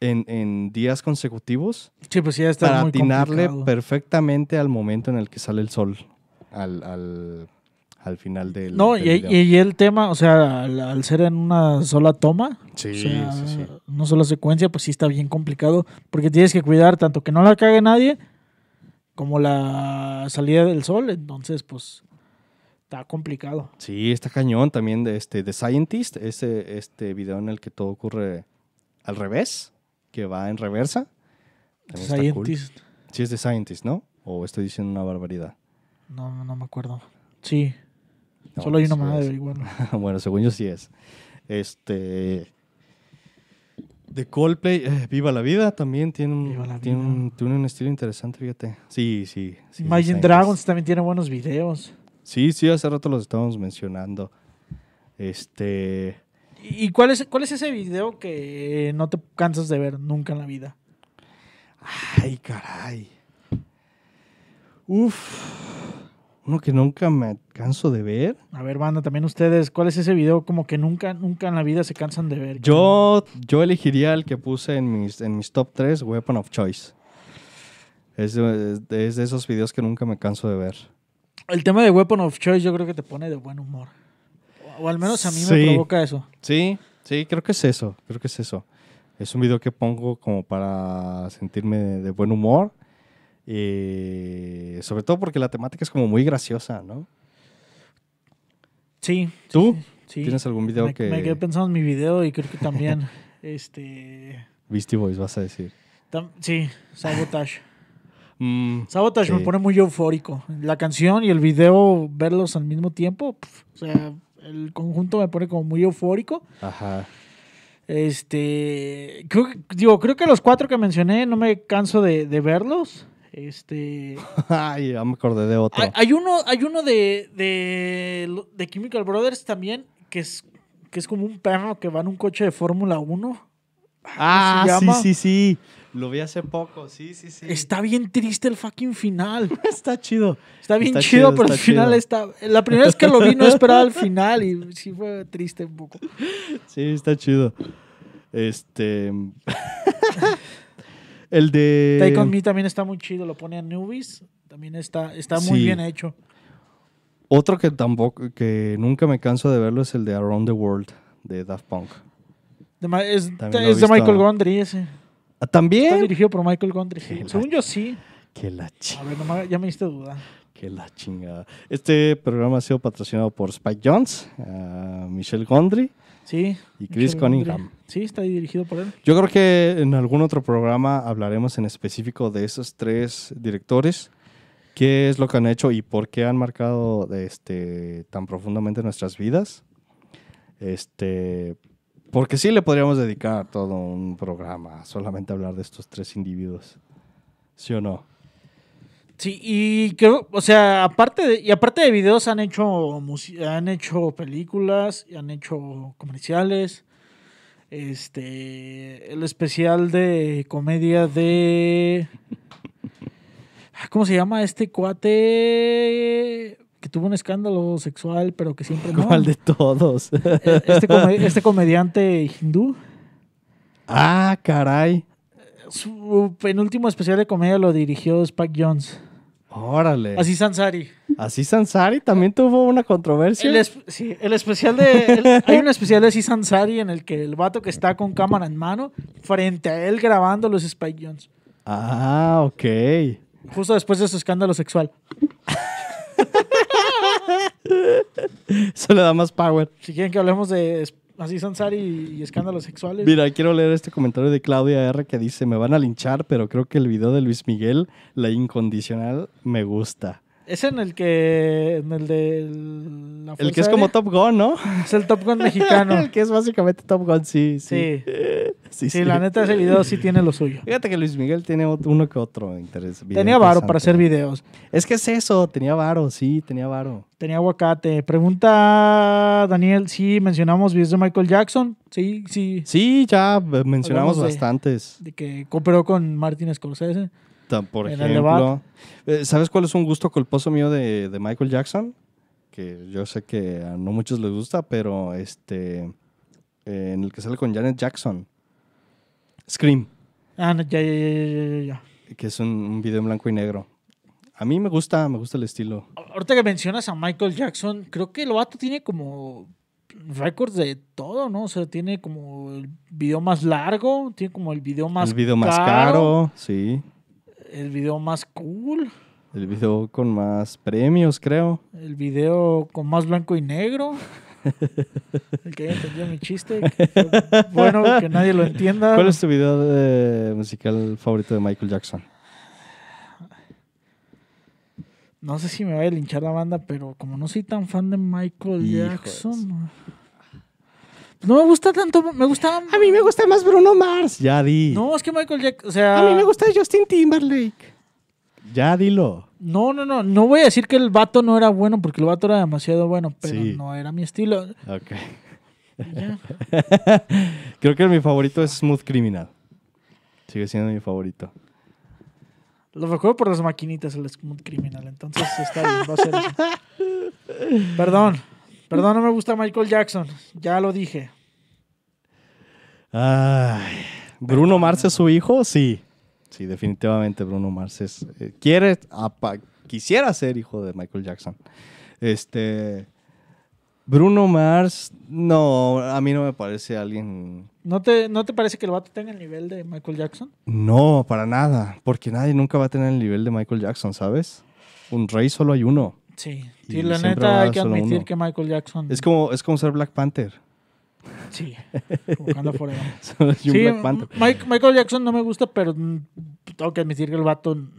Speaker 1: en, en días consecutivos
Speaker 2: Sí, pues sí, ya está
Speaker 1: para
Speaker 2: muy
Speaker 1: atinarle
Speaker 2: complicado.
Speaker 1: perfectamente al momento en el que sale el sol, al, al- al final del.
Speaker 2: No,
Speaker 1: del
Speaker 2: y,
Speaker 1: video.
Speaker 2: y- y el tema, o sea, al, al ser en una sola toma,
Speaker 1: Sí,
Speaker 2: o sea,
Speaker 1: sí, sí.
Speaker 2: una sola secuencia, pues sí está bien complicado, porque tienes que cuidar tanto que no la cague nadie, como la salida del sol, entonces pues está complicado.
Speaker 1: Sí, está cañón también de este The Scientist, ese este video en el que todo ocurre al revés, que va en reversa. También está cool.
Speaker 2: Scientist,
Speaker 1: Sí es The Scientist, ¿no? O estoy diciendo una barbaridad.
Speaker 2: no, no me acuerdo. Sí,
Speaker 1: No, pues,
Speaker 2: solo hay una
Speaker 1: sí
Speaker 2: manera de
Speaker 1: es. <laughs>
Speaker 2: averiguarlo.
Speaker 1: bueno, según yo sí es. Este de Coldplay, eh, Viva la Vida también tiene un,
Speaker 2: Viva la
Speaker 1: tiene,
Speaker 2: Vida.
Speaker 1: un, tiene un estilo interesante, fíjate. Sí, sí, sí. pues. The
Speaker 2: Imagine
Speaker 1: Scientist.
Speaker 2: Dragons también tiene buenos videos.
Speaker 1: Sí, sí, hace rato los estábamos mencionando. Este
Speaker 2: ¿Y cuál es, cuál es ese video que no te cansas de ver nunca en la vida?
Speaker 1: Ay, caray. Uf. Uno que nunca me canso de ver.
Speaker 2: A ver, banda, también ustedes, ¿cuál es ese video como que nunca, nunca en la vida se cansan de ver?
Speaker 1: Yo, yo elegiría el que puse en mis, en mis top 3, Weapon of Choice. Es de, es de esos videos que nunca me canso de ver.
Speaker 2: El tema de Weapon of Choice yo creo que te pone de buen humor. O, o al menos a mí
Speaker 1: Sí.
Speaker 2: me provoca eso.
Speaker 1: Sí, sí, creo que es eso. Creo que es eso. Es un video que pongo como para sentirme de, de buen humor. Y sobre todo porque la temática es como muy graciosa, ¿no?
Speaker 2: Sí,
Speaker 1: ¿Tú
Speaker 2: sí.
Speaker 1: tienes algún video
Speaker 2: me,
Speaker 1: que
Speaker 2: me quedé pensando en mi video y creo
Speaker 1: <laughs>
Speaker 2: que también, este...
Speaker 1: Beastie Boys vas a decir?
Speaker 2: tam- sí, Sabotage.
Speaker 1: Mm,
Speaker 2: Sabotage me
Speaker 1: Sí.
Speaker 2: pone muy eufórico. La canción y el video, verlos al mismo tiempo, pf, o sea, el conjunto me pone como muy eufórico.
Speaker 1: ajá. <laughs>
Speaker 2: Este, creo, que- digo, creo que los cuatro que mencioné no me canso de, de verlos. Este,
Speaker 1: Ay, ya me acordé de otro.
Speaker 2: hay, hay uno, hay uno de, de, de Chemical Brothers también que es, que es como un perro que va en un coche de Fórmula 1.
Speaker 1: ah,
Speaker 2: se llama?
Speaker 1: sí, sí, sí. Lo vi hace poco, sí, sí, sí.
Speaker 2: Está bien triste el fucking final.
Speaker 1: Está chido.
Speaker 2: Está bien
Speaker 1: Está
Speaker 2: chido,
Speaker 1: chido,
Speaker 2: pero el
Speaker 1: está
Speaker 2: final
Speaker 1: chido.
Speaker 2: está. La primera vez que lo vi no esperaba el final y sí fue triste un poco.
Speaker 1: Sí, está chido. Este. el de.
Speaker 2: Take on Me también está muy chido, lo pone a Newbies. También está, está muy
Speaker 1: Sí.
Speaker 2: bien hecho.
Speaker 1: Otro que tampoco, que nunca me canso de verlo es el de Around the World de Daft Punk.
Speaker 2: De ma- es
Speaker 1: También lo he
Speaker 2: es de
Speaker 1: visto.
Speaker 2: Michael Gondry ese.
Speaker 1: Ah,
Speaker 2: Está
Speaker 1: ¿También?
Speaker 2: dirigido por Michael Gondry. sí.
Speaker 1: Qué
Speaker 2: Según yo sí.
Speaker 1: Que la, chi-
Speaker 2: A ver, no me haga- ya me diste duda.
Speaker 1: que la chingada. Este programa ha sido patrocinado por Spike Jones, ah, Michelle Gondry
Speaker 2: Sí.
Speaker 1: y Chris
Speaker 2: Michael
Speaker 1: Cunningham.
Speaker 2: Gondry. Sí, está dirigido por él.
Speaker 1: Yo creo que en algún otro programa hablaremos en específico de esos tres directores, qué es lo que han hecho y por qué han marcado este, tan profundamente nuestras vidas. Este, porque sí le podríamos dedicar todo un programa solamente a hablar de estos tres individuos. ¿Sí o no?
Speaker 2: Sí, y creo, o sea, aparte de, y aparte de videos han hecho musi- han hecho películas, y han hecho comerciales. Este, el especial de comedia de Ah, ¿Cómo se llama este cuate que tuvo un escándalo sexual, pero que siempre no?
Speaker 1: ¿Cuál de todos?
Speaker 2: Eh, Este, come- este comediante hindú.
Speaker 1: ah, caray.
Speaker 2: Su penúltimo especial de comedia lo dirigió Spike Jones.
Speaker 1: Órale. Así,
Speaker 2: Así Sansari.
Speaker 1: Sansari también tuvo una controversia.
Speaker 2: El, es- sí, el especial de. el- hay un especial de Aziz Ansari en el que el vato que está con cámara en mano, frente a él grabando los Spike Jones.
Speaker 1: Ah, ok.
Speaker 2: Justo después de su escándalo sexual.
Speaker 1: Eso le da más power.
Speaker 2: Si quieren que hablemos de es- Aziz Ansari y, y escándalos sexuales.
Speaker 1: Mira, quiero leer este comentario de Claudia R que dice, me van a linchar, pero creo que el video de Luis Miguel, la incondicional, me gusta.
Speaker 2: Es en el que. En el de. La
Speaker 1: El que es
Speaker 2: Fuerza
Speaker 1: como
Speaker 2: Aérea.
Speaker 1: Top Gun, ¿no?
Speaker 2: Es el Top Gun mexicano.
Speaker 1: <laughs> El que es básicamente Top Gun, sí, sí.
Speaker 2: Sí.
Speaker 1: Sí,
Speaker 2: Ah, Sí, la neta, ese video sí tiene lo suyo.
Speaker 1: Fíjate que Luis Miguel tiene ot- uno que otro interés. video
Speaker 2: Tenía varo para hacer
Speaker 1: interesante.
Speaker 2: videos.
Speaker 1: Es que es eso, tenía varo, sí, tenía varo.
Speaker 2: Tenía aguacate. Pregunta Daniel si mencionamos videos de Michael Jackson. Sí, sí.
Speaker 1: Sí, ya eh, mencionamos
Speaker 2: Hablamos de-
Speaker 1: bastantes.
Speaker 2: de que cooperó con Martin Scorsese.
Speaker 1: Tan- Por
Speaker 2: en el
Speaker 1: ejemplo, eh, ¿sabes cuál es un gusto culposo mío de, de Michael Jackson? Que yo sé que a no muchos les gusta, pero este eh, en el que sale con Janet Jackson. Scream,
Speaker 2: Ah, no, ya, ya, ya, ya, ya, ya.
Speaker 1: que es un, un video en blanco y negro. A mí me gusta, me gusta el estilo.
Speaker 2: Ahorita que mencionas a Michael Jackson, creo que el vato tiene como récords de todo, ¿no? O sea, tiene como el video más largo, tiene como el video más
Speaker 1: el video más caro, sí.
Speaker 2: el video más cool,
Speaker 1: El video con más premios, creo.
Speaker 2: el video con más blanco
Speaker 1: <laughs>
Speaker 2: y negro. el que haya entendido mi chiste. que fue Bueno, que nadie lo entienda.
Speaker 1: ¿Cuál es tu video de- musical favorito de Michael Jackson?
Speaker 2: No sé si me vaya a linchar la banda, pero como no soy tan fan de Michael
Speaker 1: Hijo de
Speaker 2: Jackson. No me gusta tanto, me gustaba.
Speaker 1: me gusta más Bruno Mars. Ya di.
Speaker 2: No, es que Michael Jackson, o sea.
Speaker 1: gusta Justin Timberlake. Ya dilo.
Speaker 2: No, no, no. No voy a decir que el vato no era bueno, porque el vato era demasiado bueno, pero
Speaker 1: Sí.
Speaker 2: no era mi estilo.
Speaker 1: Ok.
Speaker 2: Y ya.
Speaker 1: <laughs> Creo que mi favorito es Smooth Criminal. Sigue siendo mi favorito.
Speaker 2: Lo recuerdo por las maquinitas, el Smooth Criminal. Entonces está bien, va a ser eso. Perdón. Perdón, no me gusta Michael Jackson. Ya lo dije.
Speaker 1: Ay. ¿Bruno Mars es su hijo? Sí. Sí, definitivamente Bruno Mars es. eh, quiere. apa- quisiera ser hijo de Michael Jackson. Este. Bruno Mars, no, a mí no me parece alguien
Speaker 2: ¿No te, ¿No te parece que el vato tenga el nivel de Michael Jackson?
Speaker 1: No, para nada, porque nadie nunca va a tener el nivel de Michael Jackson, ¿sabes? Un rey solo hay uno.
Speaker 2: Sí.
Speaker 1: Y
Speaker 2: Sí, la
Speaker 1: siempre va
Speaker 2: neta
Speaker 1: a
Speaker 2: hay que
Speaker 1: solo
Speaker 2: admitir
Speaker 1: uno.
Speaker 2: que Michael Jackson.
Speaker 1: Es como, es como ser Black Panther. <laughs>
Speaker 2: Sí. Buscando forever.
Speaker 1: Solo hay un
Speaker 2: Sí,
Speaker 1: Black Panther.
Speaker 2: Mike- Michael Jackson no me gusta, pero mm, tengo que admitir que el vato mm,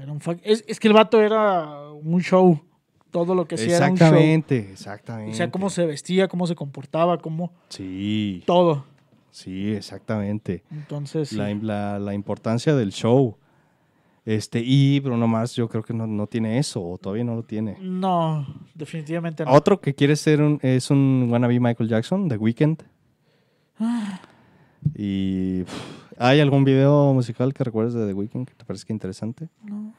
Speaker 2: era un fuck- es, es que el vato era un show. Todo lo que hacía era un show.
Speaker 1: exactamente, exactamente.
Speaker 2: O sea, cómo se vestía, cómo se comportaba, cómo
Speaker 1: Sí,
Speaker 2: todo.
Speaker 1: sí, exactamente.
Speaker 2: Entonces, sí.
Speaker 1: La, la- la importancia del show. Este, y Bruno Mars yo creo que no, no tiene eso, o todavía no lo tiene.
Speaker 2: no, definitivamente no.
Speaker 1: Otro que quiere ser un, es un wannabe Michael Jackson, The Weeknd.
Speaker 2: Ah.
Speaker 1: Y pf, ¿hay algún video musical que recuerdes de The Weeknd que te parezca interesante?
Speaker 2: No.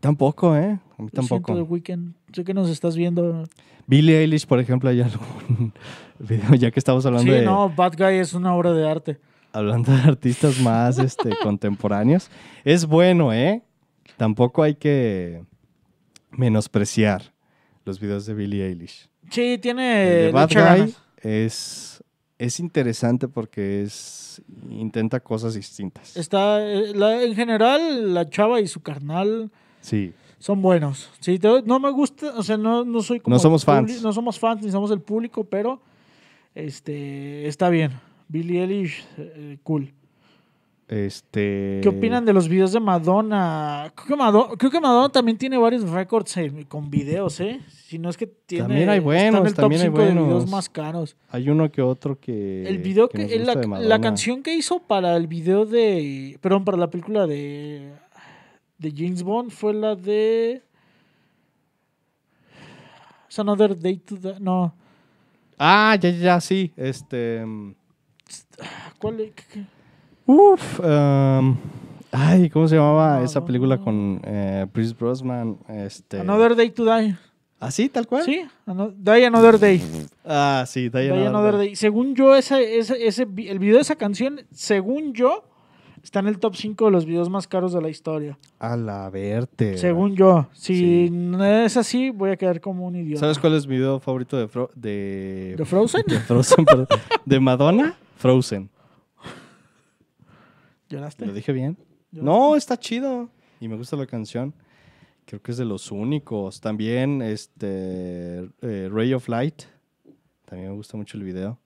Speaker 1: Tampoco, ¿eh? A mí
Speaker 2: Lo siento, The
Speaker 1: tampoco.
Speaker 2: Weeknd. Sé que nos estás viendo.
Speaker 1: Billie Eilish, por ejemplo, hay algún <laughs> video, ya que estamos hablando,
Speaker 2: Sí,
Speaker 1: de,
Speaker 2: no, Bad Guy es una obra de arte.
Speaker 1: hablando de artistas más
Speaker 2: <laughs>
Speaker 1: este, contemporáneos. Es bueno, ¿eh? Tampoco hay que menospreciar los videos de Billie Eilish.
Speaker 2: Sí,
Speaker 1: El
Speaker 2: tiene
Speaker 1: de Bad
Speaker 2: mucha
Speaker 1: Guy
Speaker 2: ganas.
Speaker 1: es, es interesante porque es intenta cosas distintas.
Speaker 2: Está, eh, la- en general, la chava y su carnal
Speaker 1: sí,
Speaker 2: Son buenos. Sí, te- no me gusta, o sea, no, no soy como.
Speaker 1: No somos
Speaker 2: el publi-
Speaker 1: fans.
Speaker 2: No somos fans ni somos el público, pero este está bien. Billie Eilish, eh, cool.
Speaker 1: este...
Speaker 2: ¿Qué opinan de los videos de Madonna? Creo que Madonna, creo que Madonna también tiene varios récords eh, con videos, ¿eh? Si no es que tiene.
Speaker 1: También hay buenos,
Speaker 2: está en el top
Speaker 1: también hay
Speaker 2: cinco de videos
Speaker 1: buenos.
Speaker 2: más caros.
Speaker 1: Hay uno que otro que...
Speaker 2: El video que.
Speaker 1: nos
Speaker 2: eh, la,
Speaker 1: gusta de
Speaker 2: la
Speaker 1: Madonna.
Speaker 2: canción que hizo para el video de. Perdón, para la película de. De James Bond fue la de. It's another day to die. No.
Speaker 1: Ah, ya, ya, ya, sí. Este... mm,
Speaker 2: ¿Cuál? es? ¿Qué- qué?
Speaker 1: Uf, em, ay, ¿cómo se llamaba esa
Speaker 2: Madonna.
Speaker 1: película con eh, Pierce Brosnan? Este,
Speaker 2: Another day to die.
Speaker 1: ¿Así, tal cual?
Speaker 2: Sí. ano- Die another day.
Speaker 1: Ah, sí, Die
Speaker 2: Die
Speaker 1: Another
Speaker 2: another
Speaker 1: Day.
Speaker 2: day. Según yo, ese, ese, ese vi- el video de esa canción, según yo, está en el top 5 de los videos más caros de la historia.
Speaker 1: A la verte.
Speaker 2: Según yo. Si
Speaker 1: Sí.
Speaker 2: no es así, voy a quedar como un idiota.
Speaker 1: ¿Sabes cuál es mi video favorito de... Fro- de...
Speaker 2: ¿De Frozen?
Speaker 1: de Frozen, <laughs> perdón. ¿De Madonna? Frozen.
Speaker 2: ¿Lloraste?
Speaker 1: ¿Lo dije bien?
Speaker 2: Yo-
Speaker 1: No, está chido. Y me gusta la canción. Creo que es de los únicos. También, este, eh, Ray of Light. También me gusta mucho el video.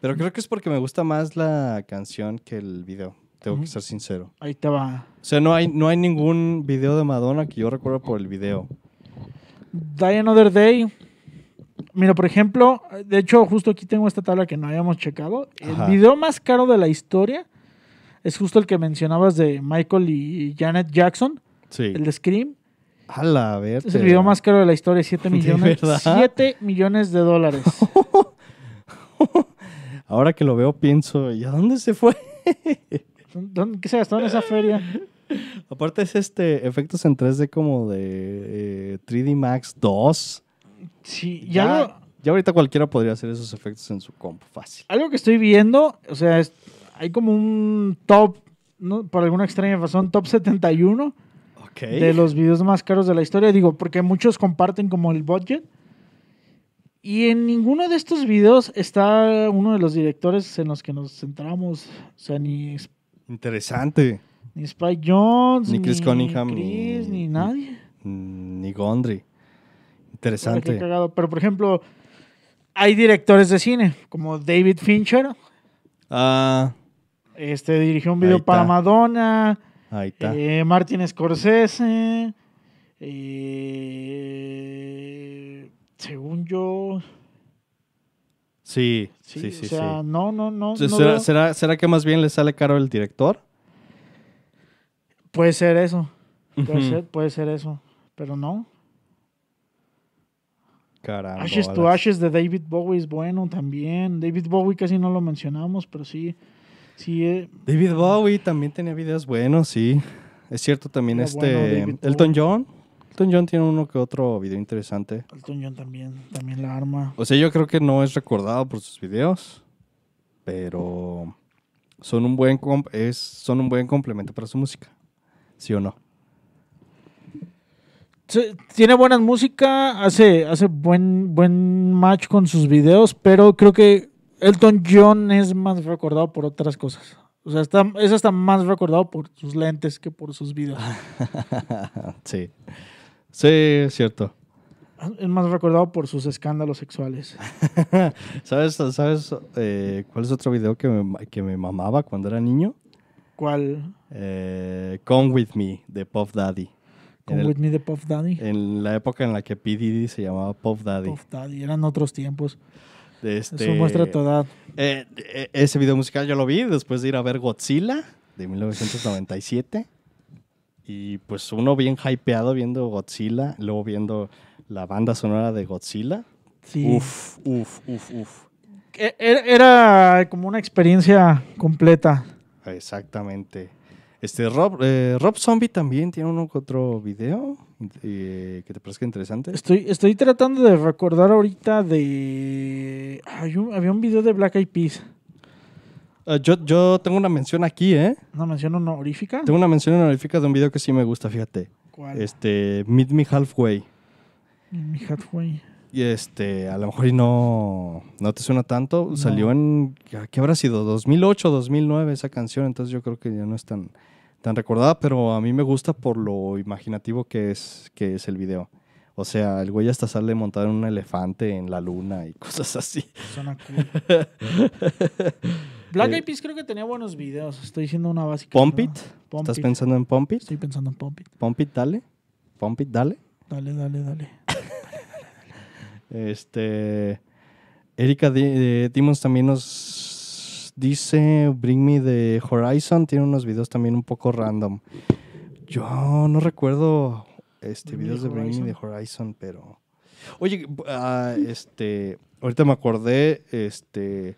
Speaker 1: Pero creo que es porque me gusta más la canción que el video. Tengo que
Speaker 2: Ujú.
Speaker 1: ser sincero.
Speaker 2: Ahí te va.
Speaker 1: O sea, no hay, no hay ningún video de Madonna que yo recuerdo por el video.
Speaker 2: Die Another Day. Mira, por ejemplo, de hecho, justo aquí tengo esta tabla que no habíamos checado.
Speaker 1: Ajá.
Speaker 2: El video más caro de la historia es justo el que mencionabas de Michael y Janet Jackson,
Speaker 1: Sí.
Speaker 2: el de Scream.
Speaker 1: Ala, a ver.
Speaker 2: Es el video más caro de la historia,
Speaker 1: <laughs>
Speaker 2: 7
Speaker 1: ¿De
Speaker 2: millones.
Speaker 1: verdad?
Speaker 2: 7 millones
Speaker 1: <laughs>
Speaker 2: de dólares.
Speaker 1: Ahora que lo veo pienso, ¿y a dónde se fue?
Speaker 2: ¿Dónde- ¿Qué se gastó en esa feria?
Speaker 1: Aparte es este, efectos en 3D como de eh, 3D Max 2.
Speaker 2: Sí,
Speaker 1: Ya.
Speaker 2: ya.
Speaker 1: Ya ahorita cualquiera podría hacer esos efectos en su compu, fácil.
Speaker 2: Algo que estoy viendo, o sea, es- hay como un top, ¿no? por alguna extraña razón, top 71
Speaker 1: Ok.
Speaker 2: de los videos más caros de la historia. Digo, porque muchos comparten como el budget. Y en ninguno de estos videos está uno de los directores en los que nos centramos. O sea, ni, Sp-
Speaker 1: Interesante.
Speaker 2: ni Spike Jones,
Speaker 1: Ni Chris Cunningham, ni-
Speaker 2: Chris, ni
Speaker 1: ni-
Speaker 2: nadie.
Speaker 1: Mm, Ni Gondry.
Speaker 2: Puta, qué
Speaker 1: Interesante.
Speaker 2: cagado. Pero, por ejemplo, hay directores de cine, como David Fincher.
Speaker 1: Ah,
Speaker 2: Este dirigió un
Speaker 1: Ahí
Speaker 2: video para
Speaker 1: está.
Speaker 2: Madonna.
Speaker 1: ahí está.
Speaker 2: eh, Martin Scorsese. eh, según yo.
Speaker 1: sí,
Speaker 2: Sí,
Speaker 1: sí,
Speaker 2: o
Speaker 1: sí.
Speaker 2: sea,
Speaker 1: sí.
Speaker 2: no, no, no.
Speaker 1: Entonces,
Speaker 2: no
Speaker 1: ¿será,
Speaker 2: veo-
Speaker 1: será, será que más bien le sale caro el director?
Speaker 2: Puede ser eso. Puede,
Speaker 1: Ujú.
Speaker 2: ser, puede ser eso. Pero no.
Speaker 1: Caramba.
Speaker 2: Ashes to
Speaker 1: Alex.
Speaker 2: Ashes de David Bowie es bueno también. David Bowie casi no lo mencionamos, pero sí. Sí, eh,
Speaker 1: David Bowie también tenía videos buenos, sí. Es cierto también
Speaker 2: Era
Speaker 1: este
Speaker 2: bueno David
Speaker 1: Elton John. Elton John tiene uno que otro video interesante.
Speaker 2: Elton John también. También la arma.
Speaker 1: O sea, yo creo que no es recordado por sus videos, pero son un buen com- es son un buen complemento para su música. ¿Sí o no?
Speaker 2: Sí, Tiene buena música, hace, hace buen, buen match con sus videos, pero creo que Elton John es más recordado por otras cosas. O sea, está, es hasta más recordado por sus lentes que por sus videos.
Speaker 1: Ah. Sí. Sí, es cierto.
Speaker 2: Es más recordado por sus escándalos sexuales.
Speaker 1: ¿Sabes, sabes eh, cuál es otro video que me, ma- que me mamaba cuando era niño?
Speaker 2: ¿Cuál?
Speaker 1: Eh, Come With Me, de Puff Daddy. En,
Speaker 2: Come
Speaker 1: el-
Speaker 2: With Me de Puff Daddy.
Speaker 1: en la época en la que P. Diddy se llamaba Puff Daddy.
Speaker 2: Puff Daddy, eran otros tiempos.
Speaker 1: Este,
Speaker 2: Eso muestra tu edad.
Speaker 1: eh, eh, ese video musical yo lo vi después de ir a ver Godzilla de 1997. Y pues uno bien hypeado viendo Godzilla, luego viendo la banda sonora de Godzilla.
Speaker 2: Sí.
Speaker 1: Uf, uf, uf, uf.
Speaker 2: E- Era, era como una experiencia completa.
Speaker 1: Exactamente. Este Rob, eh, Rob Zombie también tiene uno que otro video eh, que te parezca interesante.
Speaker 2: Estoy, estoy tratando de recordar ahorita de. Hay un- había un video de Black Eyed Peas.
Speaker 1: Ah, yo, yo tengo una mención aquí, ¿eh?
Speaker 2: ¿Una mención honorífica?
Speaker 1: Tengo una mención honorífica de un video que sí me gusta, fíjate.
Speaker 2: ¿Cuál?
Speaker 1: Este, Meet Me Halfway.
Speaker 2: Mi Hathaway.
Speaker 1: Y este, a lo mejor y no, no te suena tanto. Salió en, ¿qué habrá sido? 2008, 2009 esa canción, entonces yo creo que ya no es tan, tan recordada, pero a mí me gusta por lo imaginativo que es, que es el video. O sea, el güey hasta sale montado en un elefante en la luna y <laughs> cosas así.
Speaker 2: Suena
Speaker 1: <laughs>
Speaker 2: cool. Black
Speaker 1: Eh,
Speaker 2: Eyed Peas creo que tenía buenos videos. Estoy diciendo una básica.
Speaker 1: Pump
Speaker 2: ¿no?
Speaker 1: It.
Speaker 2: Pump
Speaker 1: ¿Estás
Speaker 2: It.
Speaker 1: pensando en Pump It?
Speaker 2: Estoy pensando en Pump It.
Speaker 1: Pump It, dale. Pump It, dale.
Speaker 2: Dale, dale, dale.
Speaker 1: Este. Erika Di- eh, Dimons también nos dice Bring Me the Horizon. Tiene unos videos también un poco random. Yo no recuerdo este,
Speaker 2: Bring Me
Speaker 1: videos
Speaker 2: the
Speaker 1: de Bring Me the
Speaker 2: Horizon.
Speaker 1: Horizon, pero. Oye, b- ah, este. Ahorita me acordé, este.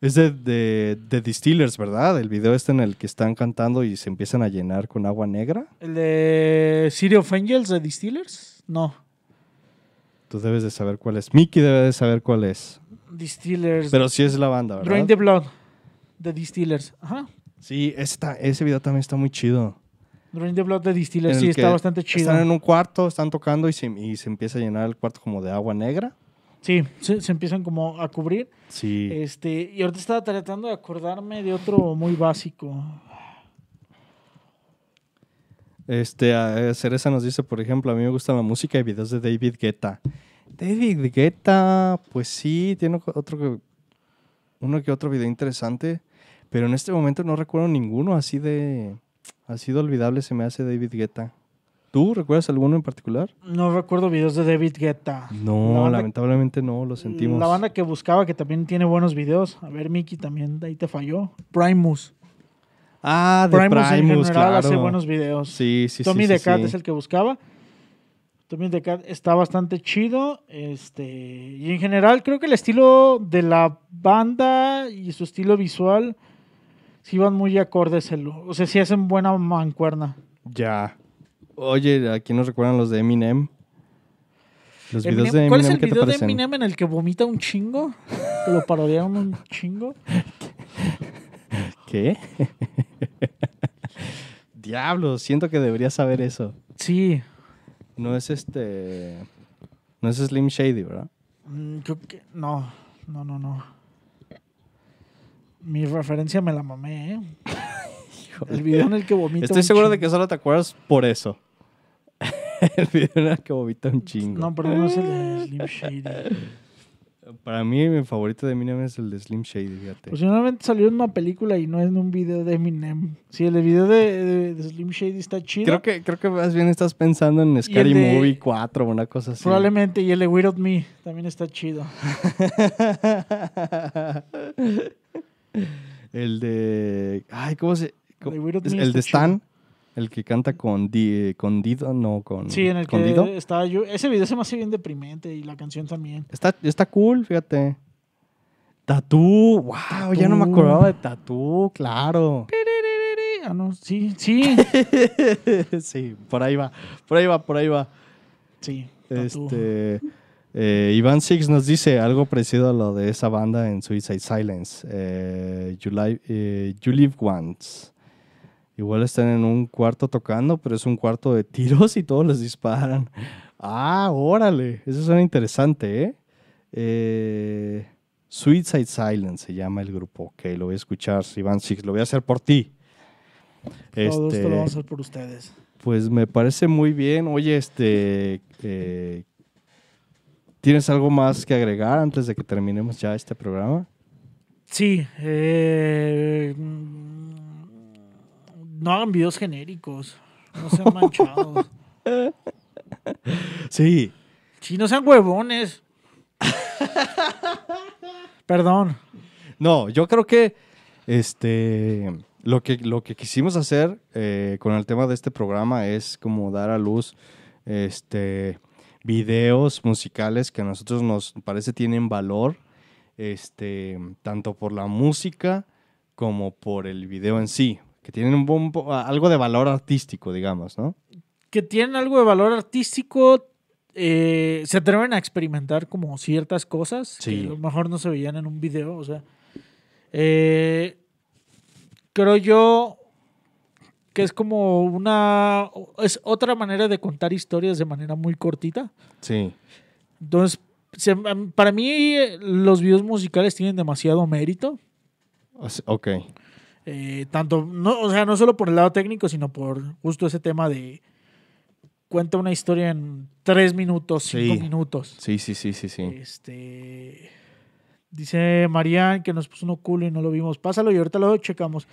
Speaker 1: Es de, de, de Distillers, ¿verdad? El video este en el que están cantando y se empiezan a llenar con agua negra.
Speaker 2: ¿El de City of Angels de Distillers? No.
Speaker 1: Tú debes de saber cuál es. Mickey debe de saber cuál es.
Speaker 2: Distillers.
Speaker 1: Pero sí es la banda, ¿verdad?
Speaker 2: Drain the Blood de Distillers. Ajá.
Speaker 1: Sí, esta, ese video también está muy chido.
Speaker 2: Drain the Blood de
Speaker 1: En
Speaker 2: Distillers.
Speaker 1: el
Speaker 2: Sí,
Speaker 1: que
Speaker 2: está bastante chido.
Speaker 1: Están en un cuarto, están tocando y se, y se empieza a llenar el cuarto como de agua negra.
Speaker 2: Sí, se- se empiezan como a cubrir.
Speaker 1: Sí.
Speaker 2: Este, y ahorita estaba tratando de acordarme de otro muy básico.
Speaker 1: Este, a- eh, Cereza nos dice, por ejemplo, a mí me gusta la música y videos de David Guetta. David Guetta, pues sí, tiene otro que, uno que otro video interesante, pero en este momento no recuerdo ninguno así de, así de olvidable se me hace David Guetta. ¿Tú recuerdas alguno en particular?
Speaker 2: No recuerdo videos de David Guetta.
Speaker 1: No,
Speaker 2: La banda-
Speaker 1: lamentablemente no, lo sentimos.
Speaker 2: La banda que buscaba, que también tiene buenos videos. A ver, Mickey, también de ahí te falló. Primus.
Speaker 1: Ah, de
Speaker 2: Primus,
Speaker 1: Primus,
Speaker 2: en general
Speaker 1: claro.
Speaker 2: hace buenos videos.
Speaker 1: Sí, sí, sí,
Speaker 2: Tommy
Speaker 1: sí.
Speaker 2: the Cat
Speaker 1: sí.
Speaker 2: es el que buscaba. Tommy the Cat está bastante chido. Este, y en general, creo que el estilo de la banda y su estilo visual sí van muy acordes. el- O sea, sí hacen buena mancuerna.
Speaker 1: Ya. Oye, ¿a quién nos recuerdan los de Eminem? Los
Speaker 2: Eminem-
Speaker 1: videos de
Speaker 2: ¿Cuál es
Speaker 1: Eminem,
Speaker 2: el
Speaker 1: ¿qué te
Speaker 2: video de
Speaker 1: parecen?
Speaker 2: Eminem en el que vomita un chingo? Que <laughs> lo parodiaron un chingo.
Speaker 1: ¿Qué? <laughs> Diablo, siento que debería saber eso.
Speaker 2: Sí.
Speaker 1: No es este. No es Slim Shady, ¿verdad?
Speaker 2: Mm, creo que- No, no, no, no. Mi referencia me la mamé,
Speaker 1: <laughs>
Speaker 2: ¿eh? El video en el que vomita
Speaker 1: Estoy
Speaker 2: un
Speaker 1: seguro de
Speaker 2: chingo.
Speaker 1: que solo te acuerdas por eso. <laughs> el video en el que vomita un chingo.
Speaker 2: No, pero no es el de Slim Shady. Pues,
Speaker 1: Para mí, mi favorito de Eminem es el de Slim Shady, fíjate.
Speaker 2: Posiblemente salió en una película y no en un video de Eminem. Sí, el video de, de- de Slim Shady está chido.
Speaker 1: creo, que, creo que más bien estás pensando en Scary
Speaker 2: de-
Speaker 1: Movie 4 o una cosa así.
Speaker 2: Probablemente. Y el de Weird Me también está chido.
Speaker 1: <laughs> Mm, el de. Ay, ¿cómo se.?
Speaker 2: El de
Speaker 1: cómo-
Speaker 2: Weird
Speaker 1: es-
Speaker 2: Me
Speaker 1: el de
Speaker 2: está chido.
Speaker 1: Stan. El que canta con, Di- con Dido, no, con.
Speaker 2: Sí, en el
Speaker 1: con Dido.
Speaker 2: que estaba yo. Ese video se me hace bien deprimente y la canción también.
Speaker 1: Está, está cool, fíjate. Tatú, wow, ya no me
Speaker 2: Tatú.
Speaker 1: acordaba de tatú, claro. <laughs>
Speaker 2: Piririrí. Ah, no, sí, sí.
Speaker 1: sí, por ahí va, por ahí va, por ahí va.
Speaker 2: Sí. tatú.
Speaker 1: Este, eh, Iván Six nos dice algo parecido a lo de esa banda en Suicide Silence, eh, you, Li- eh, You Live Once. Igual están en un cuarto tocando, pero es un cuarto de tiros y todos les disparan. Ah, órale, eso suena interesante, ¿eh? Eh, Suicide Silence se llama el grupo. Ok, lo voy a escuchar, Iván Six, lo voy a hacer por ti.
Speaker 2: Todo esto
Speaker 1: Este,
Speaker 2: lo vamos a hacer por ustedes.
Speaker 1: pues me parece muy bien. Oye, este. eh, ¿Tienes algo más que agregar antes de que terminemos ya este programa?
Speaker 2: Sí. eh, mm, no hagan videos genéricos. No
Speaker 1: <laughs>
Speaker 2: sean manchados.
Speaker 1: Sí.
Speaker 2: Sí, no sean huevones. Perdón.
Speaker 1: No, yo creo que. Este. Lo que, lo que quisimos hacer eh, con el tema de este programa es como dar a luz este, videos musicales que a nosotros nos parece tienen valor, este, tanto por la música como por el video en sí, que tienen un buen po- a- algo de valor artístico, digamos, ¿no?
Speaker 2: Que tienen algo de valor artístico. eh, se atreven a experimentar como ciertas cosas
Speaker 1: Sí.
Speaker 2: que a lo mejor no se veían en un video. O sea, eh, creo yo que es como una. Es otra manera de contar historias de manera muy cortita.
Speaker 1: Sí.
Speaker 2: Entonces, se- para mí, eh, los videos musicales tienen demasiado mérito.
Speaker 1: Ok.
Speaker 2: Eh, tanto, no, o sea, no solo por el lado técnico, sino por justo ese tema de cuenta una historia en tres minutos, cinco
Speaker 1: Sí.
Speaker 2: minutos.
Speaker 1: Sí, sí, sí, sí, sí.
Speaker 2: Este dice Marian que nos puso uno culo y no lo vimos. Pásalo y ahorita lo checamos.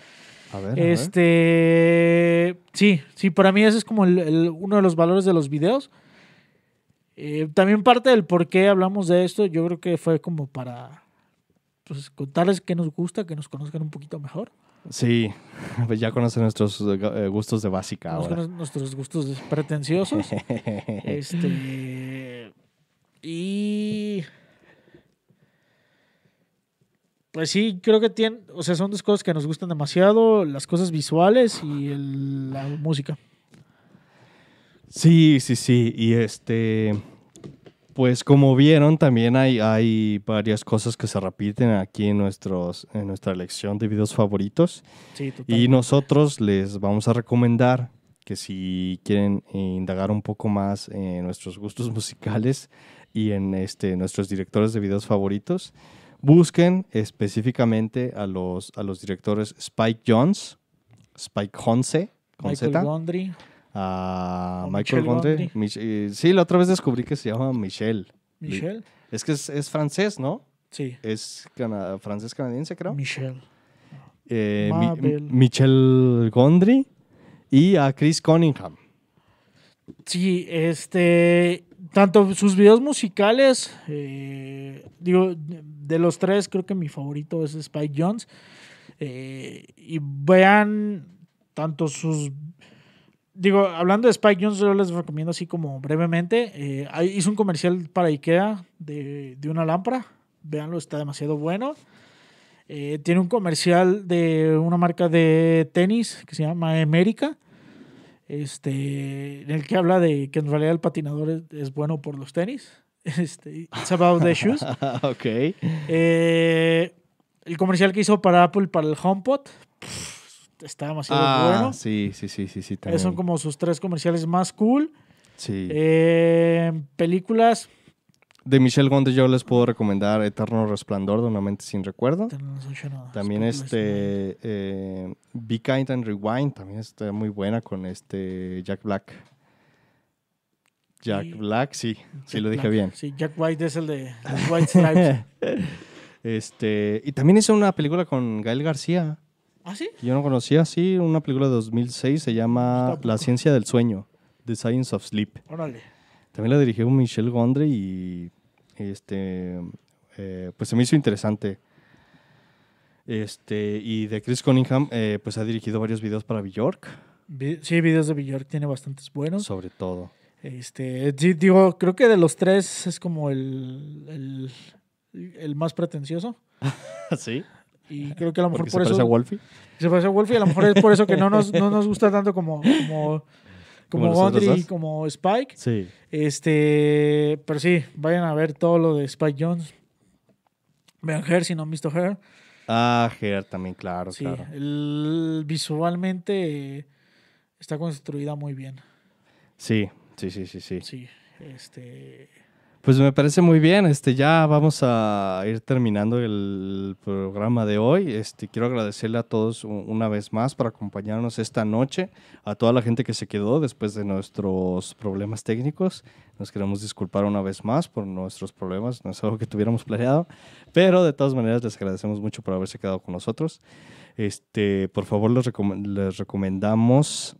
Speaker 1: A ver. a ver.
Speaker 2: Este sí, sí, para mí ese es como el- el- uno de los valores de los videos. Eh, también parte del por qué hablamos de esto, yo creo que fue como para pues, contarles qué nos gusta, que nos conozcan un poquito mejor.
Speaker 1: Sí, <laughs> pues ya conocen nuestros eh, gustos de básica
Speaker 2: Nos
Speaker 1: ahora.
Speaker 2: conocen nuestros gustos des-
Speaker 1: <laughs>
Speaker 2: pretenciosos. este. Y. Pues sí, creo que tienen. O sea, son dos cosas que nos gustan demasiado: las cosas visuales y el- la música.
Speaker 1: Sí, sí, sí. Y este, pues como vieron, también hay, hay varias cosas que se repiten aquí en, nuestros, en nuestra lección de videos favoritos.
Speaker 2: Sí, total.
Speaker 1: Y nosotros les vamos a recomendar que si quieren indagar un poco más en nuestros gustos <laughs> musicales y en este, nuestros directores de videos favoritos, busquen específicamente a los, a los directores Spike Jones, Spike Jonze, con
Speaker 2: Michael
Speaker 1: Z,
Speaker 2: Gondry,
Speaker 1: a
Speaker 2: O
Speaker 1: Michael
Speaker 2: Michel
Speaker 1: Gondry.
Speaker 2: Gondry.
Speaker 1: Mich- eh, sí, la otra vez descubrí que se llama Michelle.
Speaker 2: Michelle.
Speaker 1: Es que es, es francés, ¿no?
Speaker 2: Sí,
Speaker 1: Es cana- francés-canadiense, creo.
Speaker 2: Michelle.
Speaker 1: Eh, Mi-
Speaker 2: Mabel.
Speaker 1: Michel Gondry y a Chris Cunningham. <laughs>
Speaker 2: Sí, este. Tanto sus videos musicales, eh, digo, de los tres, creo que mi favorito es Spike Jones. Eh, y vean tanto sus. Digo, hablando de Spike Jones, yo les recomiendo así como brevemente. eh, ahí hizo un comercial para IKEA de, de una lámpara. Veanlo, está demasiado bueno. Eh, tiene un comercial de una marca de tenis que se llama América este, en el que habla de que en realidad el patinador es, es bueno por los tenis. <laughs> Este, It's About
Speaker 1: <laughs>
Speaker 2: the Shoes.
Speaker 1: Ah, ok.
Speaker 2: Eh, el comercial que hizo para Apple para el HomePod pff, está demasiado
Speaker 1: Ah,
Speaker 2: bueno.
Speaker 1: sí, sí, sí, sí, sí.
Speaker 2: Esos son
Speaker 1: también.
Speaker 2: como sus tres comerciales más cool.
Speaker 1: Sí.
Speaker 2: Eh, películas.
Speaker 1: De Michelle Gonde yo les puedo recomendar Eterno Resplandor de una mente sin recuerdo.
Speaker 2: No nos han hecho nada.
Speaker 1: También
Speaker 2: Películas,
Speaker 1: este eh, Be Kind and Rewind también está muy buena con este Jack Black. Jack
Speaker 2: Y-
Speaker 1: Black, sí, sí
Speaker 2: Jack
Speaker 1: lo dije
Speaker 2: Black.
Speaker 1: bien.
Speaker 2: Sí, Jack White es el de los White
Speaker 1: <laughs>
Speaker 2: Stripes.
Speaker 1: Este, y también hizo una película con Gael García.
Speaker 2: ¿Ah, sí?
Speaker 1: que Yo no conocía, sí, una película de 2006 se llama
Speaker 2: Tampoco.
Speaker 1: La ciencia del sueño, The Science of Sleep.
Speaker 2: Órale.
Speaker 1: También la dirigió Michel Gondry y este eh, pues se me hizo interesante. Este, y de Chris Cunningham, eh, pues ha dirigido varios videos para Bjork,
Speaker 2: Vi- Sí, videos de Bjork tiene bastantes buenos.
Speaker 1: sobre todo.
Speaker 2: Este, sí, digo, creo que de los tres es como el, el, el más pretencioso.
Speaker 1: <laughs> ¿Sí?
Speaker 2: Y creo que a lo mejor
Speaker 1: Porque
Speaker 2: por
Speaker 1: se
Speaker 2: eso.
Speaker 1: parece a Wolfie.
Speaker 2: Se parece a Wolfie, a lo mejor es por eso que no nos, no nos gusta tanto como, como,
Speaker 1: <laughs> Como
Speaker 2: como
Speaker 1: los otros
Speaker 2: Gondry y
Speaker 1: dos.
Speaker 2: como Spike.
Speaker 1: Sí.
Speaker 2: Este, pero sí, vayan a ver todo lo de Spike Jones. Vean Her si no han visto Her.
Speaker 1: Ah, Ger también, claro,
Speaker 2: Sí,
Speaker 1: claro.
Speaker 2: el- visualmente eh, está construida muy bien.
Speaker 1: Sí, sí, sí, sí, sí.
Speaker 2: Sí, este.
Speaker 1: Pues me parece muy bien. Este, ya vamos a ir terminando el programa de hoy. Este, quiero agradecerle a todos u- una vez más por acompañarnos esta noche, a toda la gente que se quedó después de nuestros problemas técnicos. Nos queremos disculpar una vez más por nuestros problemas. No es algo que tuviéramos planeado, pero de todas maneras les agradecemos mucho por haberse quedado con nosotros. Este, por favor, les, recome- les recomendamos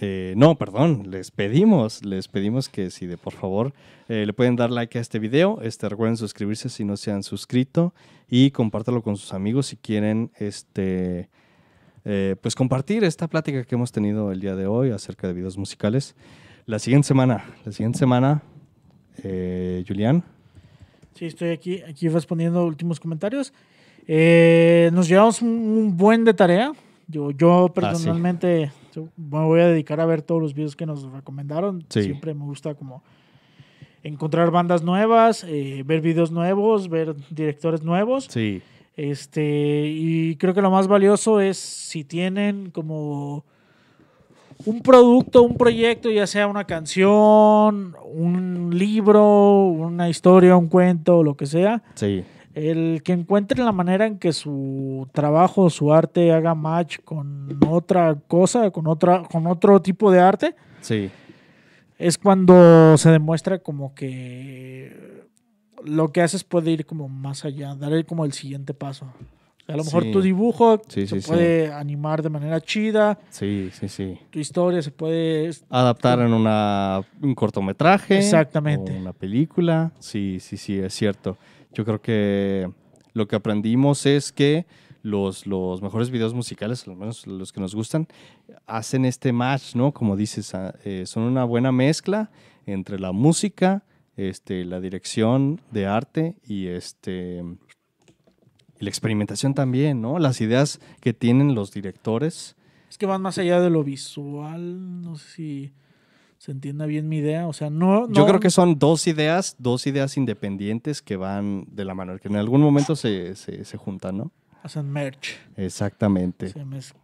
Speaker 1: eh, no, perdón, les pedimos, les pedimos que si de por favor eh, le pueden dar like a este video, este, recuerden suscribirse si no se han suscrito y compártalo con sus amigos si quieren este, eh, pues compartir esta plática que hemos tenido el día de hoy acerca de videos musicales. La siguiente semana, la siguiente semana, eh, Julián,
Speaker 2: Sí, estoy aquí, aquí respondiendo últimos comentarios. Eh, nos llevamos un, un buen de tarea. Yo, yo personalmente yo me voy a dedicar a ver todos los videos que nos recomendaron.
Speaker 1: Sí.
Speaker 2: Siempre me gusta como encontrar bandas nuevas, eh, ver videos nuevos, ver directores nuevos.
Speaker 1: sí,
Speaker 2: Este, y creo que lo más valioso es si tienen como un producto, un proyecto, ya sea una canción, un libro, una historia, un cuento, lo que sea,
Speaker 1: sí,
Speaker 2: el que encuentre la manera en que su trabajo, su arte haga match con otra cosa, con otra con otro tipo de arte,
Speaker 1: sí,
Speaker 2: es cuando se demuestra como que lo que haces puede ir como más allá, darle como el siguiente paso. A lo mejor
Speaker 1: Sí.
Speaker 2: tu dibujo
Speaker 1: Sí,
Speaker 2: se
Speaker 1: sí, sí.
Speaker 2: puede animar de manera chida,
Speaker 1: sí, sí, sí.
Speaker 2: tu historia se puede...
Speaker 1: adaptar en una, un cortometraje.
Speaker 2: Exactamente.
Speaker 1: o Una película. Sí, sí, sí, es cierto. Yo creo que lo que aprendimos es que los, los mejores videos musicales, al menos los que nos gustan, hacen este match, ¿no? Como dices, ah, eh, son una buena mezcla entre la música, este, la dirección de arte y este y la experimentación también, ¿no? Las ideas que tienen los directores.
Speaker 2: Es que van más allá de lo visual, no sé si se entienda bien mi idea, o sea, no...
Speaker 1: Yo
Speaker 2: no-
Speaker 1: creo que son dos ideas, dos ideas independientes que van de la mano, que en algún momento se, se- se juntan, ¿no?
Speaker 2: Hacen merch,
Speaker 1: Exactamente.
Speaker 2: se me, se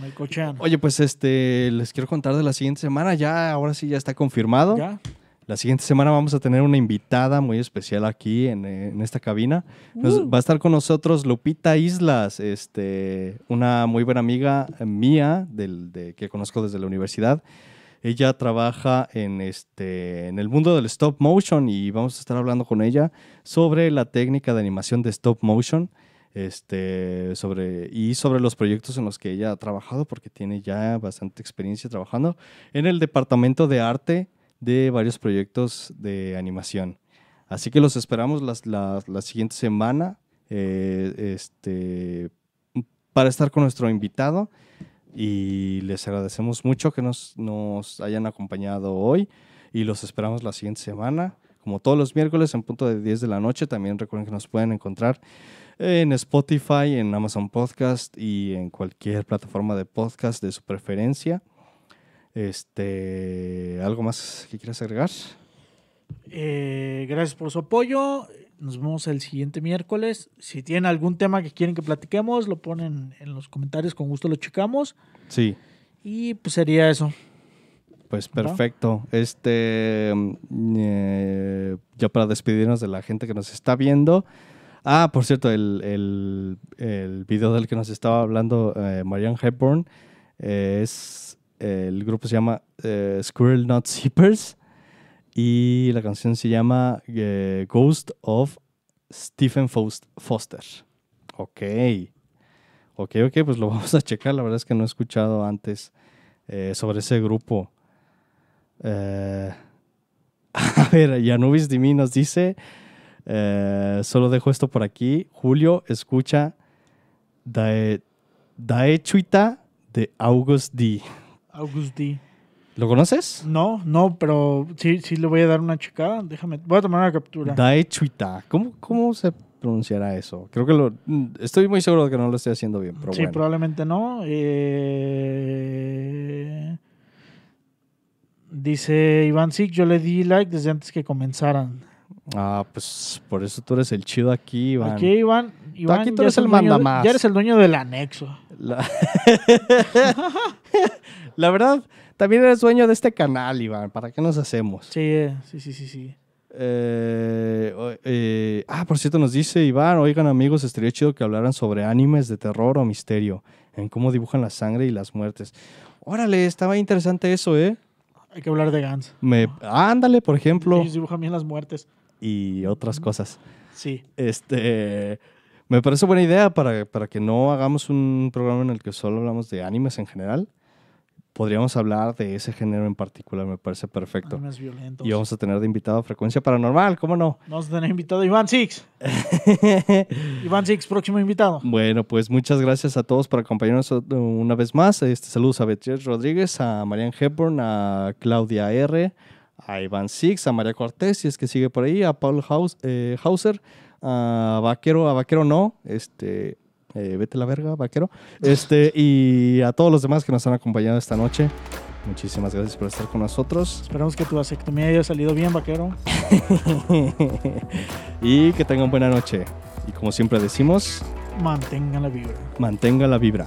Speaker 2: me cochean.
Speaker 1: Oye, pues este, les quiero contar de la siguiente semana, ya, ahora sí ya está confirmado.
Speaker 2: ¿Ya?
Speaker 1: La siguiente semana vamos a tener una invitada muy especial aquí en, eh, en esta cabina. Nos-
Speaker 2: Uh.
Speaker 1: Va a estar con nosotros Lupita Islas, este, una muy buena amiga mía del, de, que conozco desde la universidad. Ella trabaja en, este, en el mundo del stop motion y vamos a estar hablando con ella sobre la técnica de animación de stop motion este, sobre, y sobre los proyectos en los que ella ha trabajado, porque tiene ya bastante experiencia trabajando en el departamento de arte de varios proyectos de animación. Así que los esperamos las- las- la siguiente semana eh, este, para estar con nuestro invitado y les agradecemos mucho que nos, nos hayan acompañado hoy y los esperamos la siguiente semana. Como todos los miércoles en punto de 10 de la noche, también recuerden que nos pueden encontrar en Spotify, en Amazon Podcast y en cualquier plataforma de podcast de su preferencia. Este, ¿algo más que quieras agregar?
Speaker 2: Eh, gracias por su apoyo. Nos vemos el siguiente miércoles. Si tienen algún tema que quieren que platiquemos, lo ponen en los comentarios. Con gusto lo checamos.
Speaker 1: Sí,
Speaker 2: Y pues sería eso.
Speaker 1: pues perfecto. Este, mm, eh, ya para despedirnos de la gente que nos está viendo. Ah, por cierto, el, el- el video del que nos estaba hablando eh, Marianne Hepburn eh, es, el grupo se llama eh, Squirrel Not Zippers y la canción se llama eh, Ghost of Stephen Faust- Foster. Ok. Ok, ok, pues lo <laughs> vamos a checar. La verdad es que no he escuchado antes eh, sobre ese grupo. Eh, <laughs> a ver, Yanubis Dimi nos dice, eh, solo dejo esto por aquí. Julio escucha Dae, Daechuita de August D.
Speaker 2: August D.
Speaker 1: ¿Lo conoces?
Speaker 2: No, no, pero sí, sí le voy a dar una checada. Déjame. Voy a tomar una captura.
Speaker 1: Daechuita. ¿Cómo, ¿Cómo se pronunciará eso? Creo que lo... mm, Estoy muy seguro de que no lo estoy haciendo bien, pero
Speaker 2: sí,
Speaker 1: bueno.
Speaker 2: probablemente no. Eh, Dice Iván Sick, yo le di like desde antes que comenzaran.
Speaker 1: Ah, pues por eso tú eres el chido aquí, Iván.
Speaker 2: Aquí Iván, Iván
Speaker 1: aquí tú
Speaker 2: ya
Speaker 1: eres el
Speaker 2: dueño de-
Speaker 1: mandamás.
Speaker 2: Ya eres el dueño del anexo.
Speaker 1: La... La verdad, también eres dueño de este canal, Iván. ¿Para qué nos hacemos?
Speaker 2: Sí, eh, sí, sí, sí, sí.
Speaker 1: Eh, o- eh, ah, por cierto, nos dice Iván, oigan amigos, estaría chido que hablaran sobre animes de terror o misterio, en cómo dibujan la sangre y las muertes. Órale, estaba interesante eso, ¿eh?
Speaker 2: Hay que hablar de Gans.
Speaker 1: Me, ándale, por ejemplo,
Speaker 2: Ellos dibujan bien las muertes.
Speaker 1: y otras cosas.
Speaker 2: Sí.
Speaker 1: Este, me parece buena idea para, para que no hagamos un programa en el que solo hablamos de animes en general. Podríamos hablar de ese género en particular, me parece perfecto.
Speaker 2: Animes violentos.
Speaker 1: Y vamos a tener de invitado a Frecuencia Paranormal, ¿cómo no?
Speaker 2: Vamos a tener invitado a Iván
Speaker 1: <laughs>
Speaker 2: Six. Iván Six, próximo invitado.
Speaker 1: Bueno, pues muchas gracias a todos por acompañarnos una vez más. Este, saludos a Beatriz Rodríguez, a Marian Hepburn, a Claudia R., a Iván Six, a María Cortés, si es que sigue por ahí, a Paul Haus- eh, Hauser, a Vaquero, a Vaquero no, este, eh, vete a la verga, Vaquero, este, y a todos los demás que nos han acompañado esta noche. Muchísimas gracias por estar con nosotros <laughs>
Speaker 2: Esperamos que tu vasectomía haya salido bien, vaquero.
Speaker 1: y que tengan buena noche. Y como siempre decimos,
Speaker 2: Mantengan la vibra.
Speaker 1: mantenga la vibra.